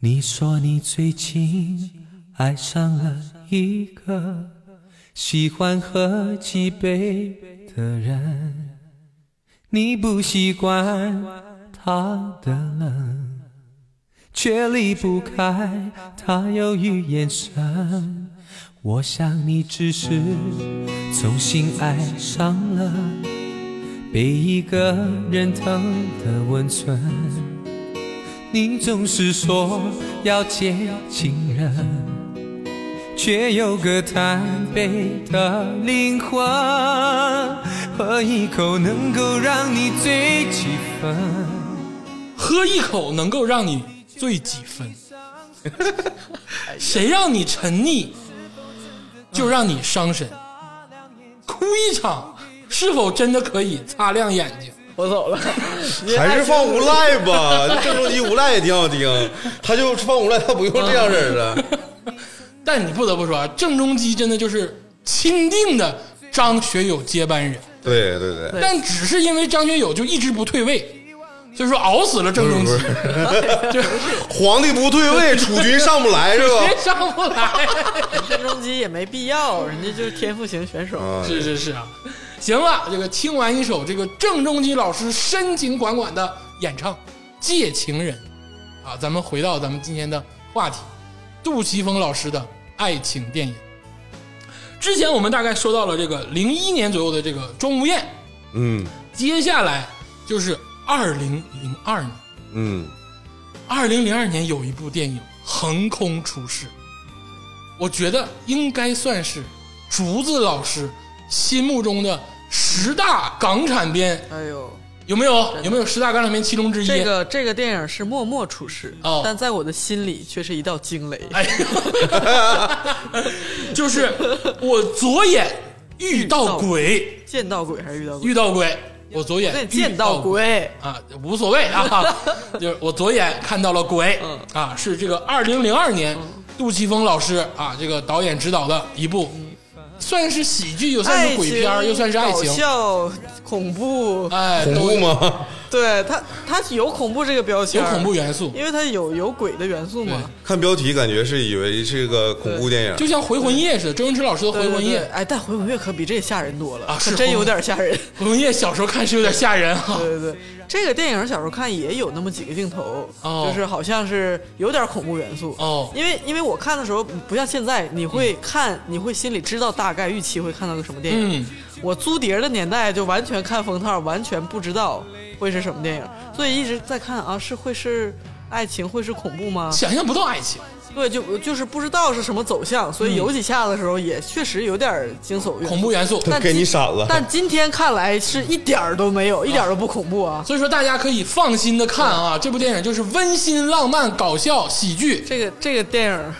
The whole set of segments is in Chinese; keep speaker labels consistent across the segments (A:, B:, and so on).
A: 你说你最近爱上了一个喜欢喝几杯的人，你不习惯他的冷，却离不开他忧郁眼神。我想你只是重新爱上了被一个人疼的温存。你总是说要接近人，却有个贪杯的灵魂，喝一口能够让你醉几分。
B: 喝一口能够让你醉几分，谁让你沉溺，就让你伤神。哭一场，是否真的可以擦亮眼睛？
C: 我走了，
D: 还是放无 赖 吧，郑中基无赖也挺好听，他就放无赖，他不用这样式儿的。
B: 但你不得不说啊，郑中基真的就是钦定的张学友接班人，
D: 对对对，
B: 但只是因为张学友就一直不退位，所以说熬死了郑中基，就
D: 皇帝不对位，储君上不来是吧？
B: 别上不来。
C: 郑中基也没必要，人家就是天赋型选手。
D: 啊，
B: 是是是啊，行了，这个听完一首这个郑中基老师深情款款的演唱《借情人》，啊，咱们回到咱们今天的话题，杜琪峰老师的爱情电影。之前我们大概说到了这个零一年左右的这个《钟无艳
D: 嗯》，
B: 接下来就是二零零二年。
D: 嗯，
B: 二零零二年有一部电影横空出世，我觉得应该算是竹子老师心目中的十大港产片，
C: 哎呦，
B: 有没有？有没有十大港产片其中之一？
C: 这个这个电影是默默出世，
B: 哦
C: 但在我的心里却是一道惊雷。
B: 哎呦， 就是我左眼遇到鬼，
C: 见到鬼还是遇到鬼？
B: 遇到鬼，我左眼
C: 对，
B: 遇
C: 见到鬼。
B: 啊，无所谓啊，就是我左眼看到了鬼，
C: 嗯
B: 啊，是这个二零零二年杜琪峰老师啊，这个导演执导的一部，算是喜剧，又算是鬼片儿，
C: 嗯爱情
B: 又算是爱
C: 搞
B: 情，
C: 笑、恐怖，
B: 哎，
D: 恐
B: 都
D: 怖吗？
C: 对它它有恐怖这个标签，
B: 有恐怖，元素，
C: 因为它有有鬼的元素嘛。
D: 看标题感觉是以为是个恐怖电
B: 就
D: 影，
B: 像《回魂夜》似的，周星驰老师的《
C: 对
B: 回
C: 对
B: 魂夜
C: 对》，哎，但回魂夜可比这吓人多了，
B: 啊
C: 可
B: 是
C: 真有
B: 回
C: 点吓人。
B: 《回魂夜》小时候看是有点吓人啊哈、
C: 对对对，这个电影小时候看也有那么几个镜头，
B: 哦
C: 就是好像是有点恐怖元素。
B: 哦
C: 因为因为我看的时候不像现在，你会看，你会心里知道大概预期会看到个什么电影。
B: 嗯
C: 我租碟儿的年代就完全看封套，完全不知道会是什么电影，所以一直在看啊，是会是。爱情会是恐怖吗？
B: 想象不到爱情，
C: 对，就就是不知道是什么走向，所以有几下的时候也确实有点惊悚
B: 嗯
C: 元素
B: 恐怖元素。
C: 但
D: 给你
C: 今
D: 闪了。
C: 但今天看来是一点儿都没有，一点儿都不恐怖啊！
B: 所以说，大家可以放心的看啊，这部电影就是温馨、浪漫、搞笑、喜剧。
C: 这个这个电影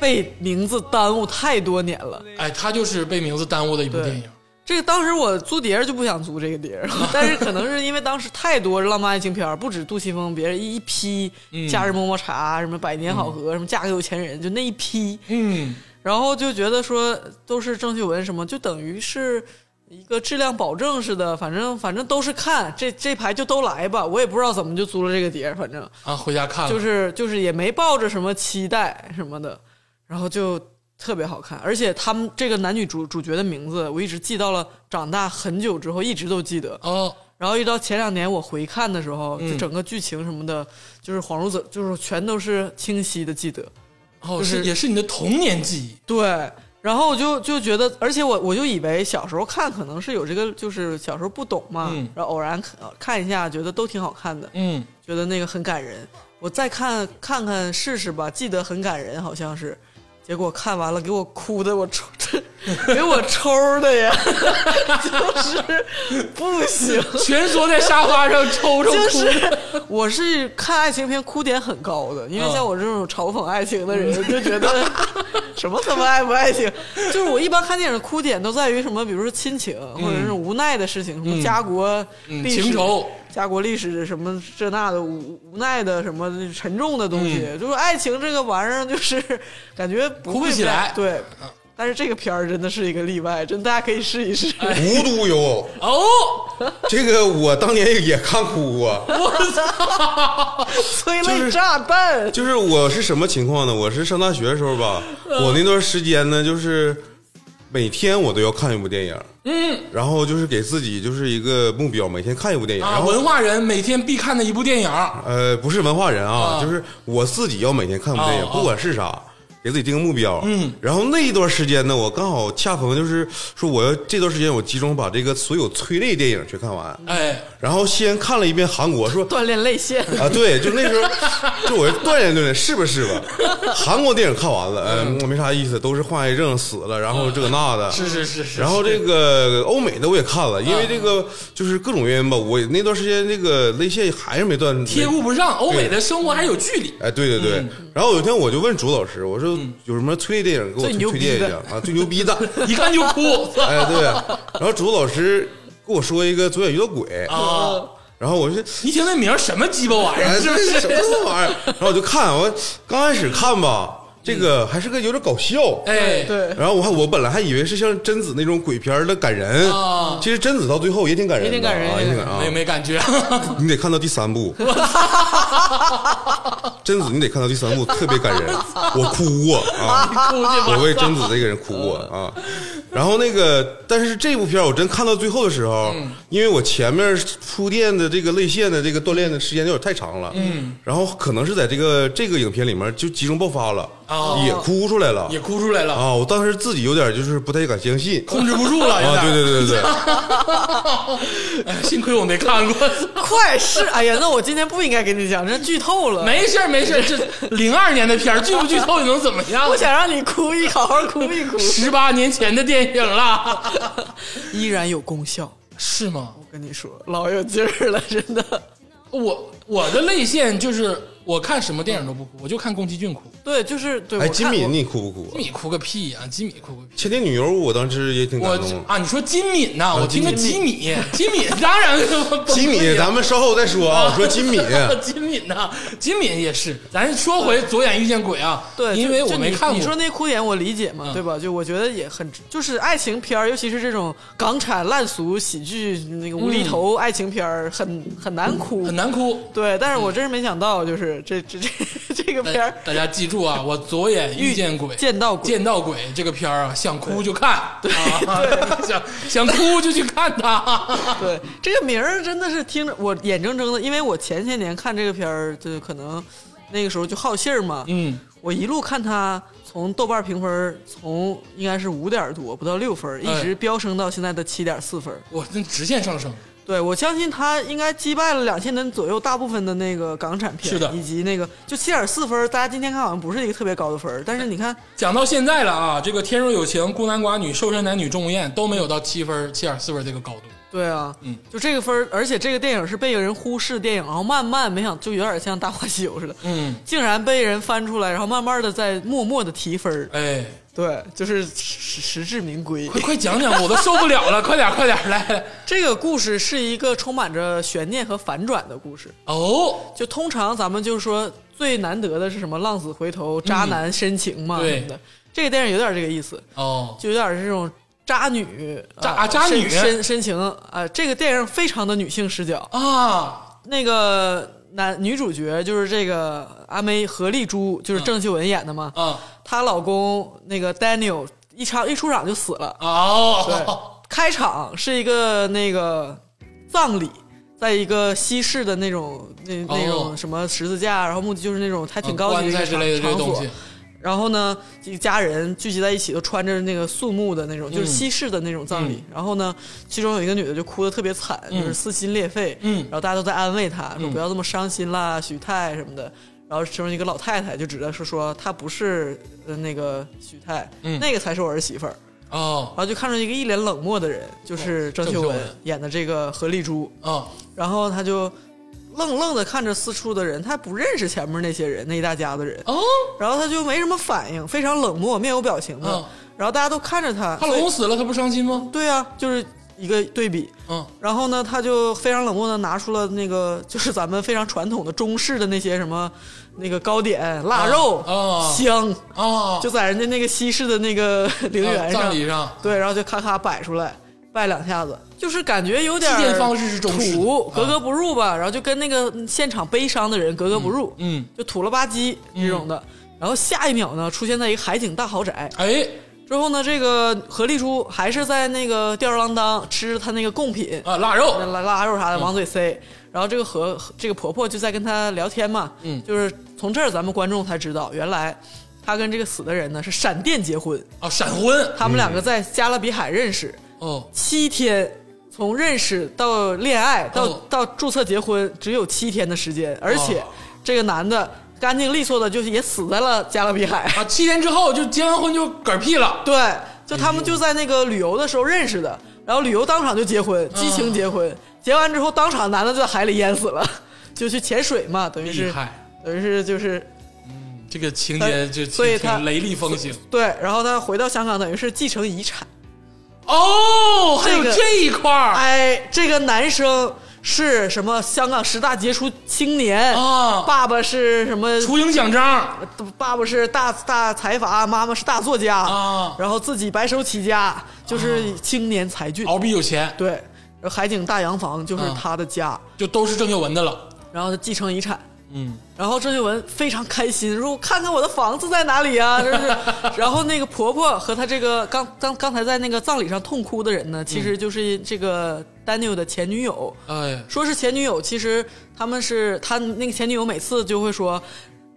C: 被名字耽误太多年了。
B: 哎，它就是被名字耽误的一部
C: 对
B: 电影。
C: 这个当时我租碟儿就不想租这个碟儿，但是可能是因为当时太多浪漫爱情片儿，不止杜琪峰，别人一一批《夏日么么茶》什么《百年好合》什么《嫁给有钱人》，就那一批，
B: 嗯，
C: 然后就觉得说都是郑秀文什么，就等于是一个质量保证似的，反正反正都是看这这排就都来吧，我也不知道怎么就租了这个碟儿，反正
B: 啊，回家看了。
C: 就是就是也没抱着什么期待什么的，然后就特别好看，而且他们这个男女主主角的名字我一直记到了长大很久之后，一直都记得。
B: 哦，
C: 然后一直到前两年我回看的时候，
B: 嗯
C: 就整个剧情什么的，就是恍如隔，就是全都是清晰的记得。
B: 哦，
C: 就是
B: 是也是你的童年记忆，
C: 对，然后我就就觉得，而且我我就以为小时候看可能是有这个，就是小时候不懂嘛，
B: 嗯
C: 然后偶然看呃看一下，觉得都挺好看的。
B: 嗯，
C: 觉得那个很感人，我再看看看试试吧，记得很感人，好像是。结果看完了，给我哭的，我抽， 给我抽的呀， 就是不行，
B: 蜷缩在沙发上抽抽哭，
C: 就是我是看爱情片哭点很高的，
B: 嗯
C: 因为像我这种嘲讽爱情的人，就觉得 什么他妈爱不爱情，就是我一般看电影的哭点都在于什么，比如说亲情，或者是无奈的事情，什么家国
B: 嗯
C: 历史、
B: 情仇、
C: 家国历史什么这那的无无奈的什么 沉重的东西，就是爱情这个玩意儿，就是感觉不
B: 嗯哭不
C: 会
B: 起
C: 被
B: 来嗯
C: 对。但是这个片儿真的是一个例外，真大家可以试一试。
B: 啊
D: 无独有偶，
B: 哦，
D: 这个我当年也看哭过。
C: 催泪炸弹，
D: 就是我是什么情况呢？我是上大学的时候吧，我那段时间呢，就是每天我都要看一部电影，嗯，然后就是给自己就是一个目标，每天看一部电影，
B: 啊，
D: 然后
B: 文化人每天必看的一部电影，
D: 呃，不是文化人啊，
B: 啊
D: 就是我自己要每天看部电影，
B: 啊啊
D: 不管是啥，给自己定个目标。
B: 嗯，
D: 然后那一段时间呢，我刚好恰逢就是说，我要这段时间我集中把这个所有催泪电影全看完，
B: 哎，
D: 然后先看了一遍韩 国，说
C: 锻炼泪腺。
D: 啊，对，就那时候，就我锻炼锻炼，是不是吧？ 韩国电影看完了，嗯、没啥意思，都是患癌症死了，然后这个那的，
B: 是是是是，啊
D: 然后这个欧美的我也看了，因为这个就是各种原因吧，我那段时间这个泪腺还是没断。
B: 贴
D: 没
B: 顾不上，欧美的生活还有距离，
D: 哎，对对对。
C: 嗯
D: 然后有一天我就问朱老师，我说有什么催泪电影给我
C: 最牛
D: 推推荐
C: 逼的
D: 一下啊？最牛逼的，
B: 一看就哭
D: 哎，对。然后朱老师跟我说一个《左眼遇到鬼》，
B: 啊！
D: 然后我就。
B: 一听那名儿什么鸡巴玩意
D: 哎，
B: 儿，是
D: 这
B: 不
D: 是什
B: 是？
D: 么玩意儿？然后我就看，我刚开始看吧，
C: 嗯
D: 这个还是个有点搞笑。
B: 哎，
C: 对，
D: 然后我还我本来还以为是像贞子那种鬼片儿的感人
B: 啊，
D: 其实贞子到最后也挺感人的，
C: 也挺感人
D: 啊
C: 也
D: 也
C: 挺
D: 挺
C: 感
D: 感人啊
B: 没。没感觉，
D: 你得看到第三部，贞子你得看到第三部，特别感人，我哭过 啊，我为贞子这个人哭过啊。然后那个，但是这部片儿我真看到最后的时候，
B: 嗯
D: 因为我前面铺垫的这个泪腺的这个锻炼的时间有点太长了，嗯，然后可能是在这个这个影片里面就集中爆发了，
B: 哦
D: 也哭出来了
B: 也哭出来了，
D: 啊！我当时自己有点就是不太敢相信
B: 控制不住了，有
D: 啊，
B: 点
D: 对对对对 对。
B: 哎，幸亏我没看过。
C: 快试！哎呀，那我今天不应该跟你讲，这剧透了。
B: 没事儿没事儿，这零二年的片儿，剧不剧透又能怎么样
C: 我？想让你哭一，好好哭一哭，
B: 十八年前的电影了，
C: 依然有功效。
B: 是吗？
C: 我跟你说，老有劲儿了，真的。
B: 我我的泪腺就是我看什么电影都不哭，我就看宫崎骏哭，
C: 对，就是对。
D: 哎，
C: 我看
D: 金敏，
C: 我
D: 你哭不哭
B: 金？敏哭个屁呀、金敏哭个屁。
D: 《千年女优》，我当时也挺
B: 我
D: 感动的。
B: 啊，你说金敏呐、我听个吉米，吉米当 然
D: 金敏，咱们稍后再说啊。我说 金敏，
B: 金敏呐、金敏也是。咱说回左眼遇见鬼啊，
C: 对，就
B: 因为我
C: 就
B: 没
C: 你
B: 看过。
C: 你说那哭点，我理解嘛，
B: 嗯
C: 对吧？就我觉得也很，就是爱情片儿，尤其是这种港产烂俗喜剧那个无厘头爱情片儿，很嗯很嗯难哭，
B: 很难哭，
C: 对，但是我真是没想到，就是这这这 这个
B: 大
C: 片儿
B: 大家记住啊，我左眼遇见鬼，
C: 见到鬼
B: 见到鬼这个片儿啊，想哭就看，对，啊、想 想哭就去看它。
C: 对，这个名儿真的是听着我眼睁睁的，因为我前些年看这个片儿，就可能那个时候就好信儿嘛，
B: 嗯，
C: 我一路看它从豆瓣评分儿从应该是五点多不到六分儿，一
B: 哎
C: 直飙升到现在的七点四分儿。
B: 我那直线上升，
C: 对，我相信它应该击败了两千年左右大部分的那个港产片，
B: 是的
C: 以及那个就七点四分儿，大家今天看好像不是一个特别高的分儿，
B: 哎
C: 但是你看，
B: 讲到现在了啊，这个《天若有情》《孤男寡女》《瘦身男女》《钟无艳》都没有到七分、七点四分这个高度。
C: 对啊，
B: 嗯，
C: 就这个分儿，而且这个电影是被人忽视电影，然后慢慢没想就有点像《大话西游》似的，
B: 嗯，
C: 竟然被人翻出来，然后慢慢的在默默的提分儿，
B: 哎，
C: 对，就是实实至名归。
B: 快快讲讲，我都受不了了，快点快点来来。
C: 这个故事是一个充满着悬念和反转的故事。
B: 哦，
C: 就通常咱们就说最难得的是什么浪子回头、渣男深情嘛、
B: 对
C: 什么的。这个电影有点这个意思，
B: 哦，
C: 就有点这种渣女、
B: 渣
C: 啊
B: 渣女
C: 深深深情啊、这个电影非常的女性视角，
B: 啊，
C: 那个男女主角就是这个阿梅何丽珠，就是郑秀文演的嘛。
B: 啊，
C: 她老公那个 Daniel 一场一出场就死了。
B: 哦，
C: 开场是一个那个葬礼，在一个西式的那种那那
B: 哦啊
C: 种什么十字架，然后目的就是那种还挺高级
B: 棺
C: 的一
B: 材
C: 个
B: 之
C: 场
B: 类的这些
C: 场
B: 东
C: 所
B: 西。，
C: 然后呢，一家人聚集在一起，都穿着那个肃穆的那种，
B: 嗯
C: 就是西式的那种葬礼。然后呢，其中有一个女的就哭得特别惨，就是撕心裂肺。
B: 嗯
C: 然后大家都在安慰她，说不要这么伤心啦，许泰什么的。然后其中一个老太太就指着说说她不是呃那个许泰，
B: 嗯
C: 那个才是我儿媳妇儿。
B: 哦，
C: 然后就看着一个一脸冷漠的人，就是郑
B: 郑
C: 秀
B: 秀
C: 文
B: 文
C: 演的这个何丽珠。
B: 哦，
C: 然后他就愣愣的看着四处的人，他不认识前面那些人，那一大家子人。
B: 哦，
C: 然后他就没什么反应，非常冷漠，面无表情的。
B: 嗯
C: 然后大家都看着他，
B: 他
C: 所
B: 老
C: 以
B: 公死了，他不伤心吗？
C: 对啊，就是一个对比。
B: 嗯，
C: 然后呢，他就非常冷漠的拿出了那个，就是咱们非常传统的中式的那些什么，那个糕点、腊肉、
B: 啊
C: 香，
B: 啊，
C: 就在人家那个西式的那个陵园
B: 啊
C: 上，
B: 葬礼上
C: 对，然后就咔咔摆出来，拜两下子，就是感觉有点
B: 祭奠方式是中式的
C: 土
B: 啊，
C: 格格不入吧，然后就跟那个现场悲伤的人格格不入，
B: 嗯嗯嗯
C: 就土了吧唧这种的。然后下一秒呢，出现在一个海景大豪宅，
B: 哎，
C: 之后呢，这个何丽珠还是在那个吊儿郎当吃着她那个贡品，
B: 啊，嗯腊肉
C: 那腊腊肉啥的往嘴塞。然后这个和这个婆婆就在跟她聊天嘛，
B: 嗯
C: 就是从这儿咱们观众才知道，原来她跟这个死的人呢是闪电结婚，
B: 啊，闪婚
C: 他们两个在加勒比海认识，
B: 哦，
C: 七天，从认识到恋爱到、
B: 哦
C: 到注册结婚只有七天的时间，而且
B: 哦
C: 这个男的干净利索的，就是也死在了加勒比 海。
B: 啊，七天之后就结完婚就嗝屁了，
C: 对，就他们就在那个旅游的时候认识的，然后旅游当场就结婚，激情结
B: 嗯
C: 婚，结完之后当场男的就在海里淹死了， 就去潜水嘛，等于
B: 厉
C: 是
B: 害。
C: 等于是就是
B: 这个情节就
C: 所以
B: 挺
C: 他
B: 雷厉风行
C: 对，然后他回到香港等于是继承遗产，
B: 哦，还有
C: 这个
B: 这一块儿
C: 哎，这个男生是什么香港十大杰出青年
B: 啊
C: 爸爸是什么？
B: 雏鹰奖章
C: 爸爸是大大财阀，妈妈是大作家
B: 啊
C: 然后自己白手起家，就是青年才俊。
B: 敖丙有钱，
C: 对，然后海景大洋房就是
B: 啊
C: 他的家，
B: 就都是郑秀文的了。
C: 然后他继承遗产。
B: 嗯，
C: 然后郑秀文非常开心，说：“我看看我的房子在哪里 啊！”就是，然后那个婆婆和她这个刚刚刚才在那个葬礼上痛哭的人呢，其实
B: 嗯
C: 就是这个 Daniel 的前女友。
B: 哎呀，
C: 说是前女友，其实他们是他那个前女友每次就会说，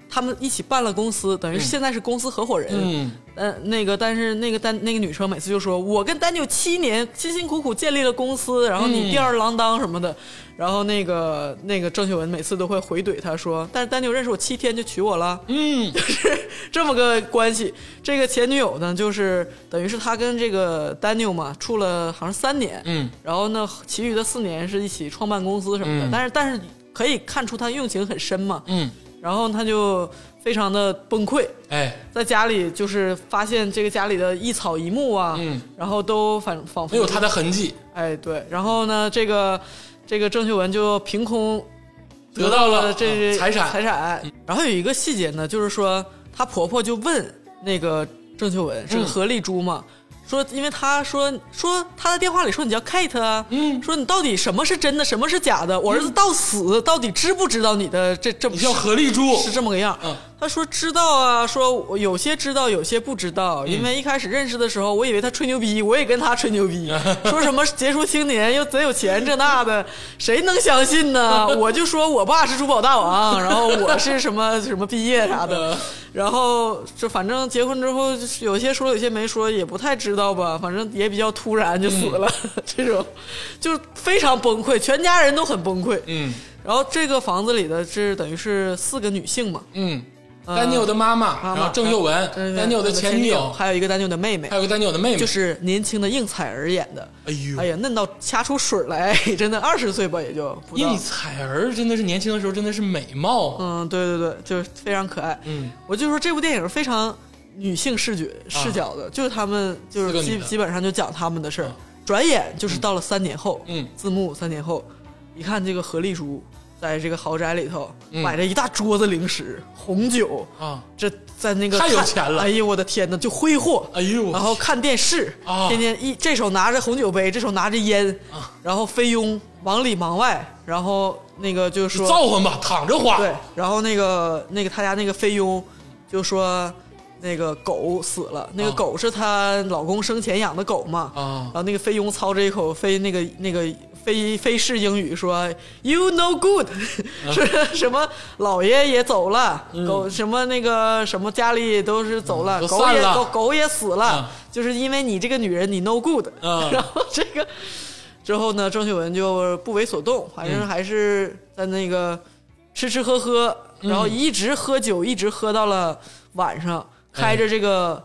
C: 他们一起办了公司，等于是现在是公司合伙人。
B: 嗯，
C: 呃，那个，但是那个丹那个女生每次就说，我跟丹尼有七年辛辛苦苦建立了公司，然后你吊儿郎当什么的，然后那个那个郑秀文每次都会回怼她说，但是丹尼有认识我七天就娶我了，
B: 嗯，
C: 这么个关系。这个前女友呢，就是等于是他跟这个丹尼嘛处了好像三年，
B: 嗯，
C: 然后呢，其余的四年是一起创办公司什么的，
B: 嗯
C: 但是但是可以看出他用情很深嘛，
B: 嗯，
C: 然后他就非常的崩溃，
B: 哎，
C: 在家里就是发现这个家里的一草一木啊，
B: 嗯
C: 然后都反仿佛
B: 没有他的痕迹，
C: 哎对，然后呢，这个这个郑秀文就凭空
B: 得到了
C: 了这
B: 嗯财产
C: 财产。然后有一个细节呢，就是说她婆婆就问那个郑秀文是个
B: 嗯
C: 何丽珠嘛。说，因为她说说她在电话里说你叫 Kate 啊，
B: 嗯
C: 说你到底什么是真的，什么是假的？我儿子到死、到底知不知道你的这这
B: 你叫何丽珠，
C: 是这么个样儿。
B: 嗯
C: 他说知道啊，说我有些知道，有些不知道。
B: 嗯
C: 因为一开始认识的时候，我以为他吹牛逼，我也跟他吹牛逼， 说什么杰出青年又贼有钱这那的，谁能相 信呢？我就说我爸是珠宝大王，然后我是什么什么毕业啥的
B: 嗯，
C: 然后就反正结婚之后，就是有些说有些没说，也不太知道吧，反正也比较突然就死了，
B: 嗯
C: 这种就是非常崩溃，全家人都很崩溃。
B: 嗯
C: 然后这个房子里的是等于是四个女性嘛，
B: 嗯，丹尼尔的妈妈，
C: 妈妈
B: 然啊后郑秀文，
C: 呃
B: 丹尼尔的前女友，
C: 还有一个丹尼尔的妹妹
B: 还，有个丹尼尔的妹妹，
C: 就是年轻的应采儿演的。
B: 哎呦
C: 哎呀，嫩到掐出水来， 真的二十岁吧，也就不到
B: 应。采儿真的是年轻的时候真的是美貌，啊
C: 嗯，对对对，就是非常可爱。
B: 嗯，
C: 我就说这部电影非常女性视觉视角的，就是他们就
B: 啊四个
C: 是
B: 女
C: 基
B: 的啊
C: 基本上就讲他们的事儿。转眼就是到了三年后，
B: 嗯
C: 字幕三年后，一看这个何丽珠在这个豪宅里头
B: 嗯
C: 买着一大桌子零食、红酒
B: 啊，
C: 这在那个
B: 太有
C: 看
B: 钱了
C: 哎呦我的天呐，就挥霍，
B: 哎呦我
C: 然后看电视，
B: 啊
C: 天天一这手拿着红酒杯，这手拿着烟，然后菲佣忙里忙外，然后那个就说
B: 造化吧，躺着花，
C: 对，然后那个那个他家那个菲佣就说那个狗死了，那个
B: 啊
C: 狗是她老公生前养的狗嘛，
B: 啊
C: 然后那个菲佣操着一口非那个那个非非式英语说 “you no good”，是、什么老爷也走了，狗什么那个什么家里都是走了，
B: 嗯都
C: 狗
B: 散
C: 也
B: 了
C: 狗狗也死了，
B: 啊
C: 就是因为你这个女人你 no good，、
B: 啊
C: 然后这个。之后呢，郑秀文就不为所动，反正还是在那个吃吃喝喝，然后一直喝酒，一直喝到了晚上，开着这个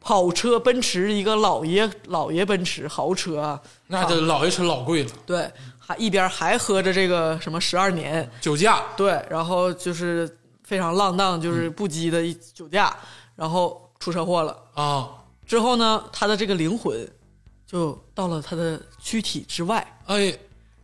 C: 跑车奔驰，一个老爷老爷奔驰豪车啊，
B: 那这老爷车老贵了，
C: 对，还一边还喝着这个什么十二年，
B: 酒驾，
C: 对，然后就是非常浪荡，就是不羁的一酒驾，然后出车祸了。
B: 啊
C: 之后呢，他的这个灵魂就到了他的躯体之外，
B: 哎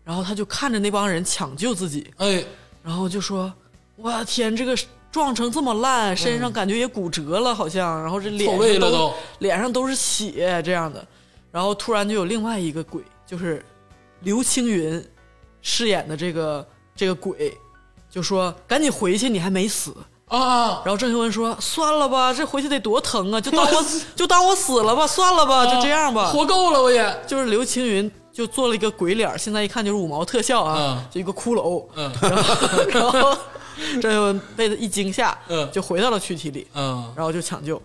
C: 然后他就看着那帮人抢救自己，
B: 哎，
C: 然后就说：“我的天，这个撞成这么烂，身上感觉也骨折了，好像，然后这脸
B: 错位
C: 上
B: 了
C: 都
B: 都
C: 脸上都是血这样的。”然后突然就有另外一个鬼，就是刘青云饰演的这个这个鬼，就说：“赶紧回去，你还没死。”
B: 啊，
C: 然后郑秀文说：“算了吧，这回去得多疼啊！就 当我就当我死了吧，算了吧，就这样吧。
B: 活够了我也，
C: 就是刘青云就做了一个鬼脸儿，现在一看就是五毛特效啊，
B: 嗯
C: 就一个骷髅。
B: 嗯
C: 然后然后郑秀文被他一惊吓，
B: 嗯
C: 就回到了躯体里，
B: 嗯
C: 然后就抢救，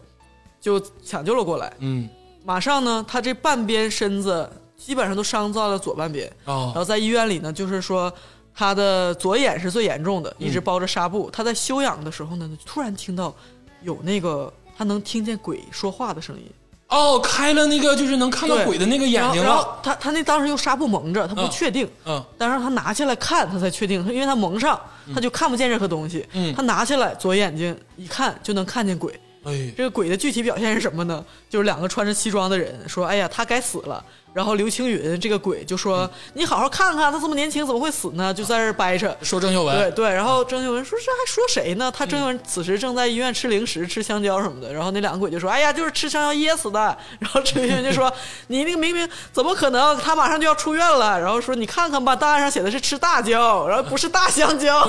C: 就抢救了过来。
B: 嗯
C: 马上呢，他这半边身子基本上都伤到了左半边，然
B: 哦
C: 后在医院里呢，就是说他的左眼是最严重的，
B: 嗯
C: 一直包着纱布。他在休养的时候呢，突然听到有那个他能听见鬼说话的声音，
B: 哦，开了那个就是能看到
C: 对
B: 鬼的那个眼睛
C: 然后然后
B: 了，
C: 他他那当时用纱布蒙着，他不
B: 嗯
C: 确定。
B: 嗯
C: 但是他拿下来看，他才确定，因为他蒙上，他就看不见任何东西。
B: 嗯
C: 他拿下来左眼睛一看，就能看见鬼。
B: 哎
C: 这个鬼的具体表现是什么呢？就是两个穿着西装的人说：“哎呀，他该死了。”然后刘青云这个鬼就
B: 嗯
C: 说：“你好好看看，他这么年轻怎么会死呢？”就在这儿掰扯。
B: 说郑秀
C: 对
B: 文
C: 对，然后郑秀文说：“这还说谁呢？”他郑秀文此时正在医院吃零食、吃香蕉什么的。然后那两个鬼就说：“哎呀，就是吃香蕉噎死的。”然后郑秀文就说：“你那个明明怎么可能？他马上就要出院了。”然后说：“你看看吧，档案上写的是吃大蕉，然后不是大香蕉，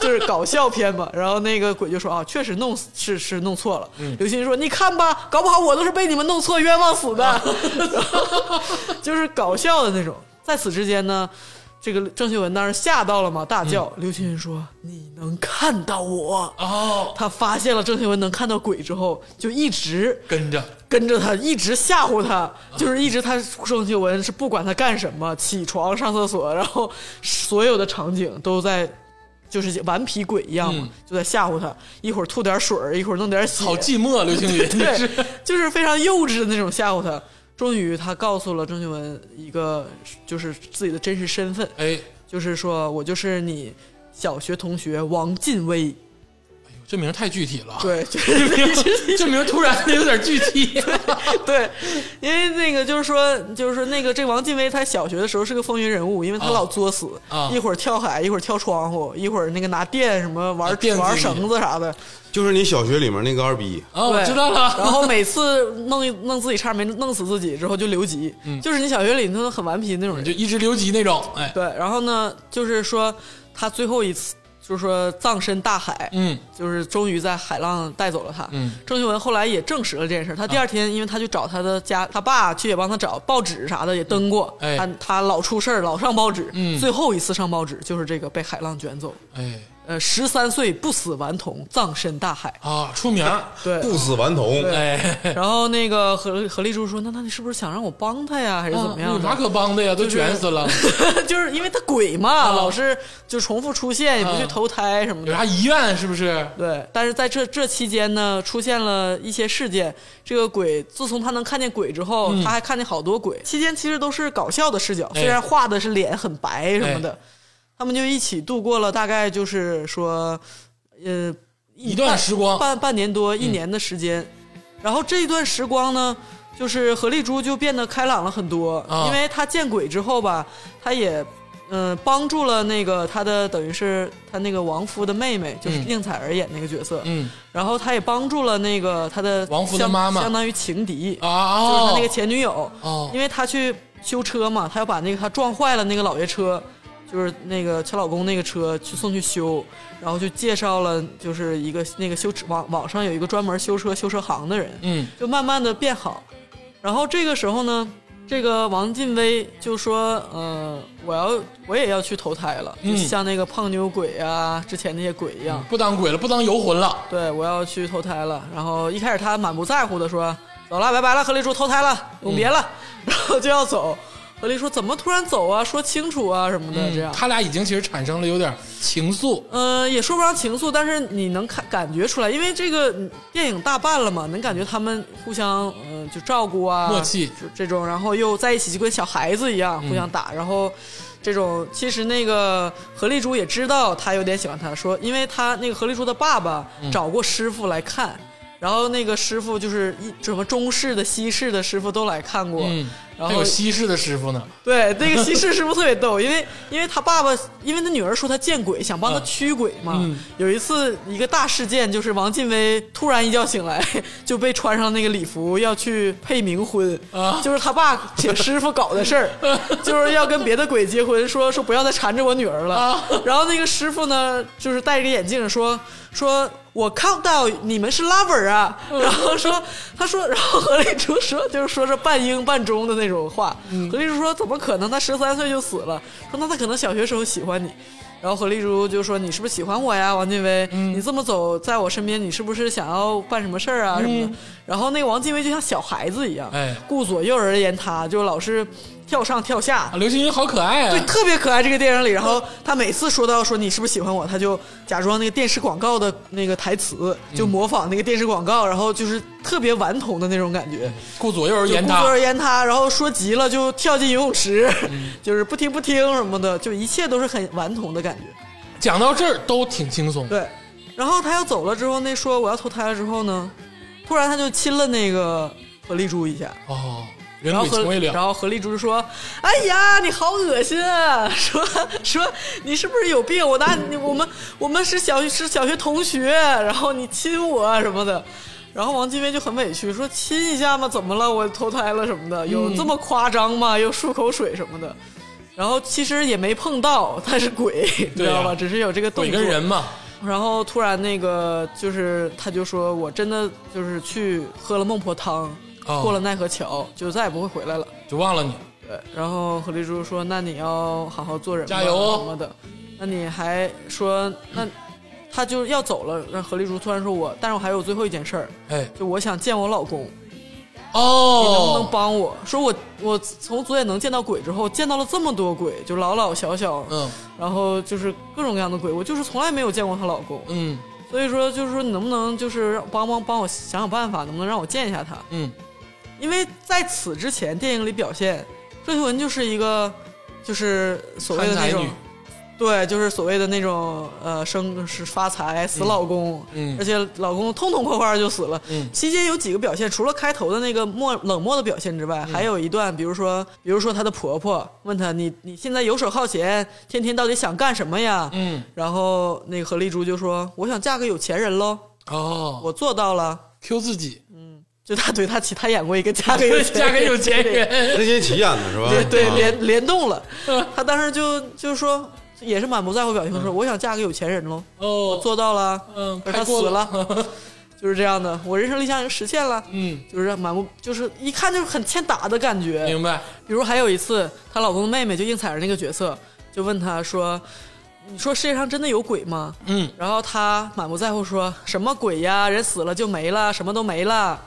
C: 就是搞笑片嘛。”然后那个鬼就说：“啊，确实弄死是是弄错了。刘星说：“你看吧，搞不好我都是被你们弄错冤枉死的。然后就是搞笑的那种。在此之间呢。这个郑秀文当时吓到了嘛，大叫。刘青云说：“你能看到我
B: 哦？”，
C: 他发现了郑秀文能看到鬼之后，就一直
B: 跟着
C: 跟着他，一直吓唬他，就是一直他郑秀文是不管他干什么，起床、上厕所，然后所有的场景都在。就是顽皮鬼一样嘛，
B: 嗯
C: 就在吓唬他，一会儿吐点水儿，一会儿弄点血，
B: 好寂寞，啊刘青云
C: 对，
B: 是
C: 就是非常幼稚的那种吓唬他。终于，他告诉了郑秀文一个就是自己的真实身份，
B: 哎，
C: 就是说我就是你小学同学王劲威，
B: 这名儿太具体了，
C: 对，就是
B: 这名儿突然有点具体，
C: 对，因为那个就是说，就是说那个这王劲威，他小学的时候是个风云人物，因为他
B: 啊
C: 老作死，
B: 啊
C: 一会儿跳海，一会儿跳窗户，一会儿那个拿电什么玩、
B: 啊电子
C: 玩
B: 鱼
C: 绳子啥的，
D: 就是你小学里面那个二逼，
B: 啊，我
C: 对
B: 知道
C: 然
B: 了，
C: 后每次弄一弄自己差点没弄死自己之后就留级，就是你小学里头很顽皮那种人
B: 嗯就，一直留级那种，哎，
C: 对，然后呢，就是说他最后一次，就是说葬身大海，
B: 嗯
C: 就是终于在海浪带走了他。
B: 嗯，啊
C: 郑秀文后来也证实了这件事儿。他第二天，因为他去找他的家，他爸去也帮他找报纸啥的，也登过。
B: 哎
C: 他他老出事儿，老上报纸。
B: 嗯
C: 最后一次上报纸就是这个被海浪卷走。
B: 哎
C: 呃，十三岁不死顽童葬身大海。
B: 啊，出名儿，
C: 对，
D: 不死顽童，
B: 哎，
C: 然后那个何何丽珠说：“那那你是不是想让我帮他呀，还 是怎么样
B: 有
C: 的？”
B: 啥可帮的呀？都卷死 了，
C: 就是因为他鬼嘛，
B: 啊
C: 老是就重复出现，也不去投胎什么的。
B: 有啥遗愿是不是？
C: 对，但是在这这期间呢，出现了一些事件。这个鬼自从他能看见鬼之后，他还看见好多鬼。期间其实都是搞笑的视角，
B: 嗯哎
C: 虽然画的是脸很白什么的，他们就一起度过了大概就是说，呃，
B: 一段
C: 半
B: 时光嗯
C: 半半年多一年的时间。然后这一段时光呢，就是何丽珠就变得开朗了很多，
B: 啊
C: 因为她见鬼之后吧，她也嗯、呃帮助了那个她的等于是她那个亡夫的妹妹，就是
B: 嗯
C: 宁采儿演那个角色，
B: 嗯
C: 然后她也帮助了那个她的
B: 亡夫的
C: 相
B: 妈妈
C: 相当于情敌，
B: 啊，
C: 就是她
B: 哦
C: 那个前女友，
B: 哦
C: 因为她去修车嘛，她要把那个她撞坏了那个老爷车。就是那个她老公那个车去送去修，然后就介绍了，就是一个那个修车网网上有一个专门修车修车行的人，
B: 嗯
C: 就慢慢的变好。然后这个时候呢，这个王劲威就说：“呃，我要我也要去投胎了，
B: 嗯
C: 就像那个胖妞鬼啊，之前那些鬼一样。
B: 不当鬼了，不当游魂了，
C: 对，我要去投胎了。”然后一开始他满不在乎的说：“走了，拜拜了，何丽珠，投胎了，永别了。 然后就要走。何丽说：“怎么突然走啊？说清楚啊什么的，这样。
B: 嗯他俩已经其实产生了有点情愫，
C: 呃，也说不上情愫，但是你能看感觉出来，因为这个嗯电影大半了嘛，能感觉他们互相呃就照顾啊，
B: 默契嗯
C: 就这种，然后又在一起就跟小孩子一样互相打，然后这种其实那个何丽珠也知道他有点喜欢他，说因为他那个何丽珠的爸爸
B: 嗯
C: 找过师傅来看。然后那个师傅就是一什么中式的、西式的师傅都来看过，
B: 嗯
C: 然
B: 还
C: 后
B: 有西式的师傅呢，
C: 对，那个西施师傅特别逗，因为因为他爸爸，因为他女儿说他见鬼，想帮他驱鬼嘛。
B: 嗯
C: 有一次一个大事件，就是王劲威突然一觉醒来就被穿上那个礼服要去配冥婚，
B: 啊
C: 就是他爸请师傅搞的 事儿，就是要跟别的鬼结婚，说说不要再缠着我女儿了。
B: 啊
C: 然后那个师傅呢，就是戴着个眼镜说说。我 count down，你们是 lover 啊，然后说，他说，然后何立竹说，就是说是半英半中的那种话。何立竹说，怎么可能？他十三岁就死了。说那他可能小学时候喜欢你。然后何丽珠就说：“你是不是喜欢我呀，王劲威？你这么走在我身边，你是不是想要办什么事儿啊什么的？”然后那个王劲威就像小孩子一样，
B: 哎
C: 顾左右而言他，就老是跳上跳下
B: 啊，，刘青云好可爱
C: 对，
B: 啊，
C: 特别可爱。这个电影里，然后他每次说到说你是不是喜欢我，他就假装那个电视广告的那个台词，就模仿那个电视广告，然后就是特别顽童的那种感觉。
B: 顾左右而言
C: 就故作
B: 他
C: 而言他，然后说急了就跳进游泳池， 就是不听不听什么的，就一切都是很顽童的感觉。
B: 讲到这儿都挺轻松，
C: 对，然后他要走了之后，那说我要投胎了之后呢，突然他就亲了那个何丽珠一下，
B: 哦，人
C: 然后
B: 鬼情
C: 何
B: 未
C: 然
B: 了，
C: 后何丽珠就说：“哎呀，你好恶心啊！说 说你是不是有病？我拿你我们我们是小是小学同学，然后你亲我啊什么的。”然后王金威就很委屈，说亲一下嘛，怎么了？我投胎了什么的，有
B: 嗯
C: 这么夸张吗？又漱口水什么的。然后其实也没碰到，他是鬼，你知
B: 对
C: 道
B: 啊
C: 吧？只是有这个动
B: 鬼
C: 作。
B: 跟人嘛，
C: 然后突然那个就是，他就说我真的就是去喝了孟婆汤，
B: 哦
C: 过了奈何桥，就再也不会回来了。
B: 就忘了你，
C: 对，然后何丽珠说：“那你要好好做人吧，
B: 加油哦
C: 什么的。”那你还说那他就要走了，让何丽珠突然说我，但是我还有最后一件事儿，
B: 哎，
C: 就我想见我老公，你能不能
B: 哦，
C: 帮我？说我我从左眼能见到鬼之后，见到了这么多鬼，就老老小小，
B: 嗯
C: 然后就是各种各样的鬼，我就是从来没有见过她老公。
B: 嗯
C: 所以说，就是说你能不能就是让帮帮帮我想想办法，能不能让我见一下他？
B: 嗯，
C: 因为在此之前，电影里表现郑秀文就是一个就是所谓的
B: 贪
C: 那
B: 财
C: 种
B: 女，
C: 对，就是所谓的那种呃生是发财死老公，
B: 嗯
C: 而且老公痛痛快快就死了。
B: 嗯
C: 期间有几个表现，除了开头的那个漠冷漠的表现之
B: 嗯
C: 外，还有一段，比如说比如说她的婆婆问她你你现在游手好闲，天天到底想干什么呀？
B: 嗯，
C: 然后那个何丽珠就说：“我想嫁个有钱人喽，
B: 哦
C: 我做到了。
B: ，Q 自 己，”
C: 就她对她起，她演过一个嫁给有钱
B: 嫁给有钱人，哦嗯
D: 任贤齐演的是吧？
C: 对对
D: 啊
C: 联联动了。她当时就就说，也是满不在乎表情说：“我想嫁个有钱人喽，
B: 哦，
C: 做到了，
B: 嗯，
C: 可是
B: 拍
C: 她
B: 过
C: 死，了，就是这样的。我人生理想已经实现了，
B: 嗯，
C: 就是满不就是一看就是很欠打的感觉。
B: 明白，
C: 比如还有一次，她老公的妹妹就应采儿那个角色，就问她说：“你说世界上真的有鬼吗？”
B: 嗯，
C: 然后她满不在乎说：“什么鬼呀，人死了就没了，什么都没了。”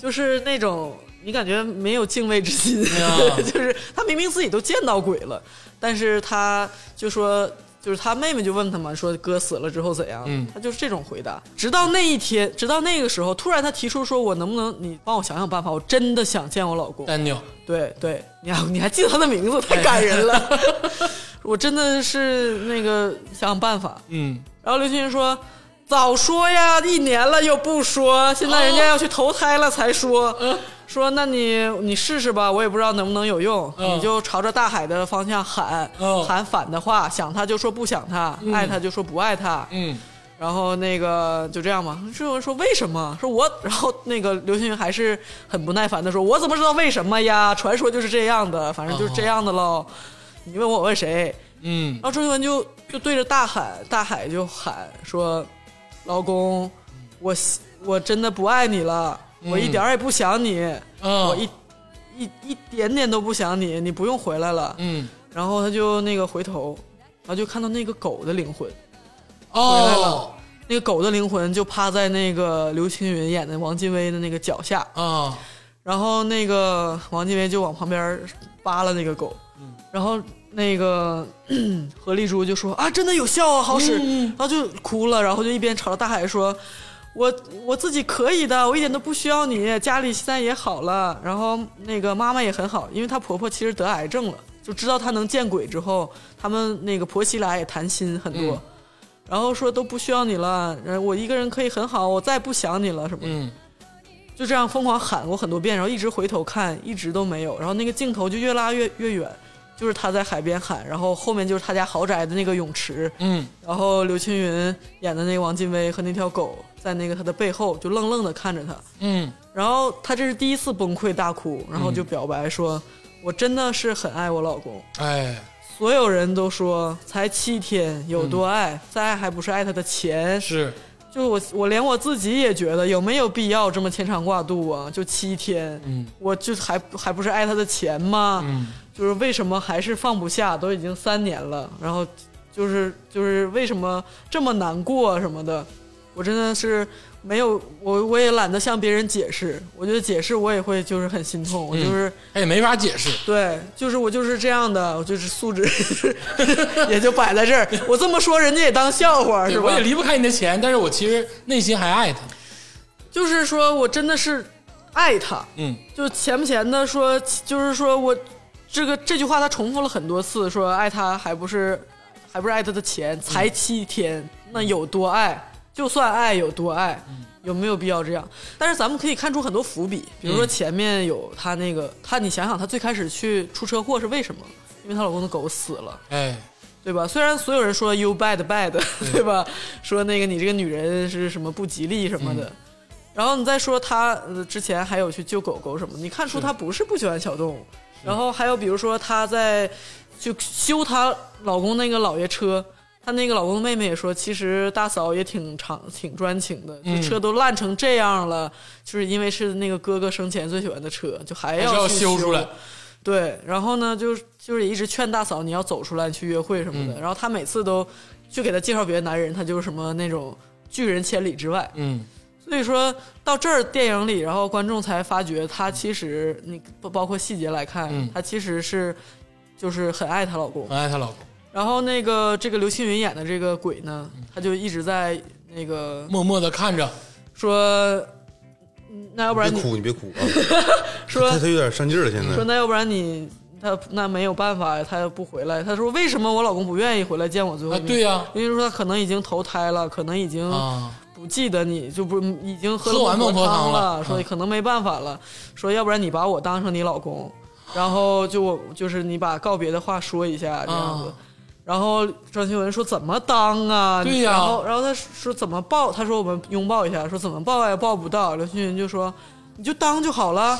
C: 就是那种你感觉没有敬畏之心，
B: 呀
C: 就是她明明自己都见到鬼了，但是她就说。就是她妹妹就问她嘛，说哥死了之后怎样？
B: 嗯
C: 她就是这种回答。直到那一天，直到那个时候，突然她提出说：“我能不能你帮我想想办法？我真的想见我老公。”
B: 丹妞，
C: 对对，你还你还记得他的名字，太感人了。 我真的是那个想想办法。
B: 嗯，
C: 然后刘青云说：“早说呀，一年了又不说，现在人家要去投胎了才说。
B: 嗯
C: 说那你你试试吧，我也不知道能不能有用，
B: 嗯
C: 你就朝着大海的方向喊，
B: 嗯
C: 喊反的话，想他就说不想他，爱他就说不爱他。
B: 嗯，
C: 然后那个就这样嘛。这有人说为什么？说我，然后那个刘青云还是很不耐烦的说：“我怎么知道为什么呀？传说就是这样的，反正就是这样的喽。你问我，我问谁？”
B: 嗯
C: 然，后郑秀文就就对着大海，大海就喊说：“老公，我喜我真的不爱你了，我一点儿也不想你，
B: 嗯
C: 我一一一点点都不想你，你不用回来了。
B: 嗯，
C: 然后他就那个回头，然后就看到那个狗的灵魂。
B: 哦，
C: 那个狗的灵魂就趴在那个刘青云演的王劲威的那个脚下，
B: 啊，
C: 然后那个王劲威就往旁边扒拉那个狗，然后那个 咳何丽珠就说啊，真的有效啊，好使，然后就哭了，然后就一边朝着大海说。我我自己可以的，我一点都不需要你。家里现在也好了，然后那个妈妈也很好，因为她婆婆其实得癌症了，就知道她能见鬼之后，他们那个婆媳俩也谈心很多，
B: 嗯
C: 然后说都不需要你了，然后我一个人可以很好，我再也不想你了什么的。
B: 嗯，
C: 就这样疯狂喊过很多遍，然后一直回头看，一直都没有。然后那个镜头就越拉越越远，就是他在海边喊，然后后面就是他家豪宅的那个泳池，
B: 嗯，
C: 然后刘青云演的那个王劲威和那条狗在那个他的背后就愣愣的看着他，
B: 嗯
C: 然后他这是第一次崩溃大哭，然后就表白说：“我真的是很爱我老公。”
B: 哎，
C: 所有人都说才七天有多爱，再爱还不是爱他的钱？
B: 是，
C: 就我我连我自己也觉得有没有必要这么牵肠挂肚啊？就七天，
B: 嗯
C: 我就还还不是爱他的钱吗？
B: 嗯
C: 就是为什么还是放不下？都已经三年了，然后就是就是为什么这么难过什么的，我真的是没有我我也懒得向别人解释，我觉得解释我也会就是很心痛，我就是、
B: 哎，没法解释，
C: 对，就是我就是这样的，我就是素质 也就摆在这儿，我这么说人家也当笑话是吧
B: 我？也离不开你的钱，但是我其实内心还爱他，
C: 就是说我真的是爱他，
B: 嗯
C: 就钱不钱的说，就是说我这个这句话他重复了很多次，说爱他还不是还不是爱他的钱，才七天，那有多爱？就算爱有多爱，有没有必要这样？但是咱们可以看出很多伏笔，比如说前面有他那个他，你想想他最开始去出车祸是为什么？因为她老公的狗死了。
B: 哎，
C: 对吧？虽然所有人说 you bad bad，对吧？说那个你这个女人是什么不吉利什么
B: 嗯
C: 的，然后你再说她呃之前还有去救狗狗什么的，你看出她不是不喜欢小动物。然后还有比如说她在就修她老公那个老爷车，她那个老公的妹妹也说，其实大嫂也挺长挺专情的，
B: 嗯
C: 就车都烂成这样了，就是因为是那个哥哥生前最喜欢的车，就还
B: 还是要
C: 要去
B: 修出来
C: 对，然后呢，就是就是也一直劝大嫂你要走出来去约会什么的。然后她每次都去给她介绍别的男人，她就是什么那种拒人千里之外。
B: 嗯
C: 所以说到这儿，电影里，然后观众才发觉她其实你包包括细节来看，
B: 嗯
C: 她其实是就是很爱她老公。
B: 很爱她老公，
C: 然后那个这个刘青云演的这个鬼呢，他就一直在那个
B: 默默的看着，
C: 说，嗯那要不然
D: 别
C: 你
D: 哭，你别哭啊！
C: 说
D: 他他有点上劲儿了，现
C: 说
D: 在
C: 那要不然你他那没有办法，他不回来。他说为什么我老公不愿意回来见我最后
B: 啊
C: 一面？
B: 对呀
C: 因为说他可能已经投胎了，可能已经
B: 啊，
C: 不记得你，就不已经喝了
B: 喝完孟婆
C: 婆
B: 汤了嗯
C: 了，所以可能没办法了。说要不然你把我当成你老公，然后就我就是你把告别的话说一下这样子。
B: 啊
C: 然后张新文说怎么当啊？
B: 对呀
C: 然后然后他说怎么抱？他说我们拥抱一下，说怎么抱也抱不到。刘青云就说你就当就好了。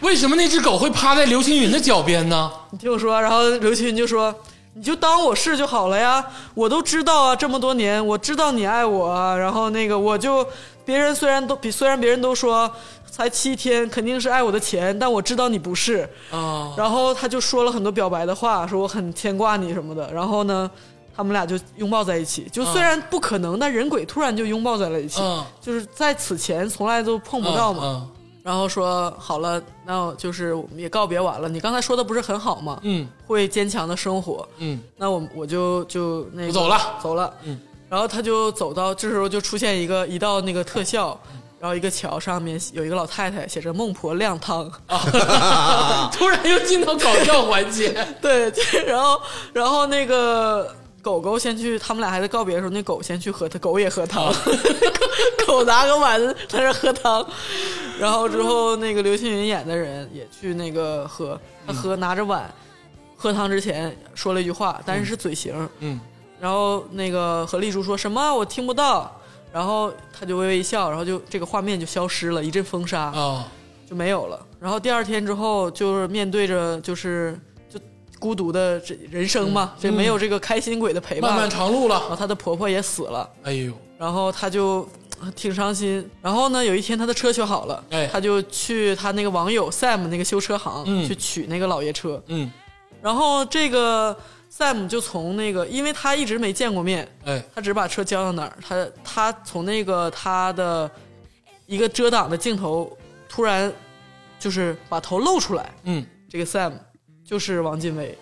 B: 为什么那只狗会趴在刘青云的脚边呢？
C: 你听我说，然后刘青云就说：“你就当我是就好了呀，我都知道啊，这么多年我知道你爱我啊。然后那个我就，别人虽然都比虽然别人都说才七天肯定是爱我的钱，但我知道你不是。
B: 啊，
C: 然后他就说了很多表白的话，说我很牵挂你什么的。然后呢，他们俩就拥抱在一起，就虽然不可能，但人鬼突然就拥抱在了一起，
B: 嗯
C: 就是在此前从来都碰不到嘛。
B: 嗯
C: 然后说好了，那就是我们也告别完了。你刚才说的不是很好吗？
B: 嗯
C: 会坚强的生活。
B: 嗯，
C: 那我我就就那个
B: 我走了
C: 走了。
B: 嗯，
C: 然后他就走到这时候就出现一个一道那个特效，
B: 嗯
C: 然后一个桥上面有一个老太太写着“孟婆靓汤”，
B: 啊
C: 啊
B: 突然又进到搞笑环节，
C: 对，就是然后然后那个狗狗先去，他们俩还在告别的时候，那狗先去喝，它狗也喝
B: 啊
C: 汤， 狗拿个碗在那喝汤，然后之后那个刘青云演的人也去那个喝，他
B: 嗯
C: 喝拿着碗喝汤之前说了一句话，但是是嘴型，
B: 嗯
C: 然后那个何丽珠说什么我听不到，然后他就微微一笑，然后就这个画面就消失了，一阵风沙，
B: 啊，
C: 就没有了。然后第二天之后，就是面对着就是就孤独的这人生
B: 嗯
C: 嘛，这没有这个开心鬼的陪伴。
B: 漫漫长路
C: 然
B: 了，
C: 后她的婆婆也死了，
B: 哎呦，
C: 然后她就呃挺伤心。然后呢，有一天她的车修好了，
B: 哎
C: 她就去她那个网友 Sam 那个修车行、
B: 嗯
C: 去取那个老爷车。
B: 嗯，
C: 然后这个 Sam 就从那个，因为他一直没见过面，
B: 哎，
C: 他只把车交到哪儿，他他从那个他的一个遮挡的镜头突然就是把头露出来，
B: 嗯，
C: 这个 Sam 就是王劲威，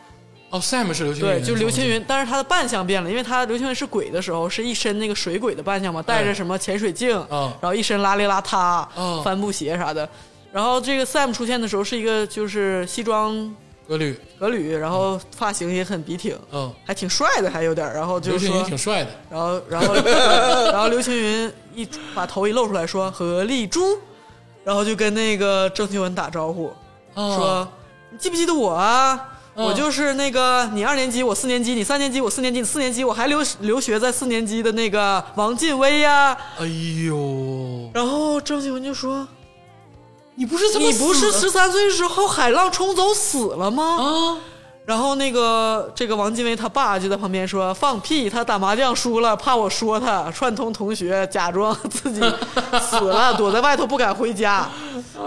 B: 哦，Sam 是刘青云，
C: 对，就是刘青云，但是他的扮相变了，因为他刘青云是鬼的时候是一身那个水鬼的扮相嘛，戴着什么潜水镜，
B: 嗯
C: 然后一身邋里邋遢，
B: 嗯
C: 帆布鞋啥的，然后这个 Sam 出现的时候是一个就是西装
B: 格律，
C: 革履，然后发型也很笔挺，
B: 嗯，
C: 还挺帅的，还有点儿，然后就
B: 刘
C: 是
B: 青云
C: 说
B: 挺帅的，
C: 然后，然后，然后刘青云一把头一露出来说：“何丽珠。”然后就跟那个郑秀文打招呼，
B: 啊
C: 说你记不记得我啊？
B: 嗯
C: 我就是那个你二年级，我四年级，你三年级，我四年级，你四年级，我还留留学在四年级的那个王劲威呀、
B: 哎呦，
C: 然后郑秀文就说
B: 你不是：“这么
C: 你不是
B: 死
C: 十三岁时候海浪冲走死了吗？”
B: 啊？
C: 然后那个这个王劲威他爸就在旁边说：“放屁，他打麻将输了，怕我说他串通同学，假装自己死了，躲在外头不敢回家，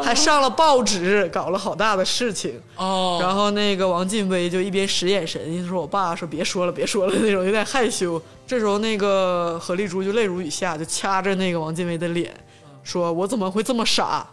C: 还上了报纸，搞了好大的事情。”
B: 哦，
C: 然后那个王劲威就一边使眼神，一边说：“我爸说别说了，别说了那种，有点害羞。”这时候那个何丽珠就泪如雨下，就掐着那个王劲威的脸，说：“我怎么会这么傻？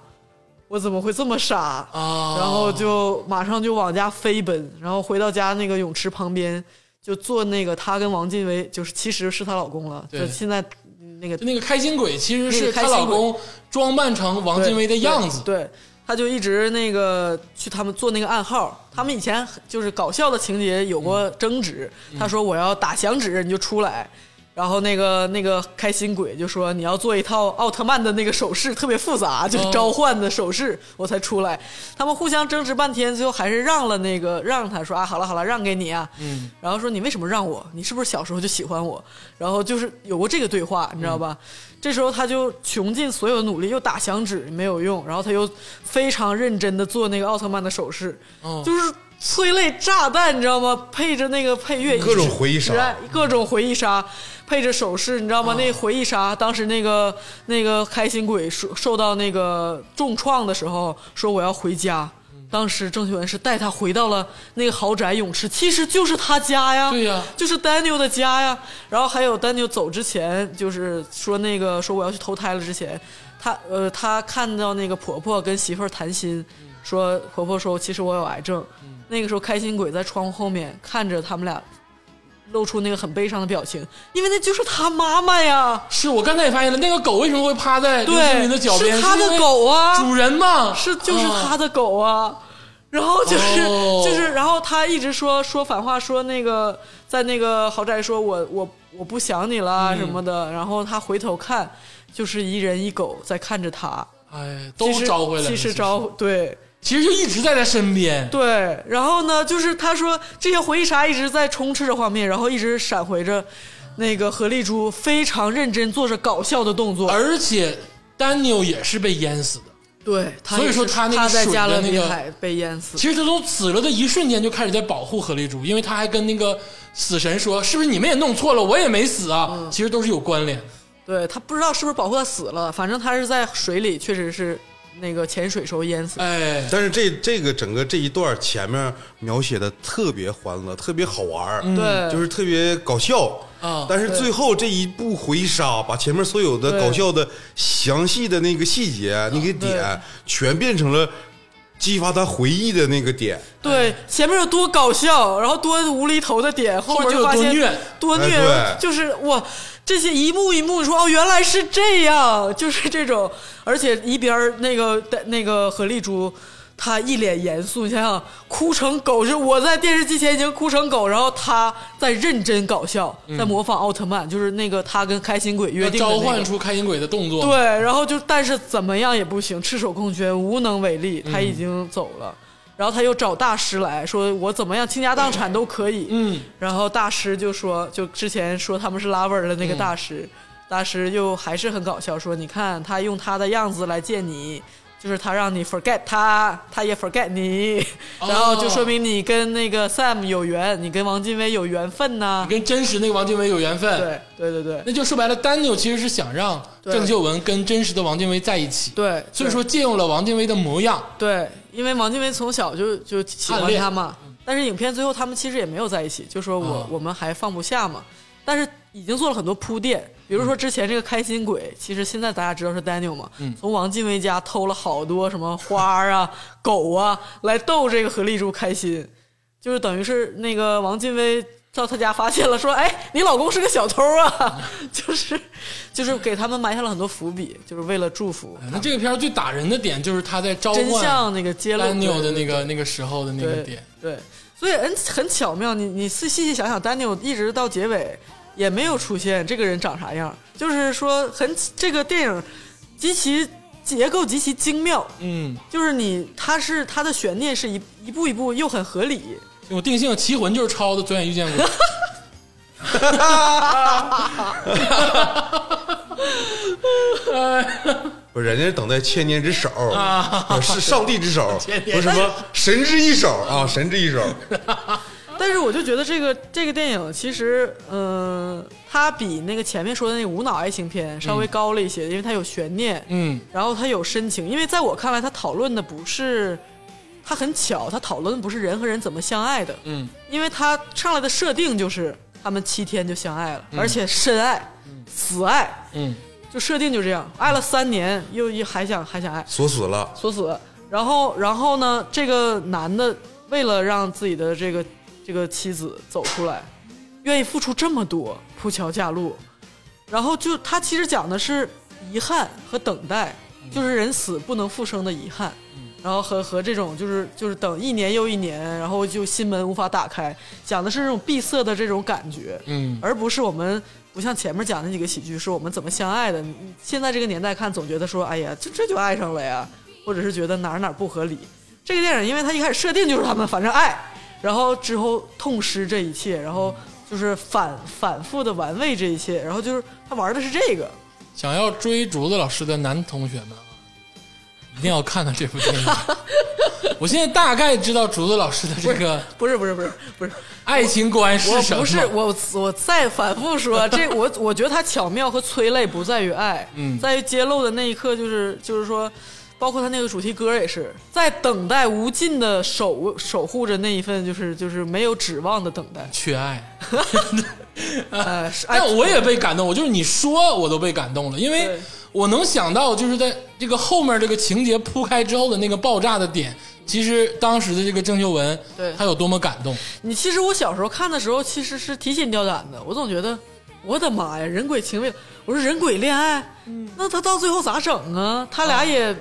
C: 我怎么会这么傻？”
B: 啊，
C: 然后就马上就往家飞奔，然后回到家那个泳池旁边，就坐那个她跟王劲威，就是其实是她老公了，
B: 对
C: 就现在嗯那个
B: 就那个开心鬼其实
C: 那
B: 是
C: 个
B: 她
C: 开心
B: 老
C: 鬼
B: 公装扮成王
C: 对
B: 劲威的样子，
C: 对。对他就一直那个去他们做那个暗号，他们以前就是搞笑的情节有过
B: 嗯
C: 争执。他说我要打响指，你就出来。然后那个那个开心鬼就说你要做一套奥特曼的那个手势，特别复杂，
B: 哦
C: 就是召唤的手势，我才出来。他们互相争执半天，最后还是让了那个让他说啊，好了好了，让给你啊。
B: 嗯，
C: 然后说你为什么让我？你是不是小时候就喜欢我？然后就是有过这个对话，你知道吧？
B: 嗯
C: 这时候他就穷尽所有的努力，又打响指没有用，然后他又非常认真的做那个奥特曼的手势，
B: 嗯
C: 就是催泪炸弹，你知道吗？配着那个配乐，
D: 各种回忆杀
C: 实在，各种回忆杀，配着手势，你知道吗？那回忆杀，当时那个那个开心鬼受受到那个重创的时候，说我要回家。当时郑秀文是带他回到了那个豪宅泳池，其实就是他家呀，
B: 对呀
C: 就是 Daniel 的家呀。然后还有 Daniel 走之前，就是说那个说我要去投胎了之前，他呃他看到那个婆婆跟媳妇儿谈心，说婆婆说其实我有癌症。那个时候开心鬼在窗户后面看着他们俩，露出那个很悲伤的表情，因为那就是他妈妈呀，
B: 是我刚才也发现了，那个狗为什么会趴在刘青云
C: 对，
B: 的脚边？
C: 是他
B: 因为
C: 的狗啊，
B: 主人嘛，
C: 是就是
B: 啊
C: 他的狗啊。然后就是、
B: 哦
C: 就是，然后他一直说说反话，说那个在那个豪宅说我我我不想你
B: 嗯
C: 了什么的。然后他回头看，就是一人一狗在看着他，
B: 哎，
C: 其
B: 都
C: 实
B: 招回来了。
C: 其实招对
B: 其实就一直在他身边。
C: 对。然后呢，就是他说这些回忆杀一直在充斥着画面，然后一直闪回着那个何丽珠非常认真做着搞笑的动作。
B: 而且丹尼尔也是被淹死的。
C: 对，他
B: 所以
C: 也是
B: 说他那个
C: 他在
B: 水
C: 加
B: 的
C: 勒
B: 那
C: 比
B: 个
C: 海被淹死。
B: 其实他从死了的一瞬间就开始在保护何丽珠，因为他还跟那个死神说：“是不是你们也弄错了？我也没死啊。
C: 嗯
B: 其实都是有关联。
C: 对他不知道是不是保护他死了，反正他是在水里，确实是那个潜水时候淹死的。
B: 哎，
D: 但是这这个整个这一段前面描写的特别欢乐，特别好玩儿，
C: 嗯对
D: 就是特别搞笑
B: 啊
D: 但是最后这一步回杀，把前面所有的搞笑的详细的那个细节、那个点，全变成了激发他回忆的那个点。
C: 对，前面有多搞笑，然后多无厘头的点，后面
B: 面就有
C: 发
B: 多
C: 现
B: 虐
C: 多虐
D: 哎对
C: 就是哇，这些一幕一幕，你说哦，原来是这样，就是这种，而且一边儿那个那个何丽珠。她一脸严肃，你想想，哭成狗，就是我在电视机前已经哭成狗，然后她在认真搞笑，在模仿奥特曼，就是那个她跟开心鬼约定的、那
B: 召
C: 个、
B: 唤出开心鬼的动作。
C: 对，然后就但是怎么样也不行，赤手空拳，无能为力，他已经走了。然后他又找大师来说，我怎么样倾家荡产都可以。
B: 嗯，
C: 然后大师就说，就之前说他们是拉 o 的那个大
B: 嗯
C: 师，大师又还是很搞笑，说你看他用他的样子来见你。就是他让你 forget 他，他也 forget 你，
B: 哦
C: 然后就说明你跟那个 Sam 有缘，你跟王金威有缘分呐
B: 你、跟真实那个王靖威有缘分。，
C: 对对对对
B: 那就说白了，丹尼尔其实是想让
C: 对
B: 郑秀文跟真实的王靖威在一起。，
C: 对，
B: 所以说借用了王靖威的模样。
C: 对，因为王靖威从小就就喜
B: 暗
C: 欢
B: 恋
C: 他嘛，但是影片最后他们其实也没有在一起，就说我、
B: 啊
C: 我们还放不下嘛，但是已经做了很多铺垫，比如说之前这个开心
B: 嗯
C: 鬼，其实现在大家知道是 Daniel 嘛，从王靖威家偷了好多什么花儿啊、 狗啊，来逗这个何丽珠开心，就是等于是那个王劲威到他家发现了，说：“哎，你老公是个小偷啊！” 就是就是给他们埋下了很多伏笔，就是为了祝福
B: 哎那这个片儿最打人的点就是他在召
C: 真
B: 唤
C: 相那个揭露
B: 丹尼尔
C: 对
B: 的那个那个时候的那个点。
C: 对，所以很很巧妙。你你细细想想，丹尼尔一直到结尾也没有出现这个人长啥样，就是说很这个电影极其。结构极其精妙，
B: 嗯，
C: 就是你它是它的悬念是一一步一步又很合理，
B: 我定性《棋魂》就是抄的《左眼遇见 鬼》
D: 不是，人家是等待千年之手
B: 啊
D: 不是上帝之手，
B: 千
D: 不
B: 年
D: 是什么神之一手啊，神之一手。
C: 但是我就觉得这个这个电影其实，嗯、它比那个前面说的那个无脑爱情片稍微高了一些，因为它有悬念，
B: 嗯，
C: 然后它有深情。因为在我看来，它讨论的不是，它很巧，它讨论的不是人和人怎么相爱的，
B: 嗯，
C: 因为它上来的设定就是他们七天就相爱了，而且深爱、死爱，
B: 嗯，
C: 就设定就这样，爱了三年，又又还想还想爱，
D: 锁死了，
C: 锁死。然后，然后呢，这个男的为了让自己的这个这个妻子走出来，愿意付出这么多，铺桥架路。然后就他其实讲的是遗憾和等待，就是人死不能复生的遗憾。然后和和这种就是就是等一年又一年，然后就心门无法打开，讲的是这种闭塞的这种感觉。
B: 嗯
C: 而不是我们不像前面讲的那几个喜剧，是我们怎么相爱的。你现在这个年代看，总觉得说，哎呀，这这就爱上了呀，或者是觉得哪儿哪儿不合理。这个电影，因为它一开始设定就是他们反正爱，然后之后痛失这一切，然后就是反反复的玩味这一切，然后就是他玩的是这个，
B: 想要追竹子老师的男同学们啊，一定要看看这部电影。 我现在大概知道竹子老师的这个
C: 不是不是不是不是，
B: 爱情观
C: 我
B: 是什么。
C: 不是我，我再反复说，这我我觉得它巧妙和催泪不在于爱，
B: 嗯
C: 在于揭露的那一刻，就是就是说，包括他那个主题歌也是在等待无尽的守守护着那一份，就是就是没有指望的等待。
B: 缺爱，
C: 呃，是哎，
B: 但我也被感动。我就是你说，我都被感动了，因为
C: 对
B: 我能想到，就是在这个后面这个情节铺开之后的那个爆炸的点，其实当时的这个郑秀文，
C: 对
B: 他有多么感动。
C: 你其实我小时候看的时候，其实是提心吊胆的，我总觉得。我的妈呀，人鬼情未了！我说人鬼恋爱，
B: 嗯
C: 那他到最后咋整啊？他俩也、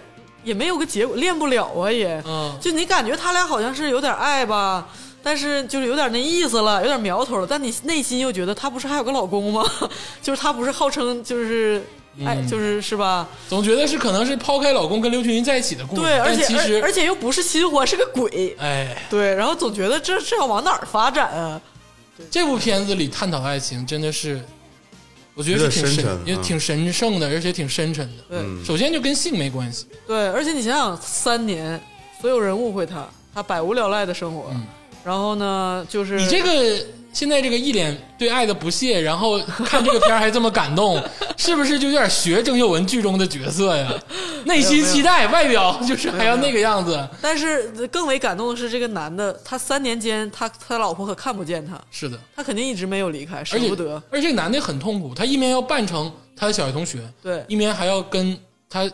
C: 也没有个结果，练不了啊也。
B: 嗯
C: 就你感觉他俩好像是有点爱吧，但是就是有点那意思了，有点苗头了，但你内心又觉得他不是还有个老公吗？ 就是他不是号称就是哎，
B: 嗯
C: 就是是吧？
B: 总觉得是可能是抛开老公跟刘青云在一起的故事，
C: 对，而
B: 嗯但
C: 且
B: 其实
C: 而而且又不是新欢，是个鬼。
B: 哎，
C: 对，然后总觉得这这要往哪儿发展啊？
B: 这部片子里探讨爱情真的是，我觉得是挺
D: 有点深
B: 深，
D: 沉
B: 也
D: 嗯
B: 挺神圣的，而且挺深沉的。
C: 对、
B: 首先就跟性没关系，
C: 对，而且你想想，三年所有人误会他，他百无聊赖的生活，然后呢，就
B: 嗯
C: 是
B: 你这个现在这个一脸对爱的不屑，然后看这个片儿还这么感 动，是不是就有点学郑秀文剧中的角色呀？ 内心期待，外表就是还要那个样子。
C: 但是更为感动的是，这个男的他三年间，他他老婆可看不见他，
B: 是的，
C: 他肯定一直没有离开，舍
B: 而且
C: 不得。
B: 而且男的很痛苦，他一面要扮成他的小学同学，
C: 对，
B: 一面还要跟他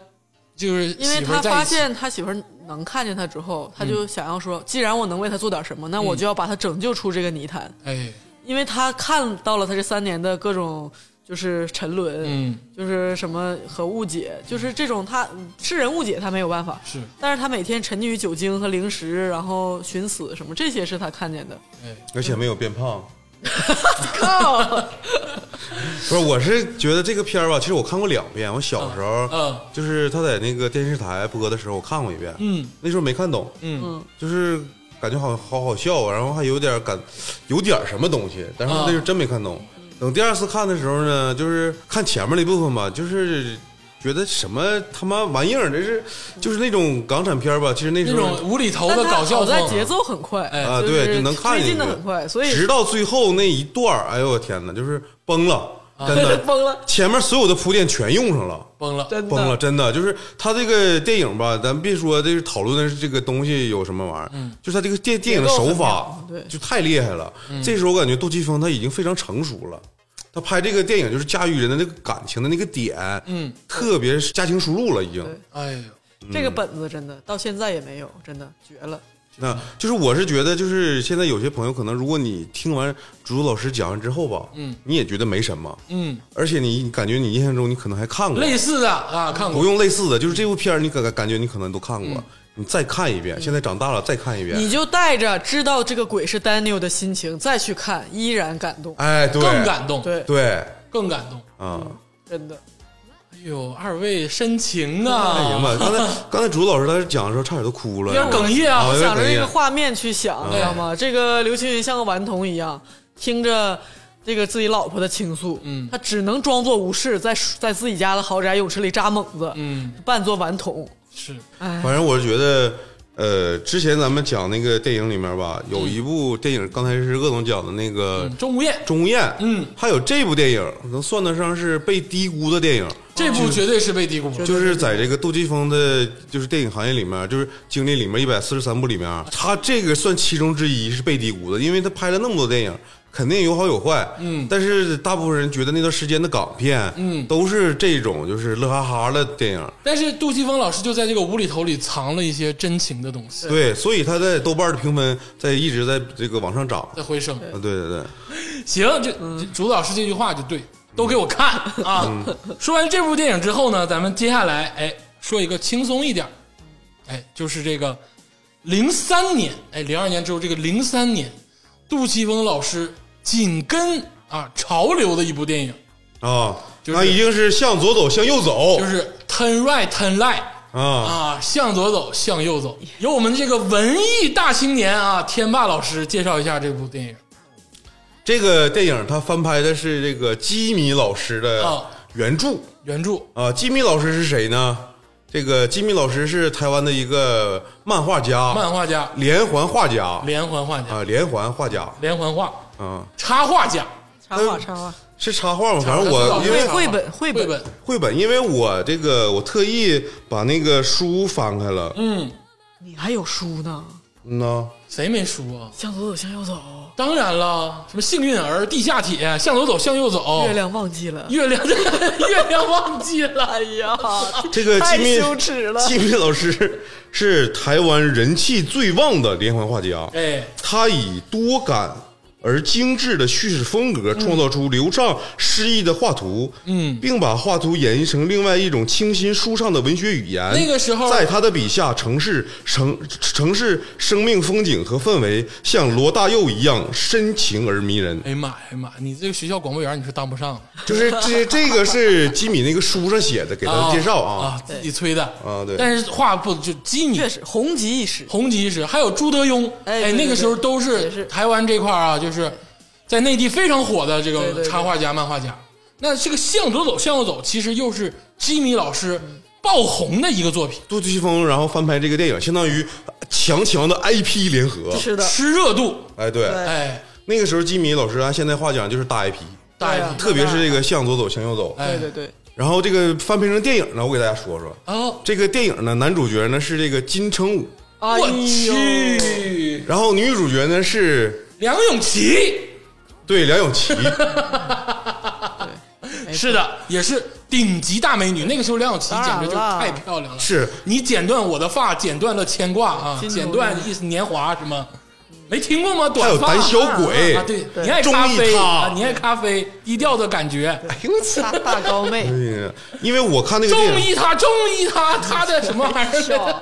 B: 就是
C: 因为
B: 媳妇
C: 他
B: 儿在
C: 发
B: 一起。嗯
C: 现他媳妇儿能看见他之后，他就想要说，既然我能为他做点什么，那我就要把他拯救出这个泥潭。
B: 哎，
C: 因为他看到了他这三年的各种就是沉沦，
B: 嗯，
C: 就是什么和误解，就是这种他是人误解他没有办法，
B: 是，
C: 但是他每天沉溺于酒精和零食，然后寻死什么，这些是他看 见的。
B: 哎，
D: 而且没有变胖。
C: 靠，
D: 哦不是，我是觉得这个片儿吧，其实我看过两遍。我小时候，
B: 嗯
D: 就是他在那个电视台播的时候，我看过一遍。
B: 嗯
D: 那时候没看懂，
B: 嗯
D: 就是感觉好好好笑啊，然后还有点感，有点什么东西，但是那时候真没看懂。等第二次看的时候呢，就是看前面那部分吧，就是觉得什么他妈玩意儿，这是就是那种港产片吧。其实那
B: 那
D: 时候
B: 种无厘头
C: 但
B: 的
C: 他
B: 搞笑
C: 好在
B: 风，
C: 节奏很快，
B: 哎
D: 啊，
C: 就是
D: 对，就能看
C: 推
D: 进
C: 进
D: 去
C: 的很快，所以
D: 直到最后那一段儿，哎呦我天哪，就是崩了，真 的
C: 崩了，
D: 前面所有的铺垫全用上了。
B: 崩了，
C: 真的
D: 崩了，真的就是他这个电影吧，咱别说这是讨论的是这个东西有什么玩意儿，
C: 嗯
D: 就是他这个电电影的手法，
C: 对嗯
D: 就太厉害了。这时候我感觉杜琪峰他已经非常成熟了，他拍这个电影就是驾驭人的那个感情的那个点，
B: 嗯，
D: 特别是家庭输入了已经。
C: 对
B: 哎呦，
C: 这个本子真的到现在也没有，真的绝了。
D: 那就是我是觉得，就是现在有些朋友可能，如果你听完朱老师讲完之后吧，
B: 嗯，
D: 你也觉得没什么，
B: 嗯，
D: 而且你你感觉你印象中你可能还看过，
B: 类似的啊，看
D: 不
B: 过，
D: 用类似的，就是这部片儿，你感感觉你可能都看过，你再看一遍。现在长大了再看一
C: 嗯
D: 遍，
C: 你就带着知道这个鬼是 Daniel 的心情再去看，依然感动。嗯
D: 哎，对，
B: 更感动，
C: 对，
D: 对
B: 更感动，
D: 啊，
C: 真的，
B: 哎呦，二位深情
D: 哎
B: 啊！
D: 呀妈！刚才刚才竹老师在这讲的时候，差点都哭
B: 有
D: 了，
B: 点哽咽啊嗯
D: 有点
C: 想着
D: 哽
C: 这
D: 咽
C: 个。画面去想，知道吗？这个刘青云像个顽童一样，听着这个自己老婆的倾诉，
B: 嗯
C: 他只能装作无视，在在自己家的豪宅泳池里扎猛子，
B: 嗯，
C: 扮作顽童。
B: 是，
C: 哎，
D: 反正我觉得，呃，之前咱们讲那个电影里面吧，有一部
C: 嗯
D: 电影，刚才是鄂总讲的那个
B: 嗯，钟无艳
D: 《钟无艳》，
B: 嗯，
D: 还有这部电影，能算得上是被低估的电影。
B: 这部绝对是被低估了。
D: 就是在这个杜琪峰的，就是电影行业里面，就是经历里面一百四十三部里面，他这个算其中之一，是被低估的，因为他拍了那么多电影，肯定有好有坏。
B: 嗯
D: 但是大部分人觉得那段时间的港片，
B: 嗯
D: 都是这种就是乐哈哈的电影。
B: 但是杜琪峰老师就在这个无厘头里藏了一些真情的东西，
D: 对，所以他在豆瓣的评分在一直在这个往上涨。
B: 在回声。
D: 啊，对对对，
B: 行，这这主导师这句话就对，都给我看啊！说完这部电影之后呢，咱们接下来哎说一个轻松一点儿，哎，就是这个零三年，哎，零二年之后这个零三年，杜琪峰老师紧跟啊潮流的一部电影，
D: 啊，
B: 就是
D: 那一定是向左走，向右走，
B: 就是《Turn Right Turn Left》。
D: 啊，
B: 啊，向左走，向右走。由我们这个文艺大青年啊，天霸老师介绍一下这部电影。
D: 这个电影它翻拍的是这个基米老师的
B: 啊
D: 原著。
B: 原著
D: 啊，吉米老师是谁呢？这个吉米老师是台湾的一个漫画家，
B: 漫画家、
D: 连环画家啊、
B: 连环画家、
D: 连环画家
B: 连环画、
D: 啊，
B: 插画家、
C: 插画插画，
D: 是插画吗？反正
B: 插画
D: 我因为
B: 插画
C: 绘本绘本
B: 本，
D: 绘本，因为我这个我特意把那个书翻开了，
B: 嗯，
C: 你还有书呢？
D: 嗯呐，
B: 谁没书啊？
C: 向左走，向右走，
B: 当然了，什么幸运儿、地下铁、向左走，向右走，
C: 月亮忘记了。
B: 月亮 月亮忘记了。
C: 哎呀，
D: 这个吉
C: 太
D: 米
C: 羞耻了
D: 吉米老师是台湾人气最旺的连环画家，
B: 哎，
D: 他以多感而精致的叙事风格，创造出流畅诗意的画图，
B: 嗯
D: 并把画图演绎成另外一种清新舒畅的文学语言。
B: 那个时候
D: 在他的笔下，城市城城市生命风景和氛围像罗大佑一样深情而迷人。
B: 哎呀妈呀哎呀妈，你这个学校广播员你是当不上的
D: 就是这这个是吉米那个书上写的，给他的介绍啊
B: 啊，自己吹的啊
D: 对
B: 但是画不就基米
C: 确实红极一时。
B: 红极一时，还有朱德庸，
C: 哎
B: 哎，
C: 对对
B: 那个时候都
C: 也
B: 是
C: 是
B: 台湾这块儿啊，就是在内地非常火的这
C: 对对
B: 个
C: 对
B: 插画家、漫画家。那这个向左走，向右走，其实又是基米老师爆红的一个作品，
D: 杜琪峰然后翻拍这个电影，相当于强强的 IP 联合。
C: 是的，
B: 吃热度，
D: 哎，对，
C: 对
B: 哎，
D: 那个时候吉米老师按现在话讲就是大 IP，
B: 大
C: 对啊
B: IP，
D: 特别是这个向左走向右走。
B: 哎
C: 对对对，
D: 然后这个翻拍成电影呢，我给大家说说。
B: 哦，
D: 这个电影呢，男主角呢是这个金城武，
C: 哎
B: 我
C: 呦，
B: 去，
D: 然后女主角呢是
B: 梁咏琪，
D: 对梁咏琪，
B: 是的，也是顶级大美女。那个时候梁咏琪
C: 当然
B: 简直就是
C: 了
B: 太漂亮了，
D: 是
B: 你剪断我的发，剪断了牵挂啊，
C: 金牛
B: 剪断一丝年华什么？没听过吗？
D: 还
B: 短
D: 有
B: 发
D: 胆小鬼
B: 啊，对，你爱咖
D: 中意
B: 啡
D: 他
B: 啊，你爱咖啡，低调的感觉，
C: 大大高妹，
D: 嗯因为我看那个
B: 中
D: 电影，
B: 意他，中意他，他的什么玩意儿？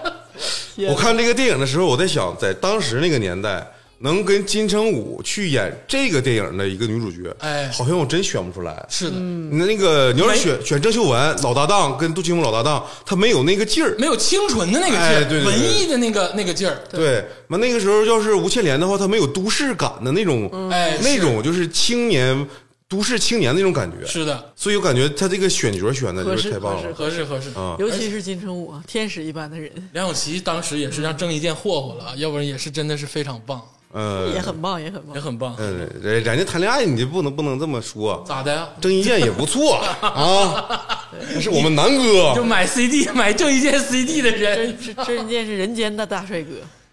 D: 我看这个电影的时候，我在想，在当时那个年代，能跟金城武去演这个电影的一个女主角，
B: 哎
D: 好像我真选不出来。
B: 是的，
D: 那那个你要
B: 没
D: 是选选郑秀文老搭档跟杜琪峰老搭档，他没有那个劲儿。
B: 没有清纯的那个劲
D: 哎
B: 儿，
D: 对对对
B: 文艺的那个那个劲儿，
D: 对，完那个时候要是吴倩莲的话，她没有都市感的那种，
B: 哎
D: 那
B: 是
D: 种就是青年都市青年那种感觉。
B: 是的，
D: 所以我感觉他这个选角选的就是太棒
C: 合适
D: 了
C: 合
B: 合适合适。
D: 啊！
C: 尤其是金城武，啊，天使一般的人，
B: 梁咏琪当时也是让郑伊健霍霍了，啊要不然也是真的是非常棒，
C: 也
D: 嗯
C: 很棒，也很棒
B: 也。很棒。
D: 嗯，人人家谈恋爱你就不能不能这么说，
B: 咋的啊呀？
D: 郑伊健也 不错啊，那是我们南哥
B: 就买 CD 买郑伊健 CD 的人
C: 真，是郑伊健是人间的大帅哥，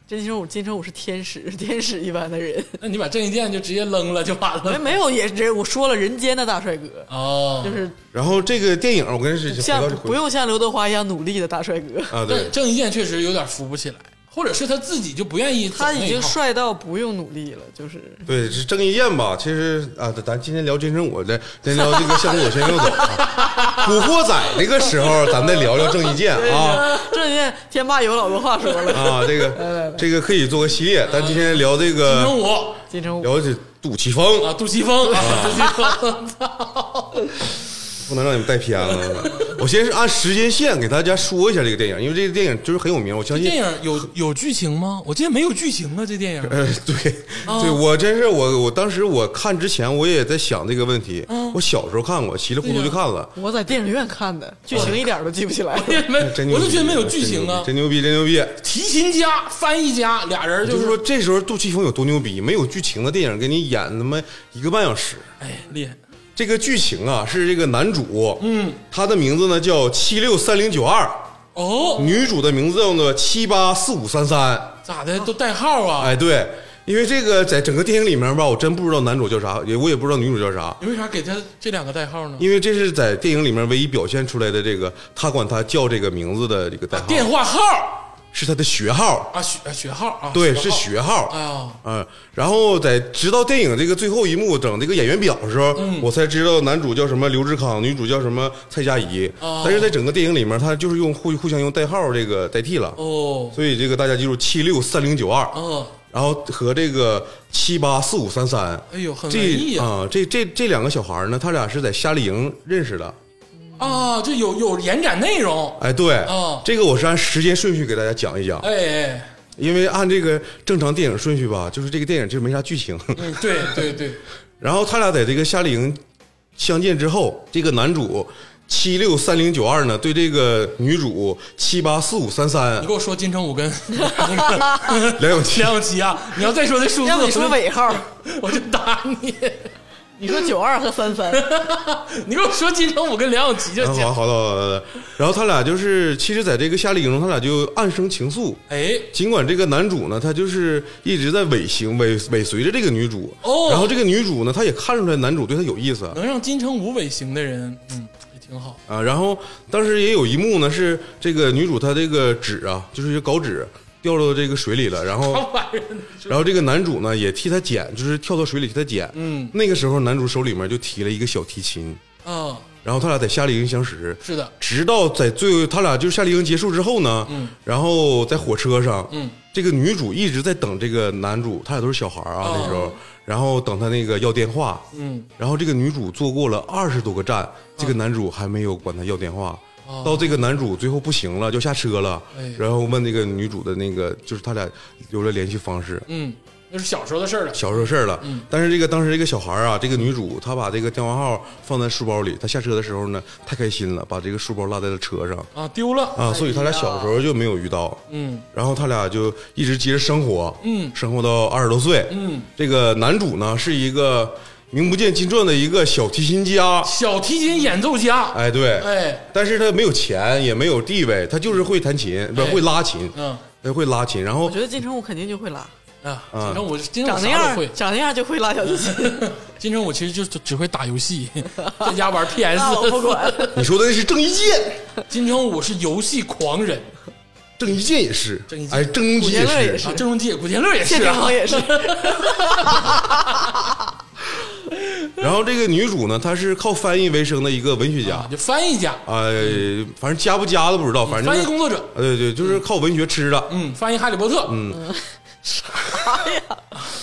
C: 金城武金城武是天使，天使一般的人。
B: 那你把郑伊健就直接扔了就完
C: 没
B: 了。
C: 没有也人，我说了人间的大帅哥，
B: 哦，
C: 就是
D: 然后这个电影我跟是
C: 像
D: 回到
C: 不用像刘德华一样努力的大帅哥，
D: 啊，
B: 但
D: 对，
B: 郑伊健确实有点扶不起来，或者是他自己就不愿意走
C: 他
B: 那一套。
C: 已经帅到不用努力了，就是
D: 对，是郑伊健吧？其实啊，咱咱今天聊金城武，咱咱聊这个向左向右 走啊。古惑仔那个时候，咱们再聊聊郑伊健啊
C: 郑伊健天霸有老多话说了。
D: 啊，这个这个可以做个系列。咱今天聊这
B: 金
D: 个
B: 城武
C: 金城武
D: 聊这杜琪峰
B: 啊，杜琪峰啊，杜琪峰，
D: 不能让你们带偏了。 我先是按时间线给大家说一下这个电影，因为这个电影就是很有名，我相
B: 这
D: 信
B: 电影有有剧情吗？我记得没有剧情啊，这电影。
D: 呃，对，
B: 哦
D: 对我真是我，我当时我看之前我也在想这个问题。
B: 嗯
D: 我小时候看过，稀里糊涂就看了，
C: 我在电影院看的，剧情一点都记不起来。
B: 没，
D: 真牛
B: 我
D: 逼！
B: 就觉得没有剧情啊。
D: 真牛逼，真牛逼！
B: 提琴家、翻译家俩人
D: 就
B: 就是是
D: 说，这时候杜琪峰有多牛逼，没有剧情的电影给你演他妈一个半小时。
B: 哎，厉害，
D: 这个剧情啊，是这个男主，嗯，他的名字呢叫七六三零九二，
B: 哦，
D: 女主的名字叫做七八四五三三。
B: 咋的都带号啊？
D: 哎，对，因为这个在整个电影里面吧，我真不知道男主叫啥，也我也不知道女主叫啥。
B: 你为啥给他这两个代号呢？
D: 因为这是在电影里面唯一表现出来的这个，他管他叫这个名字的这个代号，
B: 啊电话号
D: 是他的学号，
B: 啊，学啊学号啊，学
D: 对，
B: 号
D: 是学号。
B: 哎呀，
D: 嗯，然后在直到电影这个最后一幕整这个演员表的时候，
B: 嗯
D: 我才知道男主叫什么刘志康，女主叫什么蔡佳怡。
B: 哦
D: 但是在整个电影里面，他就是用互互相用代号这个代替了，
B: 哦
D: 所以这个大家记住七六三零九二，
B: 哦，
D: 然后和这个七八四五三三。
B: 哎呦，很文艺
D: 这
B: 啊！
D: 啊，这这这两个小孩呢，他俩是在夏令营认识的。
B: 啊，这有有延展内容，
D: 哎，对，
B: 哦
D: 这个我是按时间顺序给大家讲一讲，
B: 哎哎，
D: 因为按这个正常电影顺序吧，就是这个电影就没啥剧情。
B: 嗯，对对对，
D: 然后他俩在这个夏令营相见之后，这个男主七六三零九二呢，对这个女主七八四五三三
B: 你给我说金城 武跟那个
D: 梁咏琪
B: 梁，咏琪啊，你要再说这数字，
C: 要不
B: 我
C: 你说
B: 就
C: 尾号，
B: 我就打你。
C: 你说九二和三三，
B: 你给我说金城武跟梁咏琪就
D: 然后
B: 行
D: 嗯 好。好好好好，然后他俩就是，其实在这个夏令营中，他俩就暗生情愫。
B: 哎，
D: 尽管这个男主呢，他就是一直在尾行尾尾随着这个女主，
B: 哦
D: 然后这个女主呢，她也看出来男主对她有意思，
B: 能让金城武尾行的人，嗯，也挺好。
D: 啊，然后当时也有一幕呢，是这个女主她这个纸啊，就是稿纸掉到这个水里了，然后，
B: 老板人，
D: 然后这个男主呢也替她捡，就是跳到水里替她捡。
B: 嗯
D: 那个时候男主手里面就提了一个小提琴，
B: 啊，
D: 然后他俩在夏令营相识，
B: 是的，
D: 直到在最后他俩就是夏令营结束之后呢，
B: 嗯
D: 然后在火车上，
B: 嗯，
D: 这个女主一直在等这个男主，他俩都是小孩儿啊、那时候，然后等他那个要电话，
B: 哦嗯，
D: 然后这个女主坐过了二十多个站，这个男主还没有管她要电话。
B: 哦
D: 到这个男主最后不行了，就下车了，
B: 哎
D: 然后问那个女主的那个，就是他俩留了联系方式，
B: 嗯，那是小时候的事儿了。
D: 小时候事儿了。但是这个当时这个小孩儿啊，这个女主她把这个电话号放在书包里，她下车的时候呢，太开心了，把这个书包落在了车上
B: 啊，丢了，
D: 啊，所以他俩小时候就没有遇到。
B: 嗯
D: 然后他俩就一直接着生活，
B: 嗯
D: 生活到二十多岁，
B: 嗯，
D: 这个男主呢是一个名不见经传的一个小提琴家，
B: 小提琴演奏家，
D: 哎，对，
B: 哎，
D: 但是他没有钱，也没有地位，他就是会弹琴，不是
B: 哎
D: 会拉琴，
B: 嗯
D: 他会拉琴，然后
C: 我觉得金城武肯定就会拉，
B: 啊，
D: 嗯
B: 金城武，金城武
C: 长那
B: 啥
C: 样
B: 都会，
C: 长那样就会拉小提琴，
B: 金城武其实就就只会打游 戏，在家玩 PS，
C: 那我不管。
D: 你说的那是啊郑伊健，
B: 金城武是游戏狂人
D: 郑伊健也是
B: 郑伊，健
D: 哎，郑伊健
C: 古天乐
D: 也
C: 也
D: 是
C: 是。
B: 啊，郑中基、古天乐也
C: 谢
B: 是
C: 霆
B: 啊
C: 锋，也是，
D: 然后这个女主呢，她是靠翻译为生的一个文学家
B: 啊，就翻译家、
D: 哎，反正加不加的不知道，反正
B: 翻
D: 就
B: 译
D: 是
B: 工作者，
D: 呃对对，就是靠文学吃的。
B: 嗯，翻译《哈利波特》，嗯，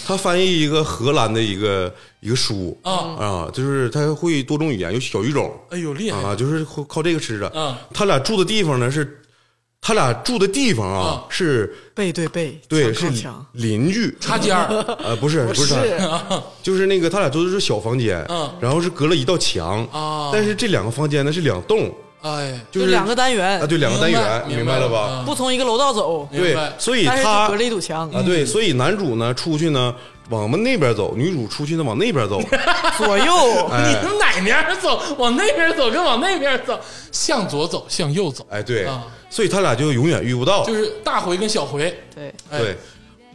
D: 她翻译一个荷兰的一个一个书
B: 啊
D: 啊，就是她会多种语言，有小语种
B: 哎呦厉害
D: 啊，就是靠靠这个吃的。
B: 嗯
D: 他俩住的地方呢是，他俩住的地方啊
B: 啊
D: 是
C: 背对背，
D: 对，
C: 墙
D: 是
C: 靠墙，
D: 邻居，
B: 擦尖 儿，
D: 呃，不是，不是他， 就是那个他俩都是小房间，
B: 嗯
D: 然后是隔了一道墙
B: 啊
D: 但是这两个房间呢是两栋，
B: 哎，
D: 就是
C: 两个单元
D: 啊，，对，两个单元，
B: 明白
D: 明白了
B: 明白了
D: 吧？
C: 不从一个楼道走，
B: 嗯明
D: 对
B: 白，
D: 所以
C: 但是
D: 他
C: 就隔着一堵墙，
D: 啊，对，所以男主呢出去呢往我们那边走，女主出去呢往那边走，
C: 左 右啊
B: 你
D: 哎
B: 从哪面儿走？往那边儿走跟往那边儿走，向左走，向右走，
D: 哎，对
B: 啊，
D: 所以他俩就永远遇不到
B: 就，是大回跟小回。
C: 对，
B: 哎、
D: 对。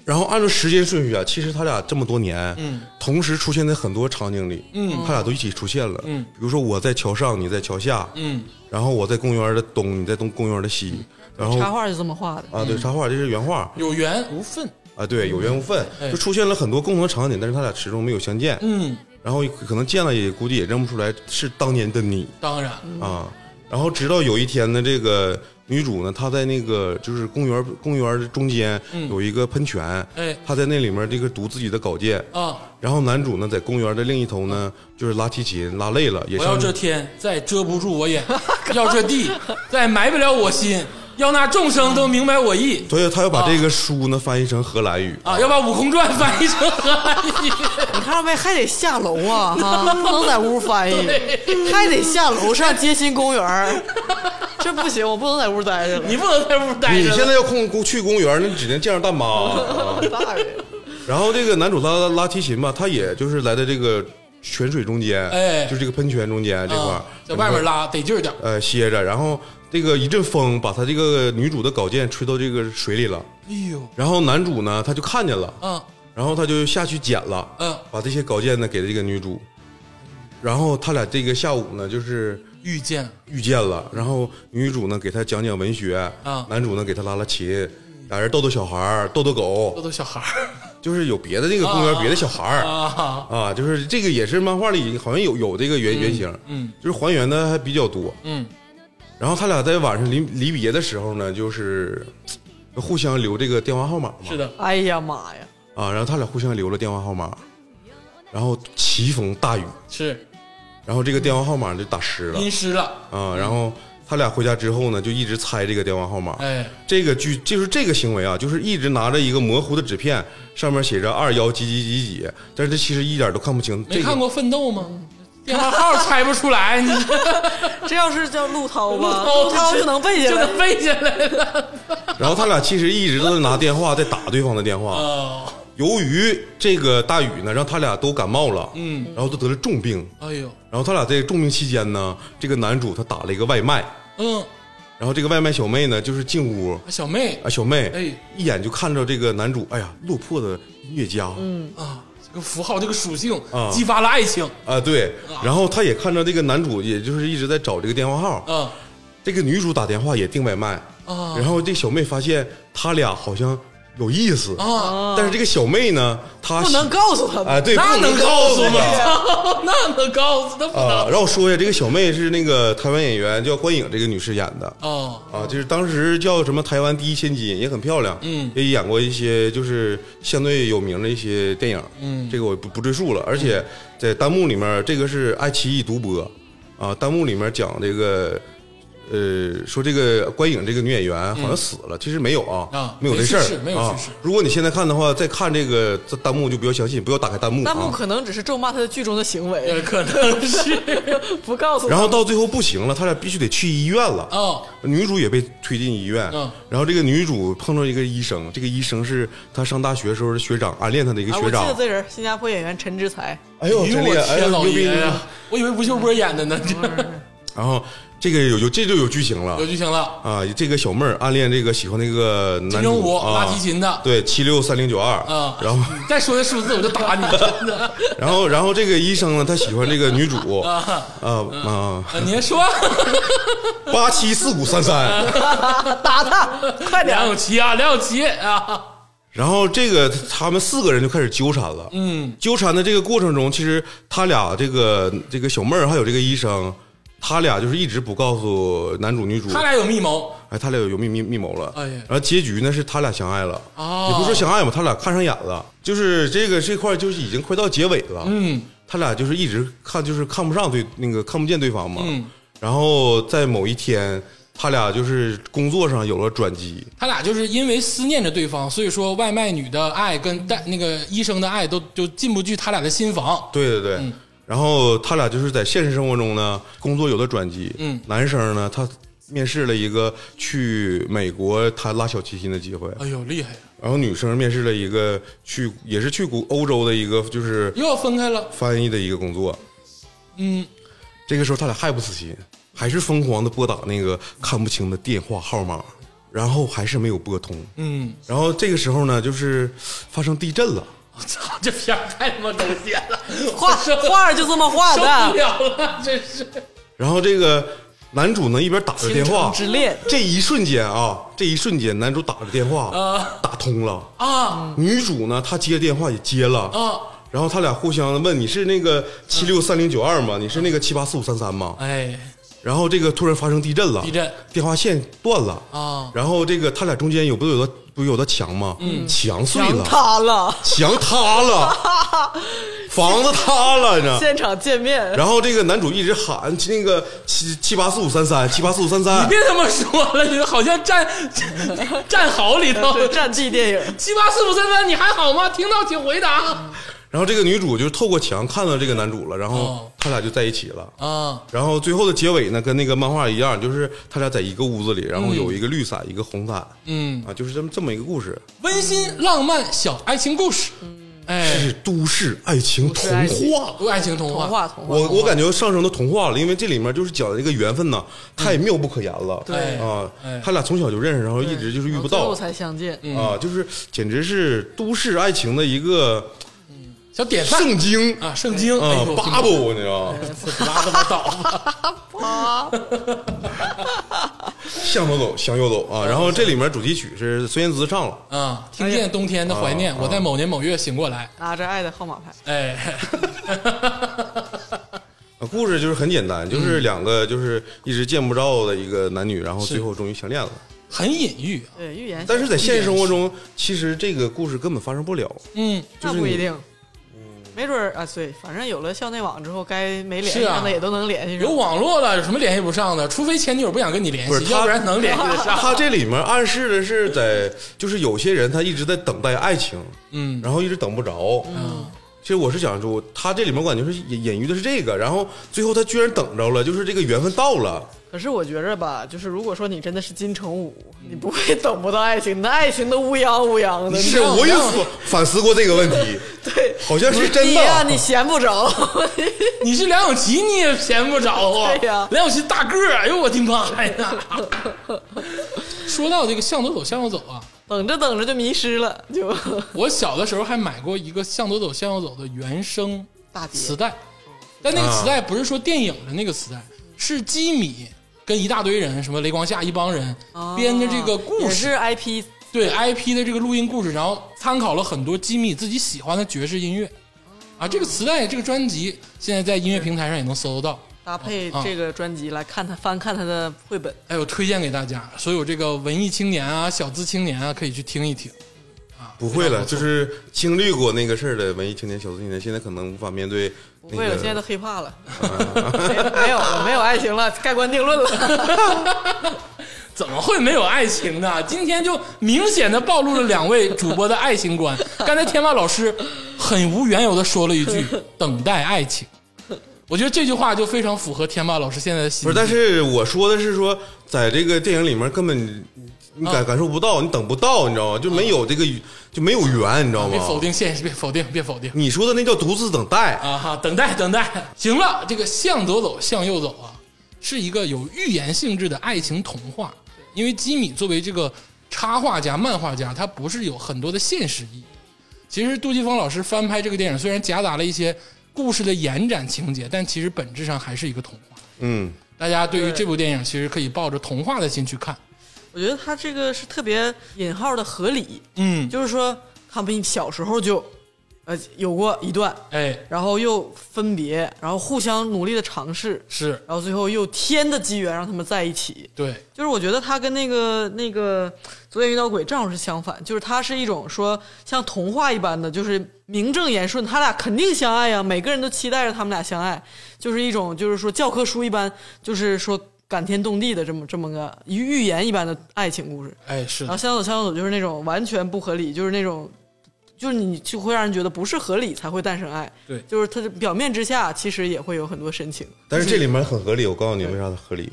D: 然后按照时间顺序啊，其实他俩这么多年，
B: 嗯，
D: 同时出现在很多场景里，嗯，他俩都一起出现了，
B: 嗯
D: 比如说我在桥上，你在桥下，
B: 嗯，
D: 然后我在公园的东，你在东公园的西，然后
C: 插画就这么画的，
D: 啊，
B: 嗯
D: 对，插画这是原画
B: 有缘无分。
D: 啊，对，有缘无分
B: 哎，
D: 就出现了很多共同的场景，但是他俩始终没有相见，
B: 嗯，
D: 然后可能见了也估计也认不出来是当年的你
B: 当然，
D: 啊，然后直到有一天呢，这个女主呢，她在那个就是公园公园的中间有一个喷泉，
B: 嗯哎
D: 她在那里面这个读自己的稿件，
B: 啊！
D: 然后男主呢在公园的另一头呢就是拉提琴，拉累了也
B: 我要
D: 上
B: 这天再遮不住我眼，要这地再埋不了我心，要那众生都明白我意
D: 所以他要把这个书呢翻译成荷兰语，
B: 啊！要把《悟空传》翻译成荷兰语，
C: 你看到没？还得下楼啊，哈， 不能在屋翻译，还得下楼上街心公园儿， 这不行，我不能在屋待着了。
B: 你不能在屋待
D: 你
B: 着
D: 现
B: 了。
D: 在要空公去公园，那你只能见着大妈。 啊
C: 大人，
D: 然后这个男主拉拉拉提琴吧，他也就是来在这个泉水中间，
B: 哎
D: 就是这个喷泉中间这块儿
B: 啊，在外面，拉得劲儿点儿。
D: 呃，歇着。然后这个一阵风把他这个女主的稿件吹到这个水里了，
B: 哎呦，
D: 然后男主呢他就看见了，
B: 啊，
D: 然后他就下去捡了，
B: 嗯
D: 把这些稿件呢给了这个女主。然后他俩这个下午呢，就是
B: 遇见
D: 遇见了，然后女主呢给他讲讲文学，
B: 啊
D: 男主呢给他拉拉琴，俩人逗逗小孩儿，逗逗
B: 逗
D: 狗，
B: 逗小孩儿
D: 就是有别的那个公园、
B: 啊
D: 别的小孩儿啊
B: 啊，
D: 就是这个也是漫画里好像有有这个原、原型，
B: 嗯
D: 就是还原的还比较多。
B: 嗯，
D: 然后他俩在晚上离离别的时候呢，就是嘖互相留这个电话号码嘛，
B: 是的，
C: 哎呀妈呀，
D: 啊，然后他俩互相留了电话号码，然后奇逢大雨，
B: 是
D: 然后这个电话号码就打湿了
B: 阴湿了，
D: 啊，然后他俩回家之后呢，就一直猜这个电话号码，
B: 哎，
D: 这个剧就是这个行为啊，就是一直拿着一个模糊的纸片，上面写着二幺几几几几，但是这其实一点都看不清。
B: 没
D: 这
B: 看
D: 个
B: 过《奋斗》吗？电话号猜不出来，你 这
C: 这要是叫陆涛
B: 陆
C: 吧，
B: 涛
C: 陆涛就能背下
B: 就
C: 来。
B: 能背下来了。
D: 然后他俩其实一直都在拿电话在打对方的电话。
B: 哦，
D: 由于这个大雨呢，让他俩都感冒了，
B: 嗯，
D: 然后都得了重病。
B: 哎呦，
D: 然后他俩在重病期间呢，这个男主他打了一个外卖，
B: 嗯，
D: 然后这个外卖小妹呢就是进屋
B: 小妹
D: 啊，小妹，
B: 哎
D: 一眼就看着这个男主，哎呀，落魄的音乐家，嗯，
B: 啊，这个符号这个属性
D: 啊
B: 激发了爱情，
D: 啊对，然后他也看着这个男主，也就是一直在找这个电话号，
B: 啊
D: 这个女主打电话也订外卖，
B: 啊
D: 然后这小妹发现他俩好像有意思，
B: 啊，
D: 但是这个小妹呢，她
C: 不能
D: 喜
C: 告诉他们，
D: 啊，对，
B: 那
D: 不能
B: 能告诉啊吗
D: 她？
B: 那能告诉他不
D: 啊。
B: 能
D: 让我说一下，这个小妹是那个台湾演员叫关颖这个女士演的
B: 哦，
D: 啊，就是当时叫什么台湾第一千金，也很漂亮，
B: 嗯
D: 也演过一些就是相对有名的一些电影，
B: 嗯
D: 这个我不不赘述了。而且在弹幕里面，这个是爱奇艺独播啊，弹幕里面讲这个。呃，说这个关颖这个女演员好像死了，其实没有啊，
B: 嗯啊
D: 没有这事儿
B: 没去世没有去
D: 啊
B: 世。
D: 如果你现在看的话，再看这个这弹幕就不要相信，不要打开弹幕。
C: 弹幕
D: 啊。
C: 可能只是咒骂他的剧中的行
B: 呃，
C: 为，
B: 可能是
C: 不告诉他
D: 然后到最后不行了，他俩必须得去医院了。
B: 哦，
D: 女主也被推进医院，
B: 嗯
D: 然后这个女主碰到一个医生，这个医生是她上大学时候的学长，暗恋她的一个
C: 啊，
D: 学
C: 我记
D: 长。
C: 得这人，新加坡演员陈之才，
D: 哎呦，
B: 哎呦
D: 真
B: 我
D: 厉害！哎呦
B: 天，老
D: 牛逼！
B: 爷
D: 牛逼
B: 呀！我以为吴秀波演的呢， 这
D: 然后这个有有这就有剧情了
B: 有剧情了。
D: 啊！这个小妹儿暗恋这个喜欢那个
B: 金
D: 男
B: 城
D: 主
B: 武
D: 啊，
B: 拉提琴的，
D: 对七六三零九二
B: 啊
D: 然后
B: 你再说这数字我就打你，真的
D: 然后然后这个医生呢，他喜欢这个 女主啊
B: 啊！啊
D: 啊
B: 您说，
D: 八七四五三三。
C: 打他，快点
B: 梁咏琪啊，梁咏琪啊，
D: 然后这个他们四个人就开始纠缠了。
B: 嗯，
D: 纠缠的这个过程中，其实他俩这个这个小妹儿还有这个医生，他俩就是一直不告诉男主女主，
B: 他俩有密谋，
D: 哎，他俩有密密密谋了。
B: 哎呀
D: 然后结局呢是他俩相爱了，
B: 哦
D: 也不是说相爱吧，他俩看上眼了，就是这个这块儿就是已经快到结尾了。
B: 嗯，
D: 他俩就是一直看，就是看不上对那个看不见对方嘛。
B: 嗯，
D: 然后在某一天，他俩就是工作上有了转机。
B: 他俩就是因为思念着对方，所以说外卖女的爱跟带那个医生的爱都就进不去他俩的心房。
D: 对对
B: 嗯
D: 对，然后他俩就是在现实生活中呢，工作有了转机。
B: 嗯
D: 男生呢，他面试了一个去美国弹拉小提琴的机会，
B: 哎呦，厉害！
D: 然后女生面试了一个去也是去古欧洲的一个就是
B: 又要分开了，
D: 翻译的一个工作。
B: 嗯，
D: 这个时候他俩还不死心，还是疯狂的拨打那个看不清的电话号码，然后还是没有拨通。
B: 嗯，
D: 然后这个时候呢，就是发生地震了。
B: 我操，这片儿太他妈狗血了，
C: 画画就这么画
B: 受不
C: 的，
B: 了了，真是。
D: 然后这个男主呢一边打着电话，
C: 之恋，
D: 这一瞬间啊，这一瞬间，男主打着电话、
B: 啊
D: 打通了，
C: 嗯
B: 啊
D: 女主呢，她接电话也接了，
B: 啊！
D: 然后他俩互相问你是那个七六三零九二吗？你是那个七八四五三三吗？
B: 哎，
D: 然后这个突然发生地震了，
B: 地震
D: 电话线断了
B: 啊
D: 然后这个他俩中间有不有的不有的墙吗？嗯，墙碎
C: 墙
D: 了，啊
C: 塌了，
D: 墙 塌了，房子塌了，你知道。
C: 现场见面，
D: 然后这个男主一直喊那个七七八四五三三七八四五三三，
B: 别他妈说了，你好像 战战壕里头
C: 是战地电影，
B: 七八四五三三，你还好吗？听到请回答
D: 然后这个女主就透过墙看到这个男主了，然后
B: 哦
D: 他俩就在一起了。
C: 嗯
B: 啊
D: 然后最后的结尾呢，跟那个漫画一样，就是他俩在一个屋子里，然后有一个绿伞，一个红伞，
B: 嗯
D: 啊，就是这么这么一个故事，
B: 温馨浪漫小爱情故事，
C: 嗯
B: 哎，
D: 是都市爱情童
C: 都市爱情
D: 话。
B: 爱情童
C: 童话童话，
D: 我我感觉上升到童话了，因为这里面就是讲的这个缘分呐，太妙不可言了。
B: 对
D: 啊
B: 哎，
D: 他俩从小就认识，然后一直就是遇不
C: 然后最
D: 到
C: 后才相见，
D: 啊，就是简直是都市爱情的一个
B: 小典范
D: 圣经
B: 啊，圣经
D: 啊
B: 哎呦
D: ，bubble，你知道吗？
B: 拉他妈倒吧！
D: 向左走，向右走啊！然后这里面主题曲是孙燕姿唱了，
B: 啊，听见冬天的怀
D: 哎
B: 念，我在某年某月醒过来。
C: 拿啊着爱的号码牌，
B: 哎，
D: 啊故事就是很简单，就是两个就是一直见不着的一个男女，然后最后终于相恋了。
B: 很隐喻。啊
C: 对，预言，
D: 但是在现实生活中，其实这个故事根本发生不了。
B: 嗯，
D: 就
C: 那
D: 是
C: 不一
D: 你嗯
C: 定。没准儿啊，对，反正有了校内网之后，该没联
B: 是
C: 系
B: 啊
C: 上的也都能联系上。
B: 有网络了，有什么联系不上的？除非前女友不想跟你联
D: 不是
B: 系，
D: 他
B: 要不然能联系得 上。
D: 他这里面暗示的是在，就是有些人他一直在等待爱情，
B: 嗯
D: 然后一直等不着。
B: 嗯，
D: 其实我是想说，他这里面我感觉是隐隐喻的是这个，然后最后他居然等着了，就是这个缘分到了。
C: 可是我觉着吧，就是如果说你真的是金城武，你不会等不到爱情，那爱情都乌泱乌泱的。
D: 是，我有反反思过这个问题，
C: 对，
D: 好像是真
C: 你
D: 的。啊
C: 呀、你闲不着，
B: 你是梁咏琪，你也嫌不着啊？
C: 对呀
B: 梁咏琪大个儿，哎呦我的妈 呀！说到这个向左走，向右走啊，
C: 等着等着就迷失了，就
B: 我小的时候还买过一个《向左走，向右走》的原声
C: 大碟
B: 磁带，但那
D: 啊
B: 个磁带不是说电影的那个磁带，是基米跟一大堆人，什么雷光夏一帮人编的这个故
C: 哦也
B: 事，
C: 是 IP
B: 对 IP 的这个录音故事，然后参考了很多基米自己喜欢的爵士音乐。啊，这个磁带这个专辑现在在音乐平台上也能搜得到，
C: 搭配
B: 啊
C: 这个专辑来看他翻看他的绘本，
B: 哎，我推荐给大家，所有这个文艺青年啊、小资青年啊，可以去听一听。
D: 不会
B: 非常
D: 了，
B: 不错
D: 就是经历过那个事儿的文艺青年、小资青年，现在可能无法面对
C: 不
D: 那
C: 会了，现在都
D: 个。啊
C: 黑怕了， 没没有了，没有爱情了，盖棺定论 了。
B: 怎么会没有爱情呢？今天就明显的暴露了两位主播的爱情观。刚才天霸老师很无缘由的说了一句“等待爱情”，我觉得这句话就非常符合天霸老师现在的心
D: 不
B: 境。
D: 是，但是我说的是说，在这个电影里面根本你感
C: 嗯
B: 啊
D: 感受不到，你等不到，你知道吗？就没有这个就没有缘，你知道
B: 别否
D: 吗？
B: 定现实，别否定，别否定
D: 你说的那叫独自等待，
B: 啊！哈，等待，等待，行了，这个向左走，向右走啊，是一个有寓言性质的爱情童话。因为基米作为这个插画家、漫画家，他不是有很多的现实意义。其实杜琪峰老师翻拍这个电影，虽然夹杂了一些故事的延展情节，但其实本质上还是一个童话。
D: 嗯，
B: 大家对于这部电影，其实可以抱着童话的心去看。
C: 我觉得他这个是特别引号的合理，
B: 嗯，
C: 就是说他们小时候就呃有过一段，
B: 哎，
C: 然后又分别，然后互相努力的尝试，
B: 是
C: 然后最后又天的机缘让他们在一起。
B: 对，
C: 就是我觉得他跟那个那个昨天遇到鬼正好是相反，就是他是一种说像童话一般的，就是名正言顺，他俩肯定相爱呀、每个人都期待着他们俩相爱，就是一种就是说教科书一般，就是说感天动地的这么这么个预言一般的爱情故事。
B: 哎，是的
C: 然后，啊相走相走就是那种完全不合理，就是那种，就是你就会让人觉得不是合理才会诞生爱，
B: 对
C: 就是它的表面之下其实也会有很多深情。
D: 但是这里面很合理。我告诉你为啥它合理，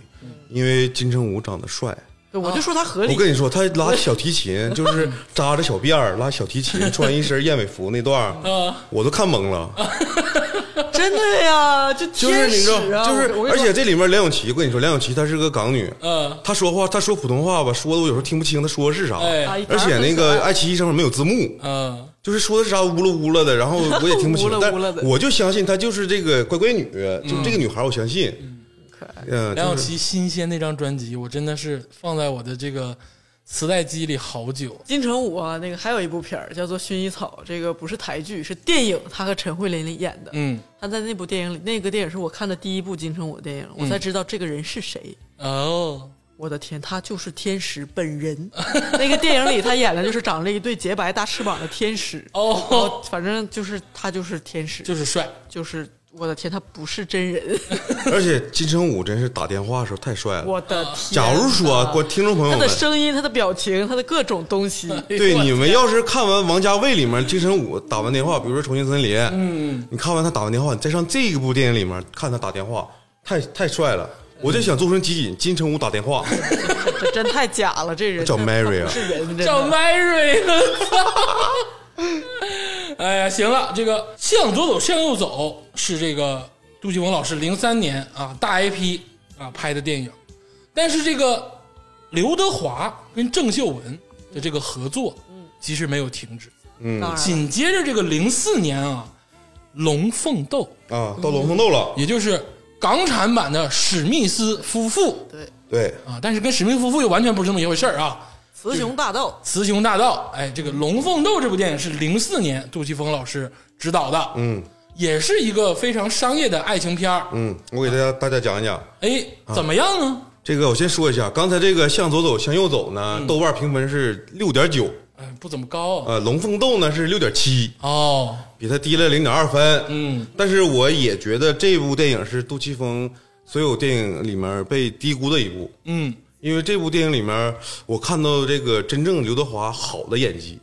D: 因为金城武长得帅。
C: 对，我就说它嗯合
D: 啊我
C: 理，
D: 跟你说，他拉小 提琴，就是扎着小辫儿拉小提琴，穿一身燕尾服那段
C: 嗯
D: 儿，我都看懵了。
C: 真的呀，就
D: 就是
C: 天
D: 你知
C: 使
D: 道，
C: 啊！
D: 就是
C: 我跟
D: 而
C: 你说啊
D: 且这里面梁咏琪，我跟你说，梁咏琪她是个港女，
B: 嗯
D: 她说话，她说普通话吧，说的我有时候听不清她说的是啥，
B: 哎
C: 啊一
D: 而且那
C: 反而很
D: 个
C: 可爱
D: 爱奇艺上面没有字幕，
C: 啊
B: 嗯，
D: 就是说的是啥乌了乌了的，然后我也听不 清
C: 乌，了
D: 但
C: 乌了的嗯
D: 我就相信她就是这个乖乖女，就这个女孩，我相信，
C: 可爱
D: 嗯，
B: 梁
D: 就
B: 咏
D: 是
B: 琪新鲜那张专辑，我真的是放在我的这个磁带机里好久。
C: 金城武啊，那个还有一部片儿叫做《薰衣草》，这个不是台剧，是电影，他和陈慧琳演的。
B: 嗯，
C: 他在那部电影里，那个电影是我看的第一部金城武的电影，
D: 嗯
C: 我才知道这个人是谁。
B: 哦，
C: 我的天，他就是天使本人。那个电影里他演的就是长了一对洁白大翅膀的天 使。
B: 哦
C: 然后反正就是他就是天使，
B: 就是帅，
C: 就是我的天，他不是真 人。
D: 而且金城武真是打电话的时候太帅了。
C: 我的天！
D: 假如说啊，观听众朋
C: 他
D: 友
C: 的
D: 们，
C: 声音、他的表情、他的各种东西，
D: 对你们要是看完《王家卫》里面金城武打完电话，比如说《重庆森林》，嗯，你看完他打完电话，你再上这个部电影里面看他打电话，太太帅了。我就想做成集锦，金城武打电话
C: 这真太假了。这人
D: 找 Mary 啊，
C: 是人，真的
B: 找 Mary 了， 哎呀，行了，这个向左走，向右走是这个杜琪峰老师零三年啊大 IP 啊拍的电影，但是这个刘德华跟郑秀文的这个合作，其实没有停止。
C: 当
D: 嗯
C: 然了
B: 紧接着这个零四年啊，《龙凤斗
D: 啊，到龙凤斗》了，
B: 也就是港产版的史密斯夫妇
C: 对，
D: 对，
B: 啊，但是跟史密斯夫妇又完全不是这么一回事儿啊。
C: 雌雄大盗，
B: 雌雄大盗，哎，这个《龙凤斗》这部电影是零四年杜琪峰老师执导的，
D: 嗯
B: 也是一个非常商业的爱情片儿。
D: 嗯，我给大家大家讲一讲
B: 哎，怎么样呢？
D: 这个，我先说一下，刚才这个向左走向右走呢，豆瓣评分是六点九，
B: 哎，不怎么高、
D: 呃，龙凤斗呢是六点七，
B: 哦，
D: 比它低了零点二分，
B: 嗯，
D: 但是我也觉得这部电影是杜琪峰所有电影里面被低估的一部，
B: 嗯，
D: 因为这部电影里面我看到这个真正刘德华好的演技，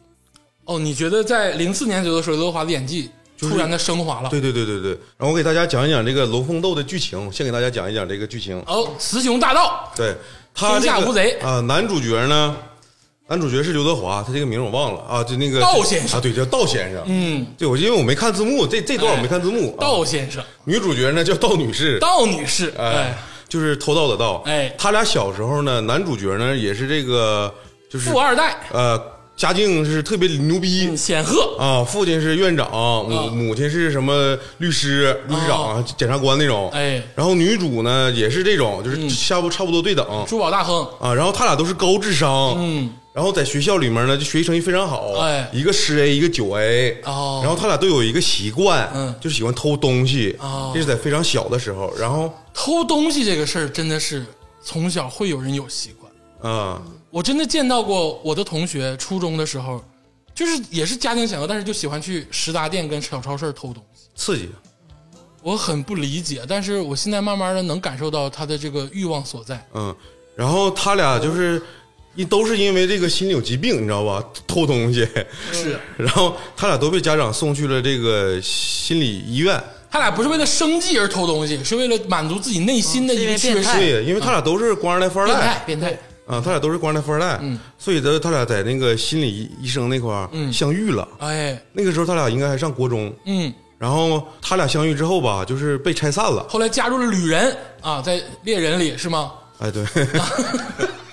B: 哦，你觉得在零四年左右的时候，刘德华的演技
D: 是
B: 突然的升华了？
D: 对对对对对。然后我给大家讲一讲这个《龙凤斗》的剧情，先给大家讲一讲这个剧情。
B: 哦，雌雄大盗，
D: 对，他
B: 天下
D: 这个
B: 无贼
D: 啊、男主角呢，男主角是刘德华，他这个名我忘了啊，就那个
B: 道先生
D: 啊，对，叫道先生。
B: 嗯，哎
D: 对，我因为我没看字幕，这这段我没看字幕。啊
B: 道先生，
D: 女主角呢叫道女士，
B: 道女士，
D: 哎
B: 哎，，
D: 就是偷盗的盗。
B: 哎
D: 他俩小时候呢，男主角呢也是这个，就是
B: 富二嗯代，
D: 呃，家境是特别牛逼
B: 显赫，
D: 啊，父亲是院长，母
B: 啊
D: 母亲是什么律师、律师长、检察官那种。
B: 哎嗯
D: 然后女主呢也是这种，就是差不差不多对等
B: 珠宝大亨，
D: 啊。然后他俩都是高智商，
B: 嗯，
D: 然后在学校里面呢，就学习成绩非常好，
B: 哎
D: 一个十 A，一个九 A，
B: 哦
D: 然后他俩都有一个习惯，
B: 嗯
D: 就是喜欢偷东西，
B: 哦
D: 这是在非常小的时候，然后
B: 偷东西这个事儿真的是从小会有人有习惯。
D: 啊，
B: 我真的见到过我的同学，初中的时候，就是也是家庭显赫，但是就喜欢去食杂店跟小超市偷东西。
D: 刺激，
B: 我很不理解，但是我现在慢慢的能感受到他的这个欲望所在。
D: 嗯，然后他俩就是。因都是因为这个心理有疾病，你知道吧？ 偷东西，
B: 是
D: 然后他俩都被家长送去了这个心理医院。
B: 他俩不是为了生计而偷东西，是为了满足自己内心的一个
C: 嗯是因
B: 缺
C: 为变
B: 失
C: 态。
D: 对，因为他俩都是官二代、富二
B: 变
D: 代
B: 哎态，嗯变态，
D: 啊，他俩都是官二代、富二代，所以他他俩在那个心理医医生那块儿
B: 嗯
D: 相遇了。
B: 哎，
D: 那个时候他俩应该还上国中，
B: 嗯。
D: 然后他俩相遇之后吧，就是被拆散了。
B: 后来加入了旅人啊，在猎人里是吗？
D: 哎，对，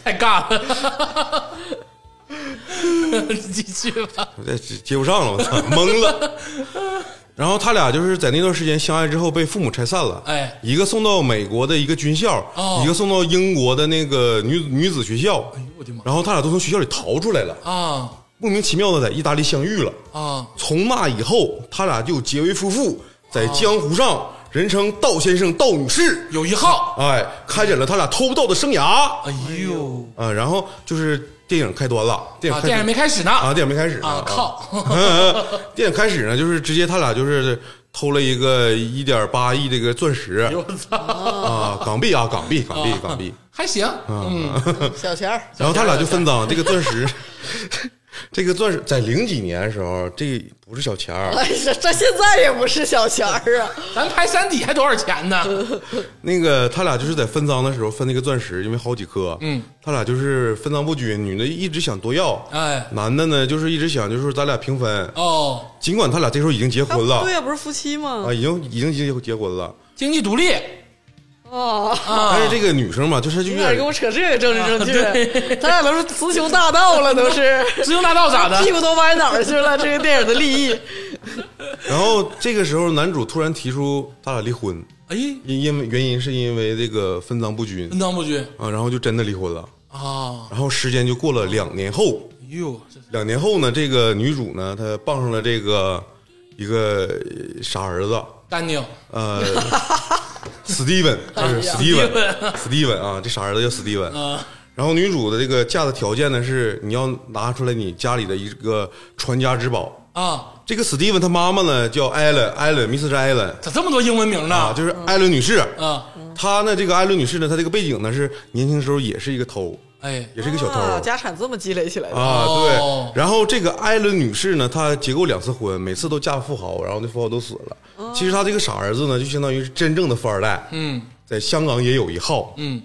B: 太尬了， 继续吧。
D: 我这接不上了，我 操，懵了。然后他俩就是在那段时间相爱之后被父母拆散了，
B: 哎
D: 一个送到美国的一个军校，
B: 哦
D: 一个送到英国的那个女女子学校。
B: 哎呦我的妈
D: 然后他俩都从学校里逃出来了，
B: 啊
D: 莫名其妙的在意大利相遇了。
B: 啊！
D: 从那以后，他俩就结为夫妇，在江湖上人称道先生、道女士。
B: 有一号，
D: 哎，开展了他俩偷盗的生涯。
B: 哎呦，
D: 啊，然后就是电影开端了，电
B: 啊，
D: 影开始
B: 电影没开始呢
D: 啊，电影没开始呢
B: 啊！靠，
D: 电影开始呢，就是直接他俩就是偷了一个一点八亿这个钻石
B: 我操，
D: 啊，港币啊，港币，港币，港币。
B: 还行，嗯，
C: 小钱儿，
D: 然后他俩就分赃这个钻石，这个钻石在零几年的时候，这不是小钱儿，
C: 哎，这这现在也不是小钱儿 啊，
B: 咱拍《三体》还多少钱呢？
D: 那个他俩就是在分赃的时候分那个钻石，因为好几颗，
B: 嗯，
D: 他俩就是分赃不均，女的一直想多要，
B: 哎
D: 男的呢就是一直想就是咱俩平分，
B: 哦，
D: 尽管他俩这时候已经结
C: 他
D: 婚了，
C: 对呀，不是夫妻吗
D: 啊，？已经已经结结婚了，
B: 经济独立
C: 啊。
B: 啊
D: 但，是这个女生嘛，就是就
C: 你
D: 有
C: 俩
D: 点
C: 跟我扯这个政治正
B: 啊
C: 确，咱俩都是雌雄大盗了，都 是
B: 雌雄大盗咋的？
C: 屁股都歪哪儿去了？这个电影的利 益，
D: 然后这个时候男主突然提出他俩离婚，
B: 哎，
D: 因因为原因是因为这个分赃不均
B: 分赃不均
D: 啊，然后就真的离婚了。
B: 啊，啊，
D: 然后时间就过了两年后，
B: 哎呦，这
D: 两年后呢，这个女主呢，她傍上了这个一个呃傻儿子，
B: 丹宁，
D: 呃 ，Steven，就是
C: 哎
D: Steven，Steven 啊，这傻儿子叫 Steven。
C: 嗯
B: 啊
D: 然后女主的这个嫁的条件呢是，你要拿出来你家里的一个传家之宝。
B: 啊，
D: 这个 Steven 他妈妈呢叫艾伦，艾伦，密斯艾伦
B: 咋这么多英文名呢？
D: 啊，就是
C: 嗯
D: 艾伦女士。
B: 啊，
D: 她呢，这个艾伦女士呢，她这个背景呢是年轻时候也是一个偷，
B: 哎，
D: 也是一个小偷。
C: 啊，家产这么积累起来的，
D: 啊，
B: 哦
D: 对。然后这个艾伦女士呢，她结过两次婚，每次都嫁富豪，然后那富豪都死了。其实她这个傻儿子呢，就相当于是真正的富二代，
B: 嗯
D: 在香港也有一号。
B: 嗯，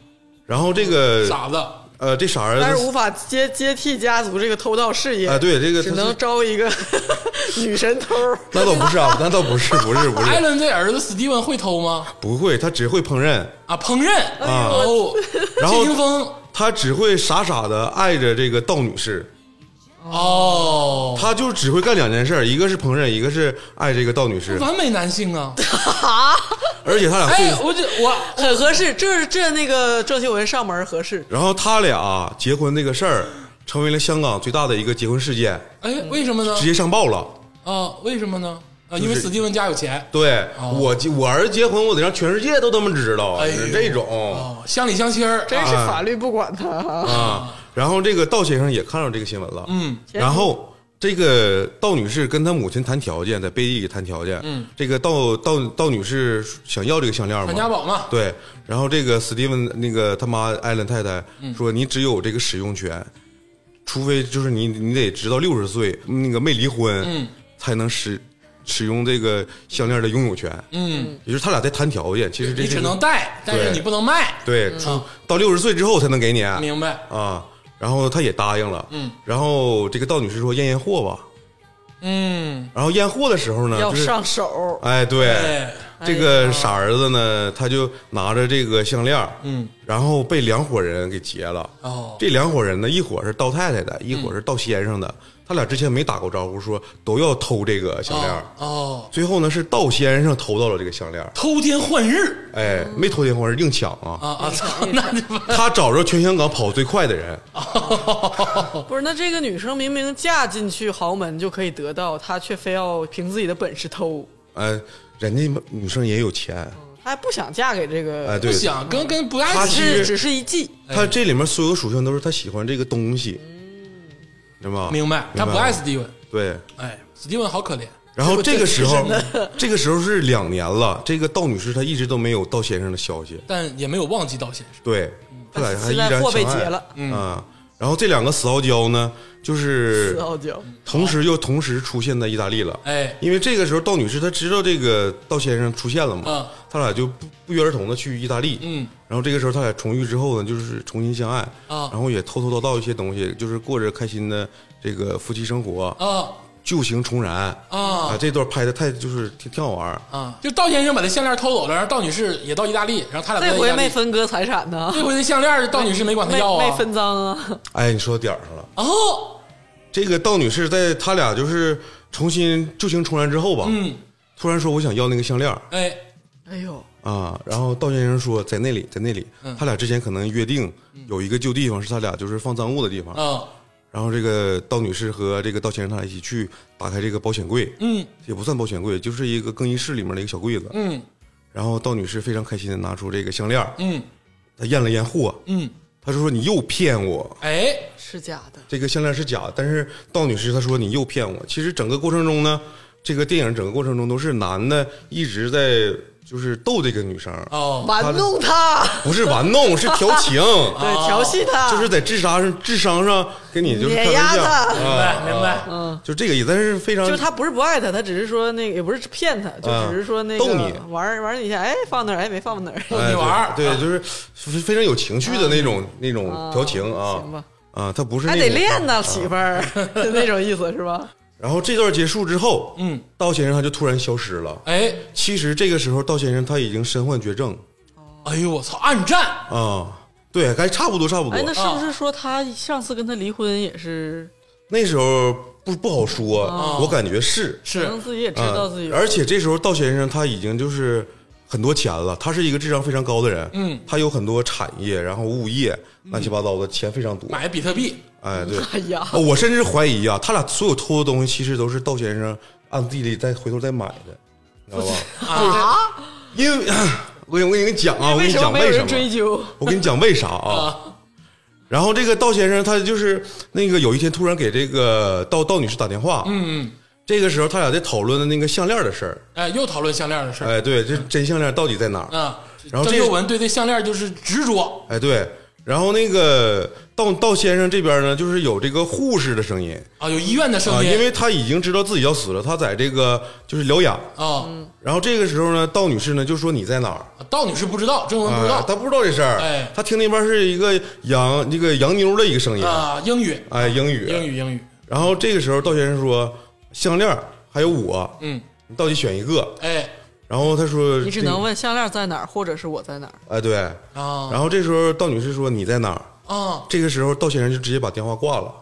D: 然后这个
B: 傻子，
D: 呃，这傻儿
C: 但是
D: 子
C: 无法接接替家族这个偷盗事业
D: 啊，对，这个
C: 只
D: 他
C: 能
D: 是
C: 招一个 女神偷。
D: 那倒不是啊，那倒不是，不是，不
B: 艾
D: 是，
B: 伦这儿子史蒂文会偷吗？
D: 不会，他只会烹饪，
B: 啊，烹饪
D: 啊
B: 哦，
D: 然
B: 谢
D: 后
B: 霆锋
D: 他只会傻傻的爱着这个道女士，
B: 哦，
D: 他就只会干两件事儿，一个是烹饪，一个是爱这个道 女士，
B: 完美男性啊！
D: 而且他俩最
B: 哎，我这我
C: 很合适，这这那个郑秀文上门合适，
D: 然后他俩结婚这个事儿，成为了香港最大的一个结婚事件，
B: 哎，为什么呢
D: 直？接上报了。
B: 啊，为什么呢？啊，因为
D: 就是
B: 史蒂文家有钱
D: 对、
B: 哦
D: 我结我儿子结婚，我得让全世界都他妈知道，啊
B: 哎呦
D: 是这种、
B: 哦，乡里乡亲儿
C: 真是法律不管他。
D: 啊。然后这个道先生也看到这个新闻了，
B: 嗯，
D: 然后这个道女士跟她母亲谈条件，在背地里谈条件，嗯，这个道道道女士想要这个项链
B: 传家
D: 嘛，
B: 宝嘛，
D: 对，然后这个史蒂文那个他妈艾伦太太
B: 嗯
D: 说，你只有这个使用权，除非就是你你得直到六十岁那个没离婚，
B: 嗯，
D: 才能使使用这个项链的拥有权，
B: 嗯，
D: 也就是他俩在谈条件，其实这
B: 你只能戴，但是
D: 对
B: 你不能卖，
D: 对出
B: 啊
D: 到六十岁之后才能给你，
B: 明白？
D: 啊，然后他也答应了，
B: 嗯，
D: 然后这个道女士说验验货吧，
B: 嗯，
D: 然后验货的时候呢，
C: 要
D: 就是
C: 上手，
D: 哎对，
B: 哎，
D: 这个傻儿子呢，他就拿着这个项链儿，
B: 嗯，
D: 然后被两伙人给劫了。
B: 哦，
D: 这两伙人呢，一伙是道太太的，
B: 嗯
D: 一伙是道先生的。他俩之前没打过招呼，说都要偷这个项链儿。
B: 哦哦，
D: 最后呢，是道先生偷到了这个项链儿，
B: 偷天换日
D: 哎，没偷天换日，硬抢啊！
B: 啊啊，操，那就
D: 他找着全香港跑最快的人，
B: 啊
C: 不是？那这个女生明明嫁进去豪门就可以得到，她却非要凭自己的本事偷，
D: 哎，人家女生也有钱，
C: 她还不想嫁给这个，
D: 哎，
B: 嗯不
D: 对，
B: 想哎跟跟不爱
D: 他
B: 其
D: 其
C: 呃是
D: 实
C: 只是一计。
D: 他这里面所有属性都是他喜欢这个东西，对吧？
B: 嗯明白，他不爱史
D: 吧
B: 蒂文，
D: 对。
B: 哎，史蒂文好可怜，
D: 然后这个时候，这个时候是两年了，这个道女士她一直都没有道先生的消息，
B: 但也没有忘记道先生，
D: 对，他俩还
C: 现
D: 依
C: 在
D: 然
C: 货被
D: 相爱
C: 劫了
B: 嗯
D: 啊。然后这两个死傲娇呢，就是
C: 四傲娇，
D: 同时又同时出现在意大利了。
B: 哎
D: 因为这个时候，道女士她知道这个道先生出现了
B: 嗯
D: 嘛，他俩就不不约而同的去意大利。
B: 嗯，
D: 然后这个时候他俩重遇之后呢，就是重新相爱
B: 啊
D: 然后也偷偷盗盗一些东西，就是过着开心的这个夫妻生活，
B: 啊
D: 旧情重燃
B: 啊
D: 啊！这段拍的太就是挺挺好玩儿
B: 啊，就道先生把这项链偷走了，然后道女士也到意大利，然后他俩
C: 这
B: 在意
C: 回
B: 大
C: 没
B: 利，
C: 分割财产呢，
B: 这回这项链道女士没管他
C: 没
B: 要
C: 没
B: 啊，
C: 分赃啊，
D: 哎，你说到点儿上了。
B: 哦，
D: 这个道女士在他俩就是重新旧情重燃之后吧，
B: 嗯，
D: 突然说我想要那个项链儿
B: 哎，
C: 哎呦，
D: 啊，然后道先生说在那里，在那里，
B: 嗯
D: 他俩之前可能约定有一个旧地方是他俩就是放赃物的地方，
B: 嗯
D: 然后这个道女士和这个道先生他俩一起去打开这个保险柜，
B: 嗯
D: 也不算保险柜，就是一个更衣室里面的一个小柜子，
B: 嗯
D: 然后道女士非常开心的拿出这个项链儿，
B: 嗯
D: 她验了验货，
B: 嗯，
D: 她说你又骗我。
B: 哎，
C: 是假的，
D: 这个项链是假的，但是道女士她说你又骗我。其实整个过程中呢，这个电影整个过程中都是男的一直在就是逗这个女生，
C: 啊
B: 哦，
C: 玩弄她，
D: 不是玩 弄，是调情，
C: 对，调戏她，
D: 就是在智商上智商上跟你就是开
C: 碾压
D: 玩笑，
C: 她
B: 明白
D: 啊
B: 明白，
D: 啊就这个也但是非常
C: 哎就是他不是不爱他，他只是说那个也不是骗他，就只是说那个
D: 逗你
C: 玩儿嗯玩儿你一下，哎，放那儿，哎，没放那儿，啊
B: 逗你玩儿啊
D: 哎对，对就是非非常有情绪的那种那种调情啊
C: 哦行吧，
D: 啊，他不是
C: 还
D: 那
C: 得
D: 种啊
C: 练呢，媳妇 儿，就那种意思是吧？
D: 然后这段结束之后，
B: 嗯，
D: 道先生他就突然消失了。
B: 哎，
D: 其实这个时候，道先生他已经身患绝症
B: 哎呦我操，暗战，
D: 啊，对，该差不多差不多。
C: 哎，那是不
D: 啊
C: 是说他上次跟他离婚也是，
D: 那时候不不好说，我感觉是
C: 可
B: 是
C: 啊能自己也知
D: 啊
C: 道自己有
D: 而且这时候道先生他已经就是很多钱了，他是一个智商非常高的人，嗯，他有很多产业，然后物业乱七八糟的钱非常多，
B: 买比特币，
D: 哎，对，
C: 哎呀，
D: 哦我甚至怀疑啊，他俩所有偷的东西其实都是道先生暗地里再回头再买的，你知道吧？
C: 啊，
D: 因为 我跟我跟你讲啊，我跟
C: 为
D: 你
C: 什么
D: 讲
C: 没有
D: 为什
C: 人
D: 么。
C: 追究？
D: 我跟你讲为啥啊？然后这个道先生他就是那个有一天突然给这个道道女士打电话，
B: 嗯，
D: 这个时候他俩在讨论的那个项链的事儿，
B: 哎，又讨论项链的事儿，
D: 哎，对，这真项链到底在哪儿？
B: 啊，
D: 哎然后
B: 郑
D: 这
B: 秀文对这项链就是执着，
D: 哎，对，然后那个道道先生这边呢，就是有这个护士的声音
B: 啊，有医院的声
D: 啊，
B: 音，
D: 因为他已经知道自己要死了，他在这个就是疗养。
B: 啊，
D: 然后这个时候呢，道女士呢就说你在哪儿？
B: 道女是不知道，郑秀文不知
D: 啊，
B: 道
D: 她不知道这事儿
B: 哎，
D: 她听那边是一个洋这个洋妞的一个声音，
B: 啊，英语，
D: 哎，英语，
B: 英语，英语，
D: 然后这个时候，道先生说：“项链儿还有我，
B: 嗯，
D: 你到底选一个
B: 哎，？”
D: 然后他说：“
C: 你只能。问哦项链在哪儿，或者是我在哪儿。”
D: 哎，对。
B: 啊
D: 然后这时候，道女士说：“你在哪儿
B: 啊？”
D: 这个时候，道先生就直接把电话挂了。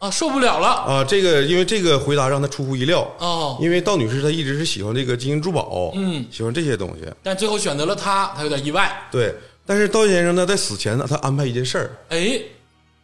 B: 啊，受不了了，
D: 啊，这个因为这个回答让他出乎意料。
B: 哦，
D: 因为道女士她一直是喜欢这个金银珠宝，
B: 嗯
D: 喜欢这些东西。
B: 但最后选择了他，他有点意外，
D: 对，但是道先生呢，在死前呢，他安排一件事儿，
B: 哎，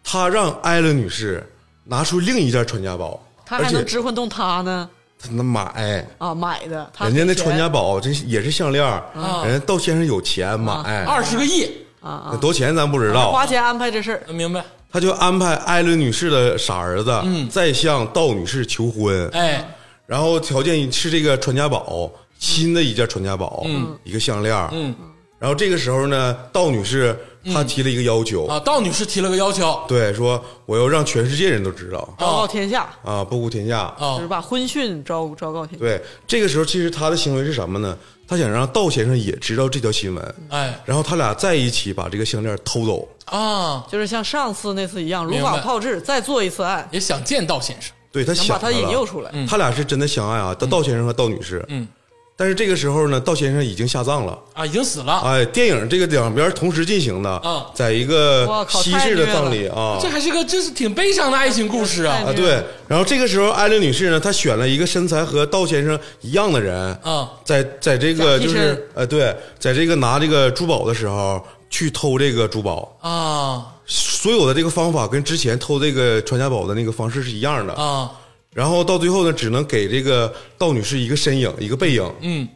D: 他让艾伦女士拿出另一件传家宝，
C: 他
D: 而
C: 还
D: 且
C: 能知唤动他呢？
D: 他能买。
C: 啊，买的，他
D: 人家那
C: 没钱
D: 传家宝，这也是项链儿，
B: 啊
D: 人家道先生有钱买，
B: 二十个亿，
C: 啊
D: 那
C: 啊，
D: 多钱咱不知道
C: 花，钱安排这事儿，
B: 明白？
D: 他就安排艾伦女士的傻儿子，再向道女士求婚，
B: 哎，
D: 然后条件是这个传家宝，新的一件传家宝，一个项链，
B: 嗯，
D: 然后这个时候呢，道女士她提了一个要求，
B: 啊，道女士提了个要求，
D: 对，说我要让全世界人都知道
C: 昭告天下，
D: 啊，不顾天下，
C: 就是
B: 啊
C: 把婚讯昭昭告天下。
D: 对，这个时候其实他的行为是什么呢？他想让道先生也知道这条新闻，
B: 哎
D: 然后他俩在一起把这个项链偷走，
B: 啊，
C: 就是像上次那次一样，如
B: 明白
C: 法炮制，再做一次案，
B: 也想见道先生，
D: 对他
C: 能
D: 想
C: 把他
D: 着
C: 引
D: 了
C: 诱出来。
D: 他俩是真的相爱啊，道道先生和道女士。
B: 嗯，
D: 但是这个时候呢，道先生已经下葬了。
B: 啊，已经死了，
D: 哎，电影这个两边同时进行的，
B: 啊
D: 在一个
C: 哇靠
D: 西式的葬礼啊
B: 这还是个这是挺悲伤的爱情故事啊
C: 太，
D: 啊，对。然后这个时候，艾琳女士呢，她选了一个身材和道先生一样的人，
B: 啊
D: 在在这个
C: 假替
D: 就
C: 身
D: 是呃，对，在这个拿这个珠宝的时候去偷这个珠宝，
B: 啊
D: 所有的这个方法跟之前偷这个传家宝的那个方式是一样的。
B: 啊，
D: 然后到最后呢，只能给这个道女士一个身影，一个背影。
B: 嗯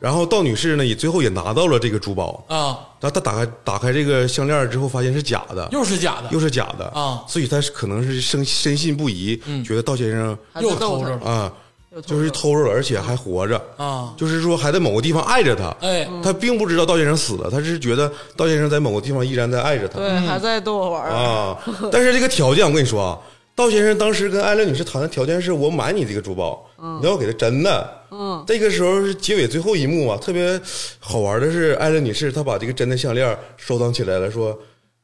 D: 然后道女士呢，也最后也拿到了这个珠宝。
B: 啊，
D: 然后她打开打开这个项链之后，发现是假的，
B: 又是假的
D: 又，是假的
B: 啊
D: 所以她是可能是深深信不疑，觉得道先生
C: 还
B: 又
C: 能逗
B: 偷着了
C: 他
D: 啊、
C: 又偷着
D: 就是偷着了，而且还活着，
B: 啊，
D: 就是说还在某个地方爱着他。
B: 哎
D: 他并不知道道先生死了，他是觉得道先生在某个地方依然在爱着他
C: 对，还在逗我玩儿。
D: 啊。但是这个条件，我跟你说啊，道先生当时跟艾伦女士谈的条件是我买你这个珠宝，你要给他真的。
C: 嗯，
D: 这个时候是结尾最后一幕嘛，特别好玩的是，艾伦女士她把这个真的项链收藏起来了，说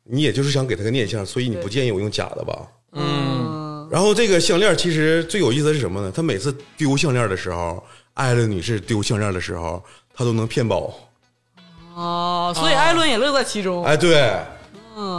D: 你也就是想给她个念想，所以你不建议我用假的吧？
C: 嗯，
D: 然后这个项链其实最有意思的是什么呢？她每次丢项链的时候，艾伦女士丢项链的时候，她都能骗保。
C: 哦，所以艾伦也乐在其中。
D: 哎，对，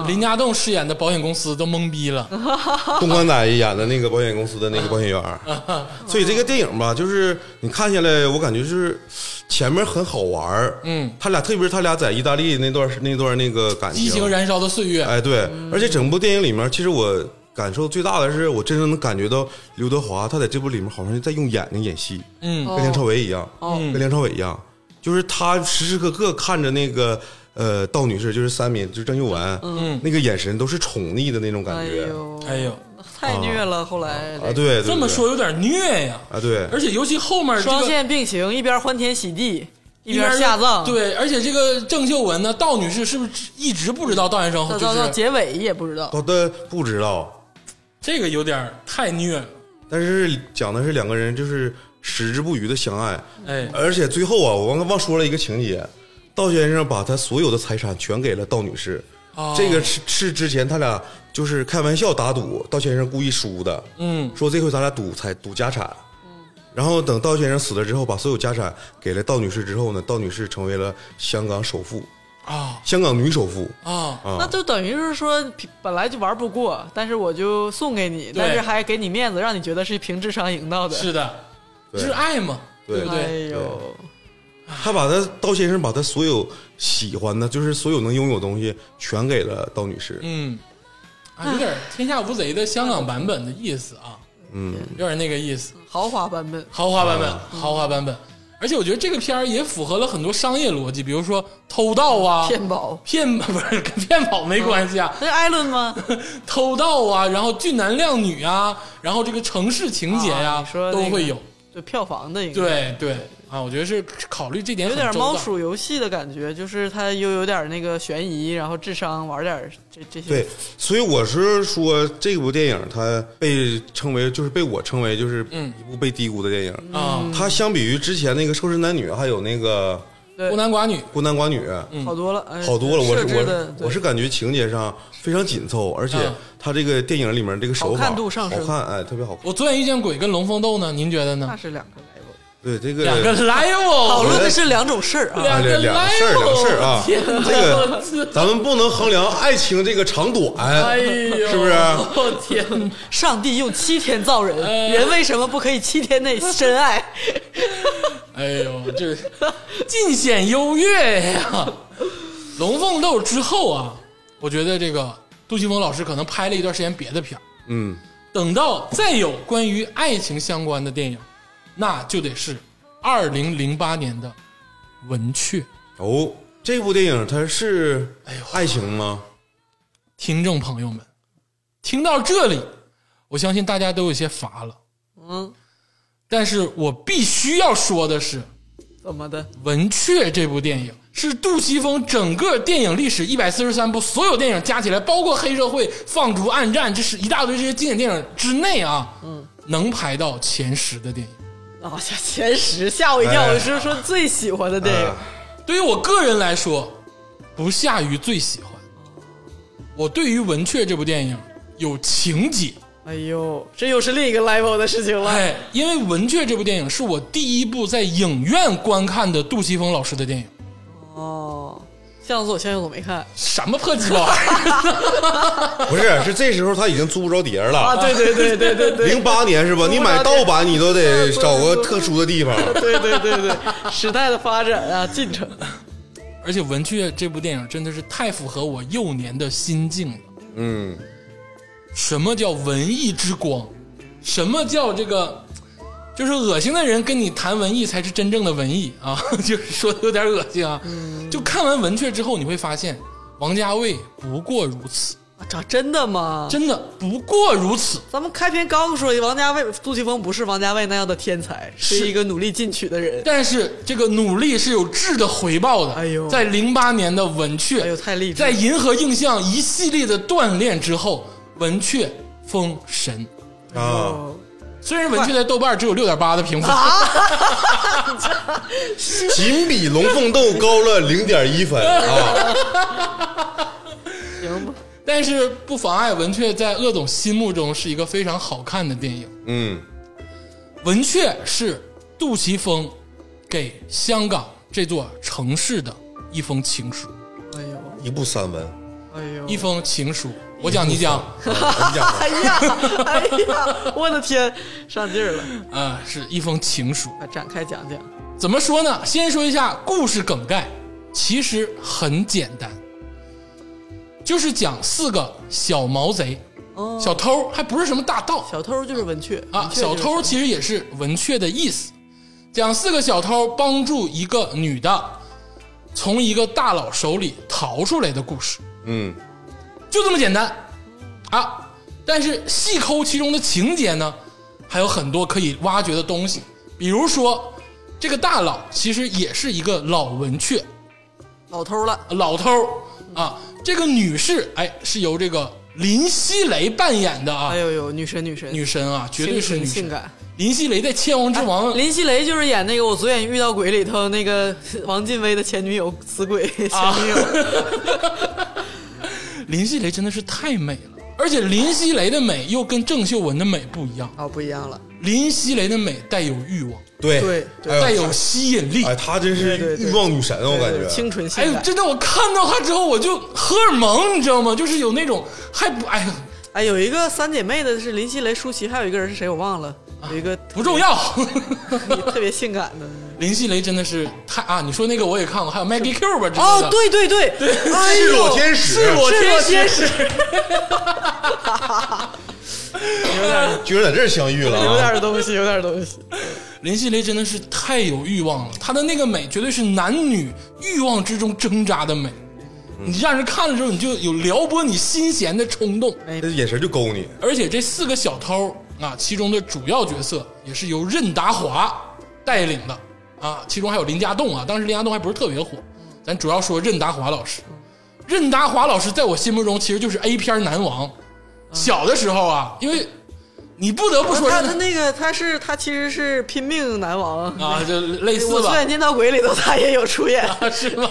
B: 林家栋饰演的保险公司都懵逼了，
D: 东关仔演的那个保险公司的那个保险员儿， 所以这个电影吧，就是你看下来，我感觉就是前面很好玩儿，
B: 嗯，
D: 他俩特别是他俩在意大利那段那段那个感情，
B: 激情燃嗯烧的岁月，
D: 哎，对，而且整部电影里面，其实我感受最大的是，我真正能感觉到刘德华他在这部里面好像在用眼睛演戏，
B: 嗯
D: 跟梁朝伟一样，
C: 哦
D: 跟梁朝伟一样，就是他时时刻刻看着那个呃道女士，就是三敏，就是郑秀文，
B: 嗯，
D: 那个眼神都是宠溺的那种感
C: 哎
D: 觉。
C: 呦，
B: 哎呦，
C: 太虐了！后来
D: 啊，对，对
B: 这么
D: 对
B: 说有点虐呀，
D: 啊，对，
B: 而且尤其后面这
C: 双
B: 个。
C: 线并行，一边欢天喜地，一
B: 一边
C: 边下葬。，
B: 对，而且这个郑秀文呢，道女士是不是一直不知道道先生
C: 到
B: 就
C: 到到
B: 是
C: 结尾也不知道。
D: 好的哦不知道，
B: 这个有点儿太虐了，
D: 但是讲的是两个人就是矢志不渝的相爱，
B: 哎，
D: 而且最后啊，我忘忘说了一个情节，道先生把他所有的财产全给了道女士，
B: 哦
D: 这个是是之前他俩就是开玩笑打赌，道先生故意输的，
B: 嗯
D: 说这回咱俩赌财赌家产。然后等道先生死了之后，把所有家产给了道女士之后呢，道女士成为了香港首富，
B: 啊
D: 香港女首富。
B: 啊，
D: 啊
C: 那就等于是说，平本来就玩不过，但是我就送给你，
B: 对
C: 但是还给你面子，让你觉得是凭智商赢到的。
B: 是的，
D: 对
B: 就是爱嘛，
D: 对
B: 不
C: 哎
B: 对？
C: 呦，
D: 他把他刀先生把他所有喜欢的，就是所有能拥有的东西全给了刀女士。
B: 嗯，啊，有点《天下无贼》的香港版本的意思啊，嗯，有点那个意思，
C: 豪华版本，
B: 豪华版本，
D: 嗯
B: 豪华版本。而且我觉得这个片儿也符合了很多商业逻辑，比如说偷盗啊、
C: 骗保
B: 骗 不是跟骗保没关系啊，
C: 那是艾伦吗？
B: 偷盗啊，然后俊男靓女啊，然后这个城市情节呀、
C: 啊你说那
B: 都
C: 个
B: 会有。
C: 对票房的应该，
B: 对对啊，我觉得是考虑这点
C: 有
B: 很
C: 点
B: 周到
C: 猫鼠游戏的感觉，就是它又有点那个悬疑，然后智商玩点这这些。
D: 对，所以我是说，这部电影它被称为，就是被我称为，就是
B: 嗯
D: 一部被低估的电影。
B: 啊，
C: 嗯
D: 它相比于之前那个《瘦身男女》，还有那个
C: 对
B: 孤男寡女
D: 《孤男寡女》，
C: 好多了，哎
D: 好多了。我是
C: 设置的
D: 我
C: 对
D: 我是感觉情节上非常紧凑，而且
B: 嗯
D: 它这个电影里面这个手法
C: 好看度上升
D: 好看哎，特别好看。
B: 我昨晚遇见鬼跟龙凤斗呢，您觉得
C: 那
B: 呢？
C: 是两个 level，
D: 对这个
B: 两个
C: 讨
B: level，
C: 论的是两种事儿啊。
D: 啊
B: 两
D: 两两个事儿，两个事儿啊
B: level，天，哪
D: 这个咱们不能衡量爱情这个长短，
B: 哎呦，
D: 是不是？啊
B: 我天哪，
C: 上帝用七天造人，人为什么不可以七天内深爱？
B: 哎呦，这尽显优越呀！龙凤斗之后啊，我觉得这个杜琪峰老师可能拍了一段时间别的片儿，
D: 嗯，
B: 等到再有关于爱情相关的电影，那就得是二零零八年的《文雀》。
D: 哦，这部电影它是爱情吗？
B: 听众朋友们，听到这里，我相信大家都有些乏了，
C: 嗯，
B: 但是我必须要说的是，
C: 怎么的？
B: 《文雀》这部电影是杜琪峰整个电影历史一百四十三部所有电影加起来，包括黑社会、放逐、暗战，这是一大堆这些经典电影之内啊，嗯，能排到前十的电影。
C: 啊、下前十吓我一跳！
D: 哎
C: 我是说最喜欢的电影，
D: 啊
B: 对于我个人来说，不下于最喜欢。我对于《文雀》这部电影有情结，
C: 哎呦，这又是另一个 level 的事情了。
B: 哎，因为《文雀》这部电影是我第一部在影院观看的杜琪峰老师的电影。
C: 哦，向左向右我没看
B: 什么破鸡巴玩意儿！
D: 不是，是这时候他已经租不着碟儿
C: 啊！
D: 了。
C: 对对对对对对
D: 零八年是
C: 租不
D: 吧？
C: 着碟
D: 你买盗版你都得找个特殊的地 方。
C: 对对对对， 时代的发展啊，进程。
B: 而且《文雀》这部电影真的是太符合我幼年的心境了。
D: 嗯，
B: 什么叫文艺之光？什么叫这个？就是恶心的人跟你谈文艺才是真正的文艺啊！ 就是说的有点恶心啊。
C: 嗯
B: 就看完《文雀》之后，你会发现王家卫不过如此，
C: 啊，这真的吗？
B: 真的不过如此。
C: 咱们开篇刚说王家卫、杜琪峰不是王家卫那样的天才，是
B: 是
C: 一个努力进取的人。
B: 但是这个努力是有质的回报的。
C: 哎呦
B: 在零八年的《文雀
C: 哎》呦，太励志
B: 在
C: 了！
B: 银河映像一系列的锻炼之后，《文雀》封神。
D: 啊，
C: 哦
B: 虽然文雀在豆瓣只有六点八的评分，
D: 仅比《龙凤斗》高了零点一分啊！
C: 行吧，
B: 但是不妨碍文雀在鄂总心目中是一个非常好看的电影。
D: 嗯，
B: 文雀是杜琪峰给香港这座城市的一封情书，
C: 哎呦，
D: 一部三文，
C: 哎呦，
B: 一封情书。我讲你讲，
D: 你讲 啊吧
C: 哎呀，哎呀，我的天，上劲儿了！
B: 啊，是一封情书。
C: 啊，展开讲讲，
B: 怎么说呢？先说一下故事梗概，其实很简单，就是讲四个小毛贼、
C: 哦
B: 小偷，还不是什么大盗
C: 小偷就是文雀
B: 啊。小偷其实也是文雀的意思，讲四个小偷帮助一个女的从一个大佬手里逃出来的故事，
D: 嗯，
B: 就这么简单啊。但是细抠其中的情节呢，还有很多可以挖掘的东西，比如说。这个大佬其实也是一个老文雀，
C: 老偷了，
B: 老头儿啊，这个女士哎是由这个林熙蕾扮演的啊
C: 哎，呦呦，女神女神，
B: 女神啊，绝对是女
C: 清纯
B: 神
C: 性。感。啊
B: 林熙蕾在《千王之王》
C: 林熙蕾就是演那个《我左眼遇到鬼》里头那个王劲威的前女友，死鬼前女友。
B: 林熙蕾真的是太美了，而且林熙蕾的美又跟郑秀文的美不一样，
C: 哦，不一样了，
B: 林熙蕾的美带有欲望，
D: 对
C: 对对
D: 哎
B: 带
D: 呦
B: 有吸引力。
D: 哎，她真
C: 对
D: 是
C: 对
D: 欲望女神， 我感觉。
C: 清纯
B: 哎
C: 性
B: 呦，
C: 感。
B: 真的，我看到她之后我就荷尔蒙，你知道吗？就是有那种还不哎呀
C: 哎，有一个三姐妹的是啊 林熙蕾、舒淇，还有一个人是谁我忘了，有一个
B: 不重要，
C: 特别特别性感的，
B: 林熙蕾真的是太啊！你说那个我也看过，还有 Maggie Q 吧之类的。
C: 哦，对对对，哎呦
D: 赤裸天使
C: 赤裸
B: 赤裸
C: 天
B: 天
C: 使，啊
D: 居然在这儿相遇了
C: 有
D: 啊！
C: 点东西，有点东西。
B: 林熙蕾真的是太有欲望了，她的那个美绝对是男女欲望之中挣扎的美。你让人看了之后，你就有撩拨你心弦的冲动。
D: 这眼神就勾你，
B: 而且这四个小偷啊，其中的主要角色也是由任达华带领的啊，其中还有林家栋啊。当时林家栋还不是特别火，咱主要说任达华老师。任达华老师在我心目中其实就是 A 片男王。小的时候啊，因为你不得不说
C: 他
B: 任达
C: 他那个他是他其实是拼命男王，
B: 啊，就类似
C: 我最
B: 吧，
C: 远见到鬼里头他也有出 演，
B: 是 吗？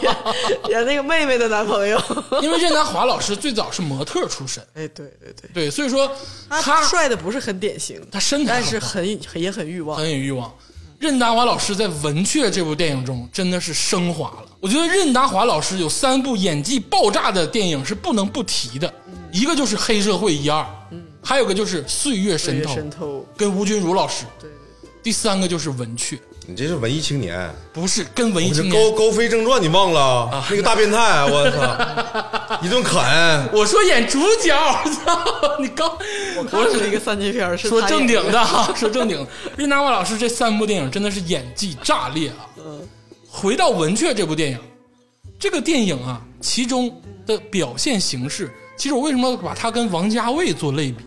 C: 演那个妹妹的男朋友。
B: 因为任达华老师最早是模特出身，
C: 哎，对对对，
B: 对，所以说
C: 他
B: 他
C: 啊帅的不是很典型，
B: 他身材
C: 但是
B: 好
C: 很也很欲望。
B: 很有欲望。任达华老师在《文雀》这部电影中真的是升华了。我觉得任达华老师有三部演技爆炸的电影是不能不提的，一个就是《黑社会一二》，
C: 嗯
B: 还有个就是《岁月神偷》，
C: 渗透，
B: 跟吴君如老师。
C: 对
B: 第三个就是《文雀》，
D: 你这是文艺青年。
B: 不是跟文艺
D: 你这
B: 青
D: 高
B: 哎年。啊
D: 高飞正传你忘了？那个大变态，啊我操， 一顿砍。
B: 我说演主角，操你刚，我
C: 对我是一个三级片儿，是
B: 说
C: 他
B: 正
C: 演
B: 经
C: 的。
B: 的 啊，说正经的。任达华老师这三部电影真的是演技炸裂啊！
C: 嗯
B: 回到《文雀》这部电影，这个电影啊，其中的表现形式，其实我为什么把它跟王家卫做类比？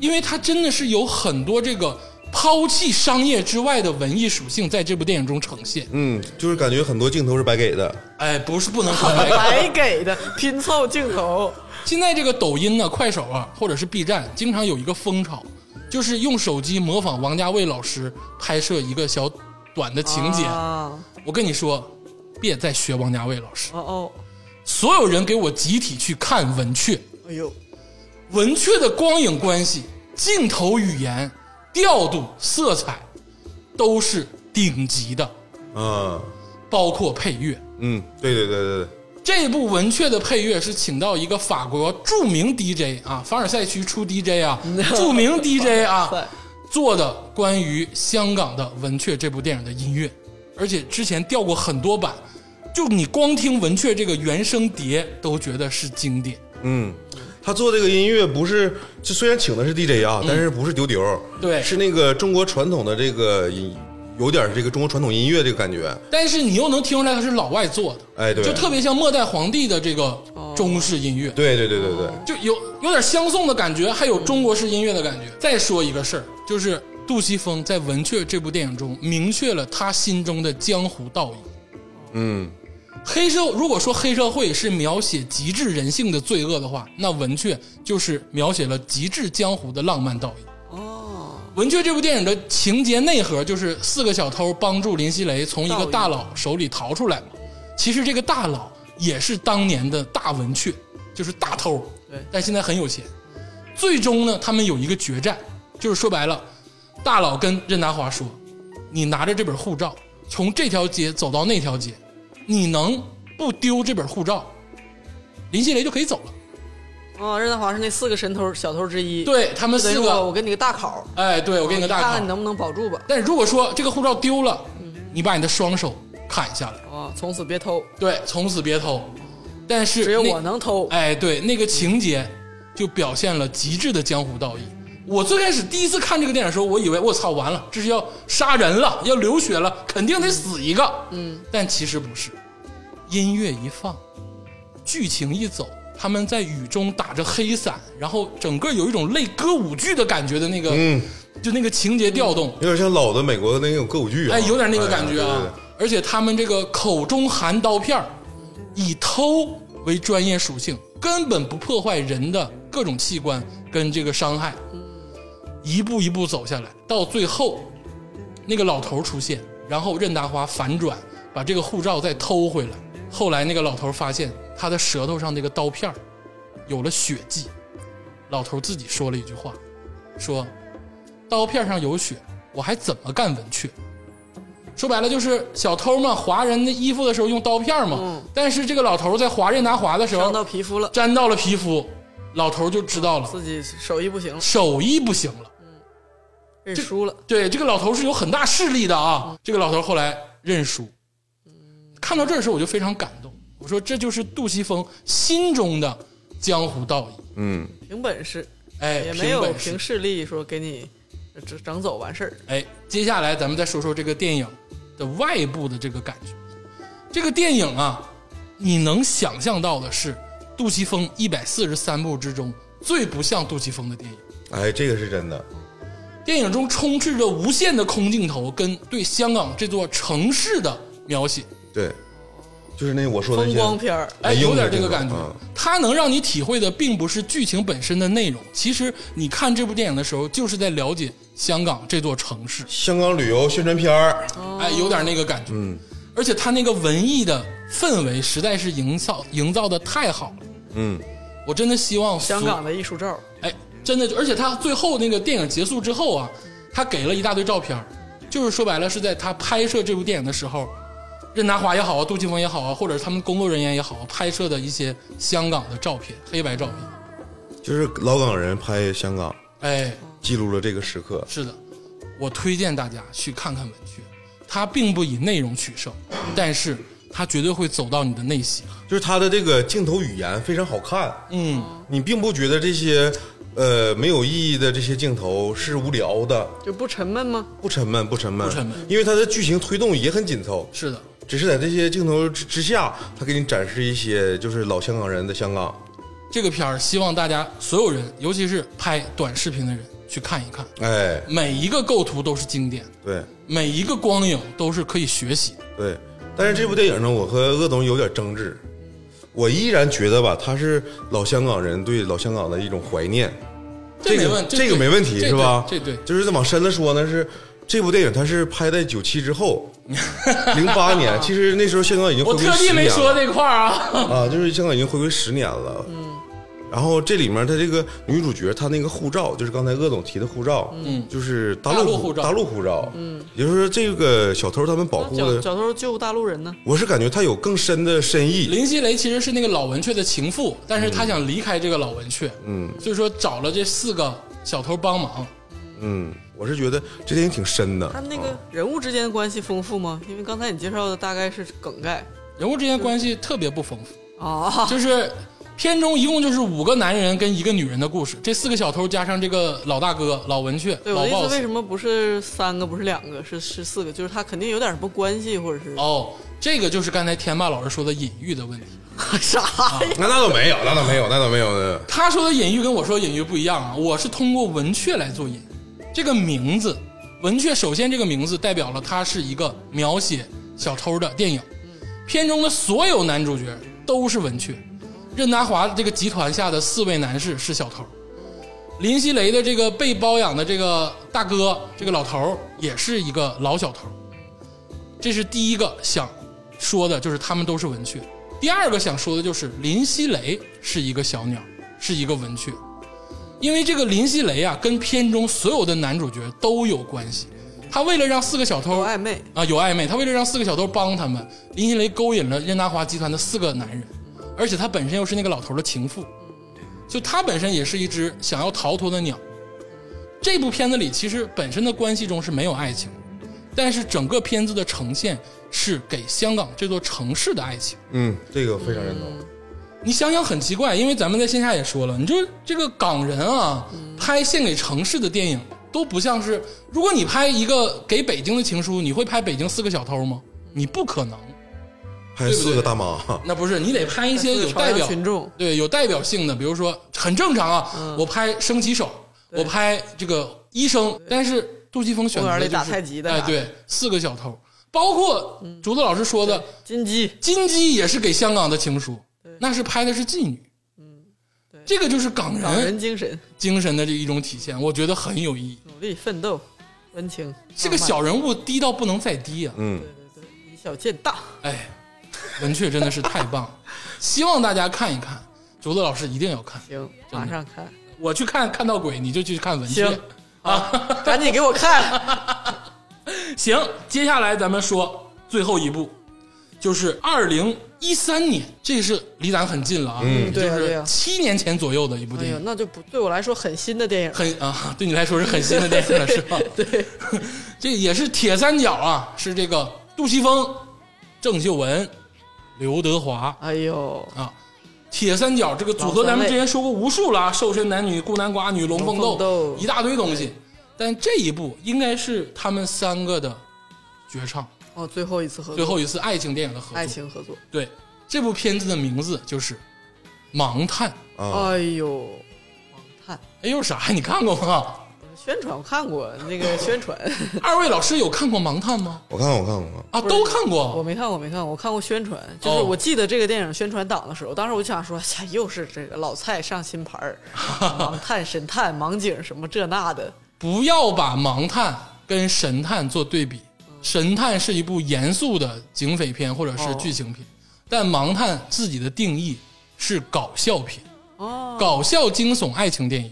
B: 因为它真的是有很多这个抛弃商业之外的文艺属性在这部电影中呈现。
D: 嗯，就是感觉很多镜头是白给的。
B: 哎，不是不能说 白看。
C: 白给的拼凑镜头，
B: 现在这个抖音呢、快手啊，或者是 B 站，经常有一个风潮，就是用手机模仿王家卫老师拍摄一个小短的 情节。
C: 啊，
B: 我跟你说，别再学王家卫老师，
C: 哦哦，
B: 所有人给我集体去看《文雀》，《
C: 哎呦，
B: 文雀》的光影关系、镜头语言、调度、色彩都是顶级的，
D: 嗯
B: 包括配乐。
D: 嗯，对对对对对，
B: 这部《文雀》的配乐是请到一个法国著名 DJ 啊，凡尔赛区出 DJ 啊，著名 DJ
C: 对
B: 啊，做的关于香港的《文雀》这部电影的音乐，而且之前调过很多版，就你光听《文雀》这个原声碟都觉得是经典。
D: 嗯，他做这个音乐不是，这虽然请的是 DJ 啊，但是不是丢丢，
B: 嗯对
D: 是那个中国传统的这个音，有点这个中国传统音乐这个感觉。
B: 但是你又能听出来它是老外做的，
D: 哎对
B: 就特别像末代皇帝的这个中式音乐，
D: 对对对对对，
B: 就有有点相送的感觉，还有中国式音乐的感觉。再说一个事儿，就是杜琪峰在《文雀》这部电影中明确了他心中的江湖道义。
D: 嗯，
B: 黑社如果说黑社会是描写极致人性的罪恶的话，那《文雀》就是描写了极致江湖的浪漫道义。
C: 哦，
B: 《文雀》这部电影的情节内核就是四个小偷帮助林熙蕾从一个大佬手里逃出来嘛。其实这个大佬也是当年的大文雀，就是大偷，
C: 对
B: 但现在很有钱。最终呢，他们有一个决战，就是说白了，大佬跟任达华说：“你拿着这本护照，从这条街走到那条街，你能不丢这本护照，林熙蕾就可以走了。
C: 哦，任达华是那四个神偷小偷之一，
B: 对”他们
C: 就等于
B: 四
C: 我
B: 个，
C: 我给你个大考，
B: 哎，对我给你个大
C: 看
B: 考
C: 看。你能不能保住吧。
B: 但如果说这个护照丢了，
C: 嗯
B: 你把你的双手砍下来，
C: 哦，从此别偷，
B: 对，从此别偷。但是
C: 只有
B: 那
C: 我能偷。
B: 哎，对，那个情节就表现了极致的江湖道义。我最开始第一次看这个电影的时候，我以为我操完了，这是要杀人了，要流血了，肯定得死一个。嗯，但其实不是，音乐一放，剧情一走，他们在雨中打着黑伞，然后整个有一种类歌舞剧的感觉的那个，嗯，就那个情节调动，
D: 有点像老的美国的那种歌舞剧啊，
B: 哎，有点那个感觉
D: 哎
B: 啊。
D: 对对对
B: 而且他们这个口中含刀片儿，以偷为专业属性，根本不破坏人的各种器官跟这个伤害。一步一步走下来，到最后那个老头儿出现，然后任达华反转，把这个护照再偷回来。后来那个老头儿发现他的舌头上那个刀片儿有了血迹，老头儿自己说了一句话，说：“刀片上有血，我还怎么干文雀？”说白了就是小偷嘛，划人的衣服的时候用刀片嘛。但是这个老头儿在划任达华的时
C: 嗯伤
B: 候
C: 到皮肤了，
B: 沾到了皮肤，老头儿就知道了
C: 自己手艺不行了，
B: 手艺不行了。
C: 认输了。嗯
B: 对，这个老头是有很大势力的啊。这个老头后来认输。看到这儿的时候，我就非常感动。我说这就是杜琪峰心中的江湖道义，
D: 嗯，
C: 凭本事，
B: 哎，
C: 也没
B: 凭
C: 有
B: 本事
C: 凭。势力说给你整整走完事儿。
B: 哎，接下来咱们再说说这个电影的外部的这个感觉。这个电影啊，你能想象到的是，杜琪峰一百四十三部之中最不像杜琪峰的电影。
D: 哎，这个是真的，
B: 电影中充斥着无限的空镜头跟对香港这座城市的描写，
D: 对，就是那我说的那
C: 风
D: 些
C: 光片儿，
B: 哎，
D: 哎
B: 有点
D: 用的
B: 这个
D: 这个
B: 感觉
D: 嗯。
B: 它能让你体会的并不是剧情本身的内容，其实你看这部电影的时候，就是在了解香港这座城市，
D: 香港旅游宣传片儿，
B: 哎，有点那个感觉。
D: 嗯
B: 而且它那个文艺的氛围实在是营造营造的太好了，
D: 嗯，
B: 我真的希望所
C: 香港的艺术照，
B: 哎，真的就，而且他最后那个电影结束之后啊，他给了一大堆照片儿，就是说白了是在他拍摄这部电影的时候，任达华也好啊，杜琪峰也好啊，或者是他们工作人员也好啊，拍摄的一些香港的照片，黑白照片。
D: 就是老港人拍香港，
B: 哎，
D: 记录了这个时刻，
B: 是的，我推荐大家去看看文雀，它并不以内容取胜，但是它绝对会走到你的内心。
D: 就是他的这个镜头语言非常好看，
B: 嗯，
D: 你并不觉得这些呃没有意义的这些镜头是无聊的，
C: 就不沉闷吗？
D: 不沉闷，不沉闷，
B: 不沉闷，
D: 因为它的剧情推动也很紧凑，
B: 是的，
D: 只是在这些镜头之之下，他给你展示一些就是老香港人的香港，
B: 这个片儿希望大家所有人，尤其是拍短视频的人去看一看，
D: 哎，
B: 每一个构图都是经典。
D: 对
B: 每一个光影都是可以学习的。
D: 对。但是这部电影呢，我和鄂总有点争执，我依然觉得吧，它是老香港人对老香港的一种怀念，这
B: 没
D: 个
B: 问，
D: 这个没问题
B: 这
D: 是吧？
B: 对这对，
D: 就是再往深了说呢，是这部电影它是拍在九七 之后，零八年，其实那时候香港已经回
B: 我
D: 归
B: 特地
D: 10
B: 没
D: 年了
B: 说这块儿啊。
D: 啊，就是香港已经回归十年了。嗯，然后这里面她这个女主角她那个护照，就是刚才鄂总提的护照，嗯，就是大
B: 大
D: 陆
B: 陆护照
D: 大陆护照，嗯，也就是说这个小偷他们保护
C: 脚
D: 的，
C: 脚头救大陆人呢？
D: 我是感觉他有更深的深意。
B: 林熙蕾其实是那个老文雀的情妇，但是她想离开这个老文雀，
D: 嗯
B: 所以说找了这四个小偷帮忙。
D: 嗯，我是觉得这电影挺深的
C: 他。们那
D: 啊
C: 个人物之间的关系丰富吗？因为刚才你介绍的大概是梗概
B: 人物之间关系特别不丰富，
C: 啊，
B: 就是片中一共就是五个男人跟一个女人的故事，这四个小偷加上这个老大哥老文雀
C: 对我
B: 老
C: 的意思，为
B: boss
C: 什么不是三个，不是两个，是是四个？就是他肯定有点什么关系，或者是
B: 哦，这个就是刚才天霸老师说的隐喻的问题。
C: 啥呀？
D: 那那倒没有，那倒没有，那倒没有的。
B: 他说的隐喻跟我说的隐喻不一样啊，我是通过文雀来做隐喻。这个名字，文雀首先这个名字代表了它是一个描写小偷的电影。片中的所有男主角都是文雀，任达华这个集团下的四位男士是小偷，林熙蕾的这个被包养的这个大哥，这个老头儿也是一个老小偷。这是第一个想说的，就是他们都是文雀。第二个想说的就是林熙蕾是一个小鸟，是一个文雀，因为这个林熙蕾啊，跟片中所有的男主角都有关系。他为了让四个小偷
C: 有暧昧，
B: 啊，有暧昧。他为了让四个小偷帮他们，林心雷勾引了任达华集团的四个男人，而且他本身又是那个老头的情妇，就他本身也是一只想要逃脱的鸟。这部片子里其实本身的关系中是没有爱情，但是整个片子的呈现是给香港这座城市的爱情。
D: 嗯，这个我非常认同。
B: 你想想很奇怪，因为咱们在线下也说了，你就这个港人啊，拍献给城市的电影都不像是，如果你拍一个给北京的情书，你会拍北京四个小偷吗？你不可能，
D: 拍四个大妈，
B: 那不是，你得拍一些有
C: 朝
B: 代
C: 阳
B: 表
C: 群众
B: 对有代表性的，比如说很正常啊，我拍升旗手，我拍这个医生，但是杜琪峰选择
C: 公
B: 的、
C: 园
B: 就嗯
C: 里
B: 是、
C: 打太极的
B: 哎，对，四个小偷，包括竹子老师说的。
C: 金鸡
B: 金鸡也是给香港的情书，那是拍的是妓女。嗯，这个就是港
C: 港人
B: 人
C: 精神，
B: 精神的这一种体现，我觉得很有意义。
C: 努力奋斗，温情。
B: 这个小人物低到不能再低啊！
D: 嗯，
C: 以小见大，
B: 哎，文雀真的是太 棒了，希望大家看一看。竹子老师一定要看，
C: 行，马上看，
B: 我去看看到鬼，你就去看文雀
C: 行。啊，赶紧给我看。
B: 行，接下来咱们说最后一部，就是二零一三年，这是离咱很近了啊，
D: 嗯
B: 就
C: 对啊对
B: 是
C: 啊
B: 七年前左右的一部
C: 哎
B: 电影
C: 呦，。那就 不对我来说很新的电影，
B: 很啊，对你来说是很新的电影了，是吧？对，这也是铁三角啊，是这个杜琪峰、郑秀文、刘德华
C: 哎呦，
B: 啊，铁三角这个组合，
C: 老三
B: 咱们
C: 位
B: 之前说过无数了啊，瘦身男女、孤男寡女、龙凤
C: 龙凤
B: 斗
C: 斗，
B: 一大堆东西。但这一部应该是他们三个的绝唱，
C: 哦，最后一次合作，
B: 最后一次爱情电影的合作。
C: 爱情合作，
B: 对，这部片子的名字就是《盲探》。哦
D: 啊，
C: 哎呦，王探
B: 哎呦啥呀？你看过吗？
C: 宣传我看过那个宣传，
B: 二位老师有看过《盲探》吗？
D: 我看看我看看我看
B: 啊，都看
C: 我
B: 过。
C: 没看，我没看，我看过宣传，就是
B: 哦
C: 我记得这个电影宣传档的时候，当时我就想说，呀，又是这个老蔡上新牌 儿，盲探、神探、盲警什么这那的，
B: 不要把《盲探》跟《神探》做对比，《神探》是一部严肃的警匪片或者是剧情片，但《盲探》自己的定义是搞笑片，
C: 哦，
B: 搞笑惊悚爱情电影。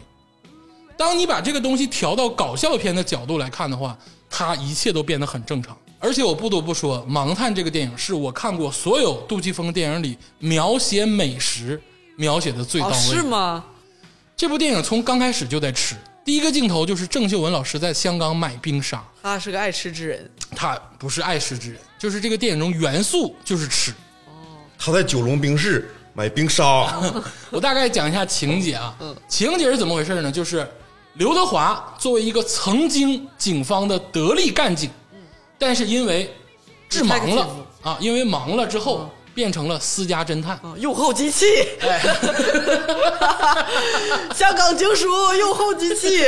B: 当你把这个东西调到搞笑片的角度来看的话，它一切都变得很正常。而且我不得不说，《盲探》这个电影是我看过所有杜琪峰电影里描写美食描写的最到
C: 哦，
B: 位的。
C: 是吗？
B: 这部电影从刚开始就在吃，第一个镜头就是郑秀文老师在香港买冰沙，
C: 他是个爱吃之人，
B: 她不是爱吃之人，就是这个电影中元素就是吃。
D: 他在九龙冰室买冰沙，
B: 我大概讲一下情节啊，
C: 嗯
B: 情节是怎么回事呢？就是刘德华作为一个曾经警方的得力干警，
C: 嗯
B: 但是因为致盲
C: 你太
B: 了
C: 客气
B: 啊，因为盲了之
C: 嗯
B: 后变成了私家侦探。
C: 啊，用后机器， 香港警署用后机 器，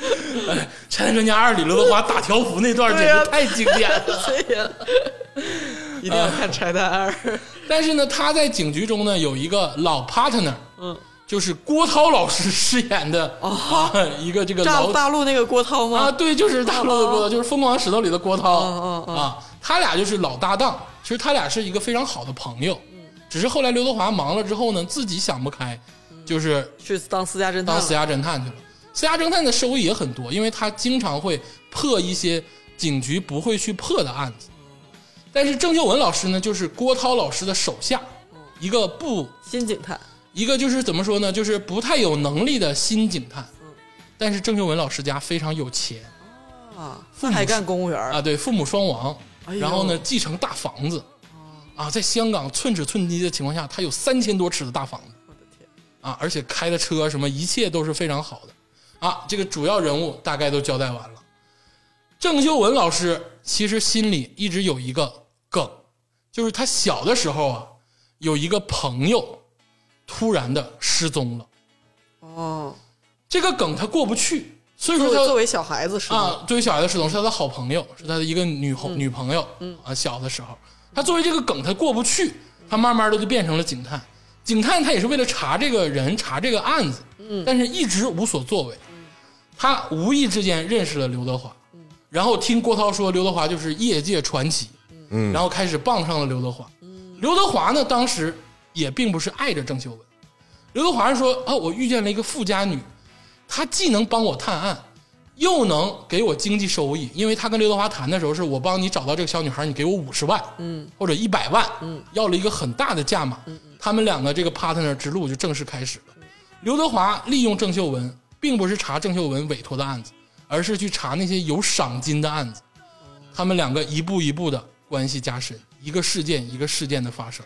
B: 《拆弹专家二》里刘德华打条幅那段简
C: 对啊
B: 直太经典了。
C: 对呀，一定要看《拆弹二》，
B: 但是呢，他在警局中呢有一个老 partner，
C: 嗯，
B: 就是郭涛老师饰演的、啊、一个这个
C: 大
B: 老
C: 大陆那个郭涛
B: 啊，
C: 吗？哦
B: 对，就是大陆的郭涛，就是《疯狂石头》里的郭涛、
C: 嗯嗯嗯
B: 啊，他俩就是老搭档。其实他俩是一个非常好的朋友，
C: 嗯
B: 只是后来刘德华忙了之后呢，自己想不开，就是
C: 去当私家侦探
B: 当
C: 了，
B: 私家侦探去了。私家侦探的收益也很多，因为他经常会破一些警局不会去破的案子。但是郑秀文老师呢，就是郭涛老师的手下，
C: 嗯
B: 一个不
C: 新警探，
B: 一个就是怎么说呢，就是不太有能力的新警探。
C: 嗯
B: 但是郑秀文老师家非常有钱
C: 啊，
B: 父母
C: 还
B: 是
C: 干公务员儿
B: 啊，对，父母双亡，
C: 嗯哎呦嗯
B: 然后呢继承大房子，啊，在香港寸尺寸金的情况下，他有三千多尺的大房子。
C: 我的天，
B: 啊，而且开的车什么一切都是非常好的啊。这个主要人物大概都交代完了。郑秀文老师其实心里一直有一个梗，就是他小的时候啊，有一个朋友突然的失踪了，
C: 哦，
B: 这个梗他过不去，所以
C: 作
B: 说
C: 为
B: 他
C: 作为小孩子是吗？
B: 啊，对于小孩的失踪是他的好朋友，是他的一个女红、女朋友，啊，小的时候，他作为这个梗他过不去，他慢慢的就变成了警探，警探他也是为了查这个人，查这个案子，但是一直无所作为，他无意之间认识了刘德华，然后听郭涛说刘德华就是业界传奇，然后开始傍上了刘德华，刘德华呢当时也并不是爱着郑秀文，刘德华是说啊，我遇见了一个富家女，她既能帮我探案。又能给我经济收益，因为他跟刘德华谈的时候是我帮你找到这个小女孩，你给我五十万，嗯，或者一百万，嗯，要了一个很大的价码，他们两个这个 partner 之路就正式开始了。刘德华利用郑秀文，并不是查郑秀文委托的案子，而是去查那些有赏金的案子。他们两个一步一步的关系加深，一个事件一个事件的发生，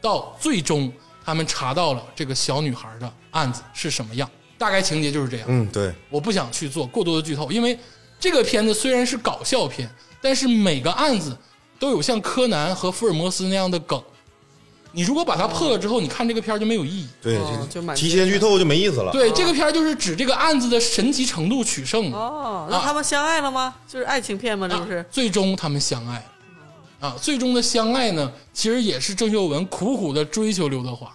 B: 到最终他们查到了这个小女孩的案子是什么样，大概情节就是这样。
D: 嗯，对，
B: 我不想去做过多的剧透，因为这个片子虽然是搞笑片，但是每个案子都有像柯南和福尔摩斯那样的梗。你如果把它破了之后，你看这个片儿就没有意义。
D: 对，
C: 哦
D: 这
C: 就蛮
D: 提前剧透就没意思了。
C: 哦
B: 对，这个片儿就是指这个案子的神奇程度取胜的。
C: 哦，那
B: 啊
C: 他们相爱了吗？就是爱情片吗？这不
B: 啊
C: 是？
B: 最终他们相爱
C: 嗯
B: 了啊！最终的相爱呢，其实也是郑秀文苦苦的追求刘德华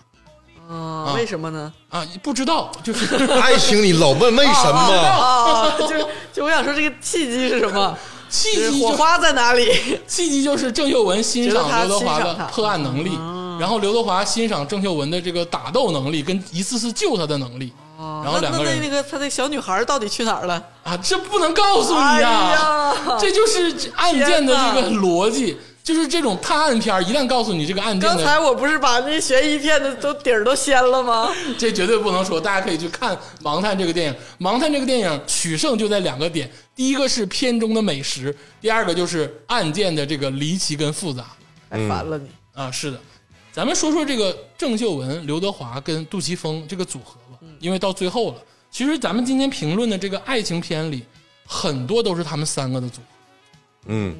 C: 嗯，为什么呢？
B: 啊，不知道就是
D: 爱情你老问为什
B: 哦
D: 么？
C: 啊，就是就我想说这个契机是什么？
B: 契
C: 就是
B: 机
C: 火
B: 就
C: 花在哪里？
B: 契机就是郑秀文欣赏刘德华
C: 觉得他欣赏哦
B: 的
C: 他
B: 破案能力，然后刘德华欣赏郑秀文的这个打斗能力跟一次次救他的能力，然后
C: 哦那
B: 两
C: 那
B: 个
C: 那
B: 人
C: 那个他那小女孩到底去哪儿了？
B: 啊，这不能告诉你
C: 哎
B: 呀、
C: 呀
B: 这就是案件的这个逻辑。就是这种探案片儿，一旦告诉你这个案件
C: 刚才
B: 的，
C: 我不是把那悬疑片的都底儿都掀了吗？
B: 这绝对不能说。大家可以去看《盲探》这个电影，《盲探》这个电影取胜就在两个点：第一个是片中的美食，第二个就是案件的这个离奇跟复杂。
C: 太哎烦了你！
B: 啊，是的，咱们说说这个郑秀文、刘德华跟杜琪峰这个组合吧，
C: 嗯
B: 因为到最后了，其实咱们今天评论的这个爱情片里，很多都是他们三个的组合。
D: 嗯，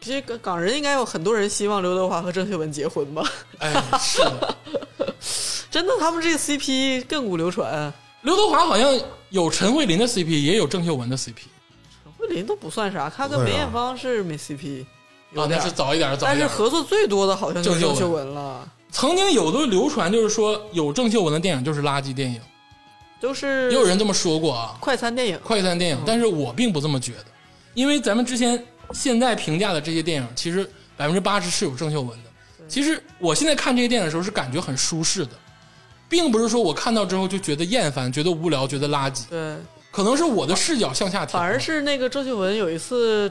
C: 其实港港人应该有很多人希望刘德华和郑秀文结婚吧？
B: 哎，是的，
C: 真的，他们这个 CP 亘古流传，
B: 刘德华好像有陈慧琳的 CP，也有郑秀文的啊 CP
C: 陈慧琳都不算啥，她跟
D: 不算
C: 梅
D: 啥
C: 艳芳是没 CP，
B: 啊
C: 有，点
B: 那是早一点，早
C: 但
B: 一
C: 是
B: 点。
C: 合作最多的好像就是
B: 郑秀
C: 郑
B: 文
C: 秀文了，
B: 曾经有的流传就是说，有郑秀文的电影就是垃圾电影，
C: 都是
B: 也有人这么说过啊，
C: 快餐电影，
B: 快餐电影，但是我并不这么觉得，因为咱们之前现在评价的这些电影，其实百分之八十是有郑秀文的。其实我现在看这些电影的时候是感觉很舒适的，并不是说我看到之后就觉得厌烦、觉得无聊、觉得垃圾，
C: 对，
B: 可能是我的视角向下调。
C: 反而是那个郑秀文有一次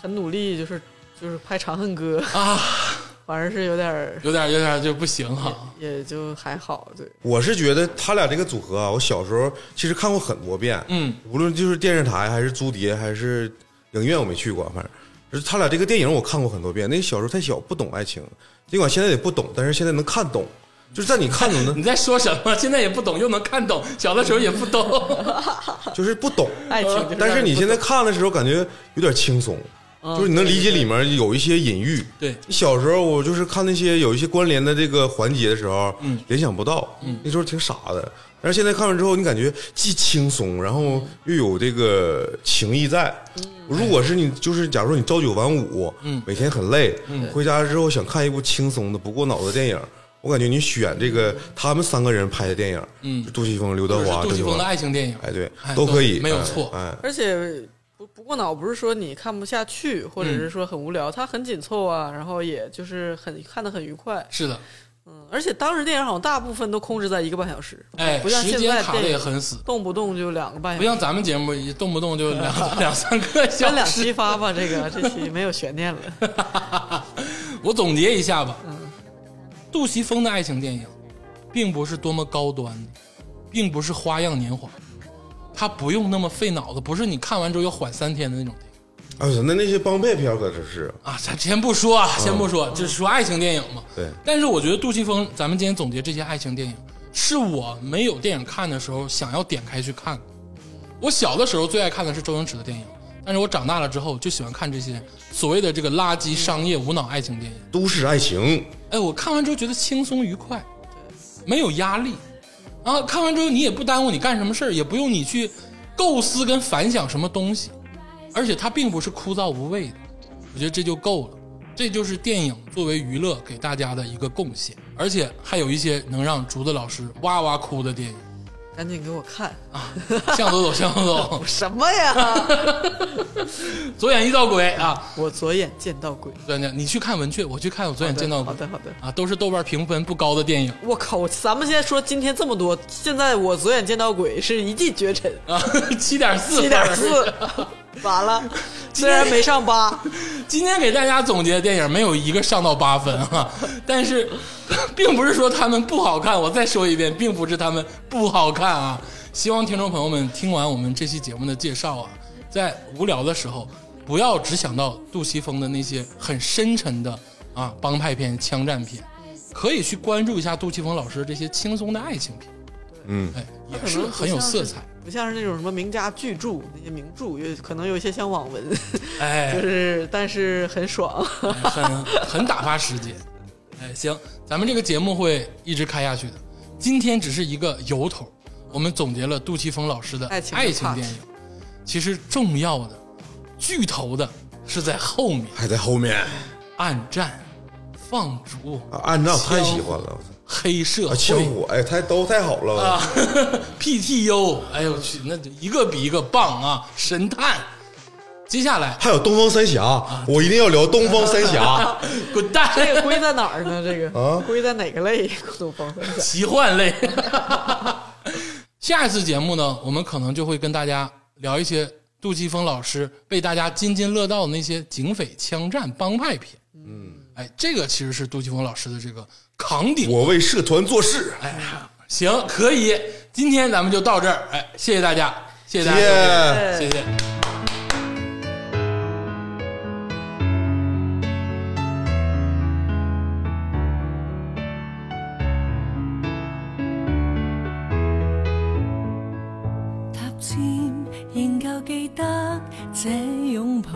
C: 很努力，就是就是拍《长恨歌》，
B: 啊，
C: 反而是有点儿
B: 有点有点就不行哈。
C: 也就还好， 对，
D: 我是觉得他俩这个组合啊，我小时候其实看过很多遍，
B: 嗯，
D: 无论就是电视台还是租碟还是影院，我没去过，反正就是他俩这个电影我看过很多遍。那个小时候太小，不懂爱情，尽管现在也不懂，但是现在能看懂，就是在你看懂
B: 你
D: 的，
B: 在说什么？现在也不懂，又能看懂，小的时候也不 懂。
D: 就是不懂。
C: 爱情就是让人不懂。
D: 但是你现在看的时候，感觉有点轻松，
B: 嗯
D: 就是你能理解里面有一些隐喻。
B: 对，
D: 小时候我就是看那些有一些关联的这个环节的时候，
B: 嗯
D: 联想不到，那时候挺傻的。但是现在看完之后，你感觉既轻松，然后又有这个情谊在。如果是你，就是假如说你朝九晚五，
B: 嗯
D: 每天很累，回家之后想看一部轻松的、不过脑子的电影，我感觉你选这个他们三个人拍的电影，
B: 嗯
D: 就杜琪峰、刘德
B: 就是
D: 华、
B: 杜琪
D: 郑
B: 峰
D: 秀
B: 的
D: 文
B: 爱情电影。
D: 啊哎，对
B: 哎，
D: 都可以，
B: 都没有
D: 哎
B: 错
D: 哎，
C: 而且不不过脑不是说你看不下去，
B: 嗯
C: 或者是说很无聊，它很紧凑啊，然后也就是很看得很愉快。
B: 是的，
C: 嗯，而且当时电影好像大部分都控制在一个半小时，
B: 哎，
C: 不像
B: 时
C: 现
B: 间
C: 在
B: 卡的
C: 电
B: 也
C: 影
B: 很死，
C: 动不动就两个半
B: 不
C: 小时。
B: 像咱们节目一动不动就 两两三个小
C: 分
B: 时。
C: 两期发吧，这个这期没有悬念了。
B: 我总结一下吧，杜琪峰的爱情电影，并不是多么高端的，并不是《花样年华》，他不用那么费脑子，不是你看完之后要缓三天的那种电影
D: 哎呦，那那些帮派片可真是，
B: 啊。咱先不说啊，先不说，就是说爱情电影嘛。
D: 对
B: 但是我觉得杜琪峰，咱们今天总结这些爱情电影，是我没有电影看的时候想要点开去看的。我小的时候最爱看的是周星驰的电影，但是我长大了之后就喜欢看这些所谓的这个垃圾商业无脑爱情电影。
D: 都市爱情，
B: 哎，我看完之后觉得轻松愉快，没有压力。然后看完之后，你也不耽误你干什么事儿，也不用你去构思跟反想什么东西，而且它并不是枯燥无味的，我觉得这就够了。这就是电影作为娱乐给大家的一个贡献，而且还有一些能让竹子老师哇哇哭的电影，
C: 赶紧给我看
B: 啊向 左走，向左走，
C: 什么 呀？
B: 左眼一道鬼啊！
C: 我左眼见到鬼。
B: 左眼，你去看文雀，我去看我左眼见到
C: 好
B: 鬼
C: 的好的。
B: 啊，都是豆瓣评分不高的电影。
C: 我靠！我咱们现在说今天这么多，现在我左眼见到鬼是一骑 绝尘，
B: 啊，七点四，
C: 七点四， 完了，虽然没上八，
B: 今天给大家总结的电影没有一个上到八分啊， 但是并不是说他们不好看，我再说一遍，并不是他们不好看啊。希望听众朋友们听完我们这期节目的介绍啊，在无聊的时候，不要只想到杜琪峰的那些很深沉的啊帮派片、枪战片，可以去关注一下杜琪峰老师这些轻松的爱情片，
D: 嗯，
B: 哎，也是很有色彩。，
C: 不像是那种什么名家巨著那些名著，也可能有一些像网文，
B: 哎，
C: 就是但是很爽。
B: 很很打发时间。哎，行，咱们这个节目会一直开下去的。今天只是一个由头，我们总结了杜琪峰老师的
C: 爱情的
B: 爱情电影。其实重要的、巨头的是在后面，
D: 还在后面。
B: 暗战、放逐、
D: 啊，暗战我太喜欢了，
B: 黑社
D: 啊，枪
B: 会、
D: 火，哎，太都太好了，
B: 啊 PTU，哎呦我去，那就一个比一个棒啊！神探，接下来
D: 还有东方三侠，
B: 啊
D: 我一定要聊东方三侠
B: 滚蛋！
C: 这个归在哪儿呢？这个
D: 啊
C: 归在哪个类？ 东方三侠
B: 奇幻类。下一次节目呢，我们可能就会跟大家聊一些杜琪峰老师被大家津津乐道的那些警匪、枪战、帮派片。哎，这个其实是杜琪峰老师的这个扛鼎。
D: 我为社团做事，
B: 哎呀，行，可以，今天咱们就到这儿。哎，谢谢大家，谢谢大家收听，
D: 耶！
B: 谢谢。
E: 塔尖，仍旧記得這擁抱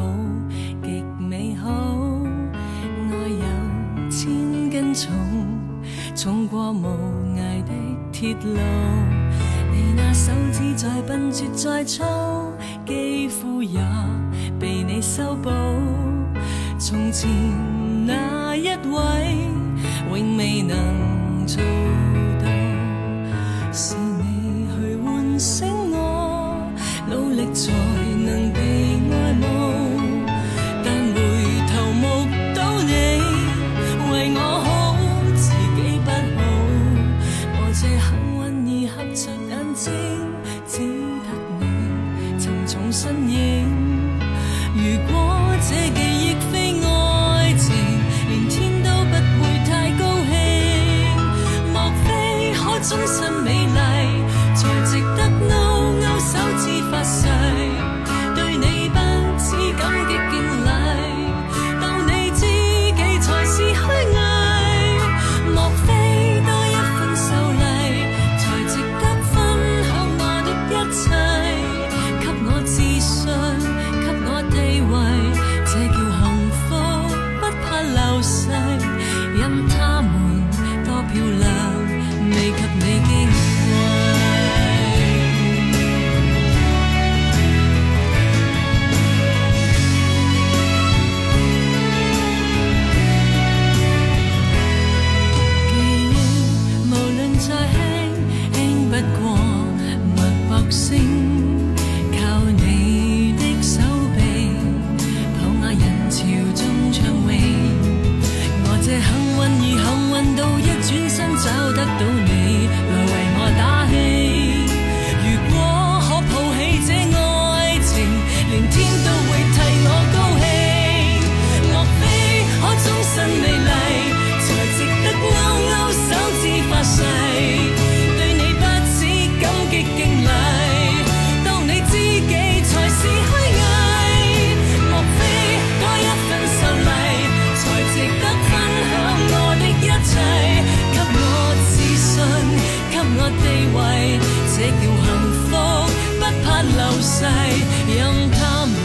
E: 極美好。愛有千斤重，重過無涯的鐵路。你那手指再笨拙再粗，肌膚也被你修補。從前那一位，永未能做到。是你去喚醒我，努力才能被愛慕。但回頭目睹你為我好，自己不好。我這幸運兒合着眼睛，只得你沉重身影。如果這記憶非愛情，連天都不會太高興。莫非可終身美麗，才值得勾勾手指發誓，對你不止感激敬禮，當你知己才是虛偽。莫非多一份秀麗，才值得分享我的一切，給我自信，給我地位，這叫幸福，不怕流逝，任他們多漂亮，未及你矜貴。記憶無論再輕，輕不過脈搏聲。靠你的手臂，抱下人潮中暢泳。我這幸運兒幸運到一轉身找得到你，來為我打氣。如果可抱起這愛情，連天都會替我高興。莫非可終身美麗？才值得勾勾手指發誓，對你不止感激敬禮。當你知己才是虛偽，莫非多一份秀麗，才值得分享我的一切，給我自信，給我地位，這叫幸福，不怕流逝，任他們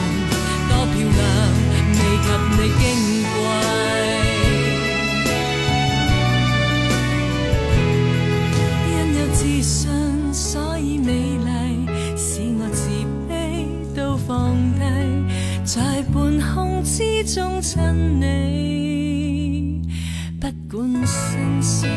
E: 多漂亮，未及你矜貴。因有自信，所以美麗，使我自卑都放低，在半空之中襯你，不管盛世。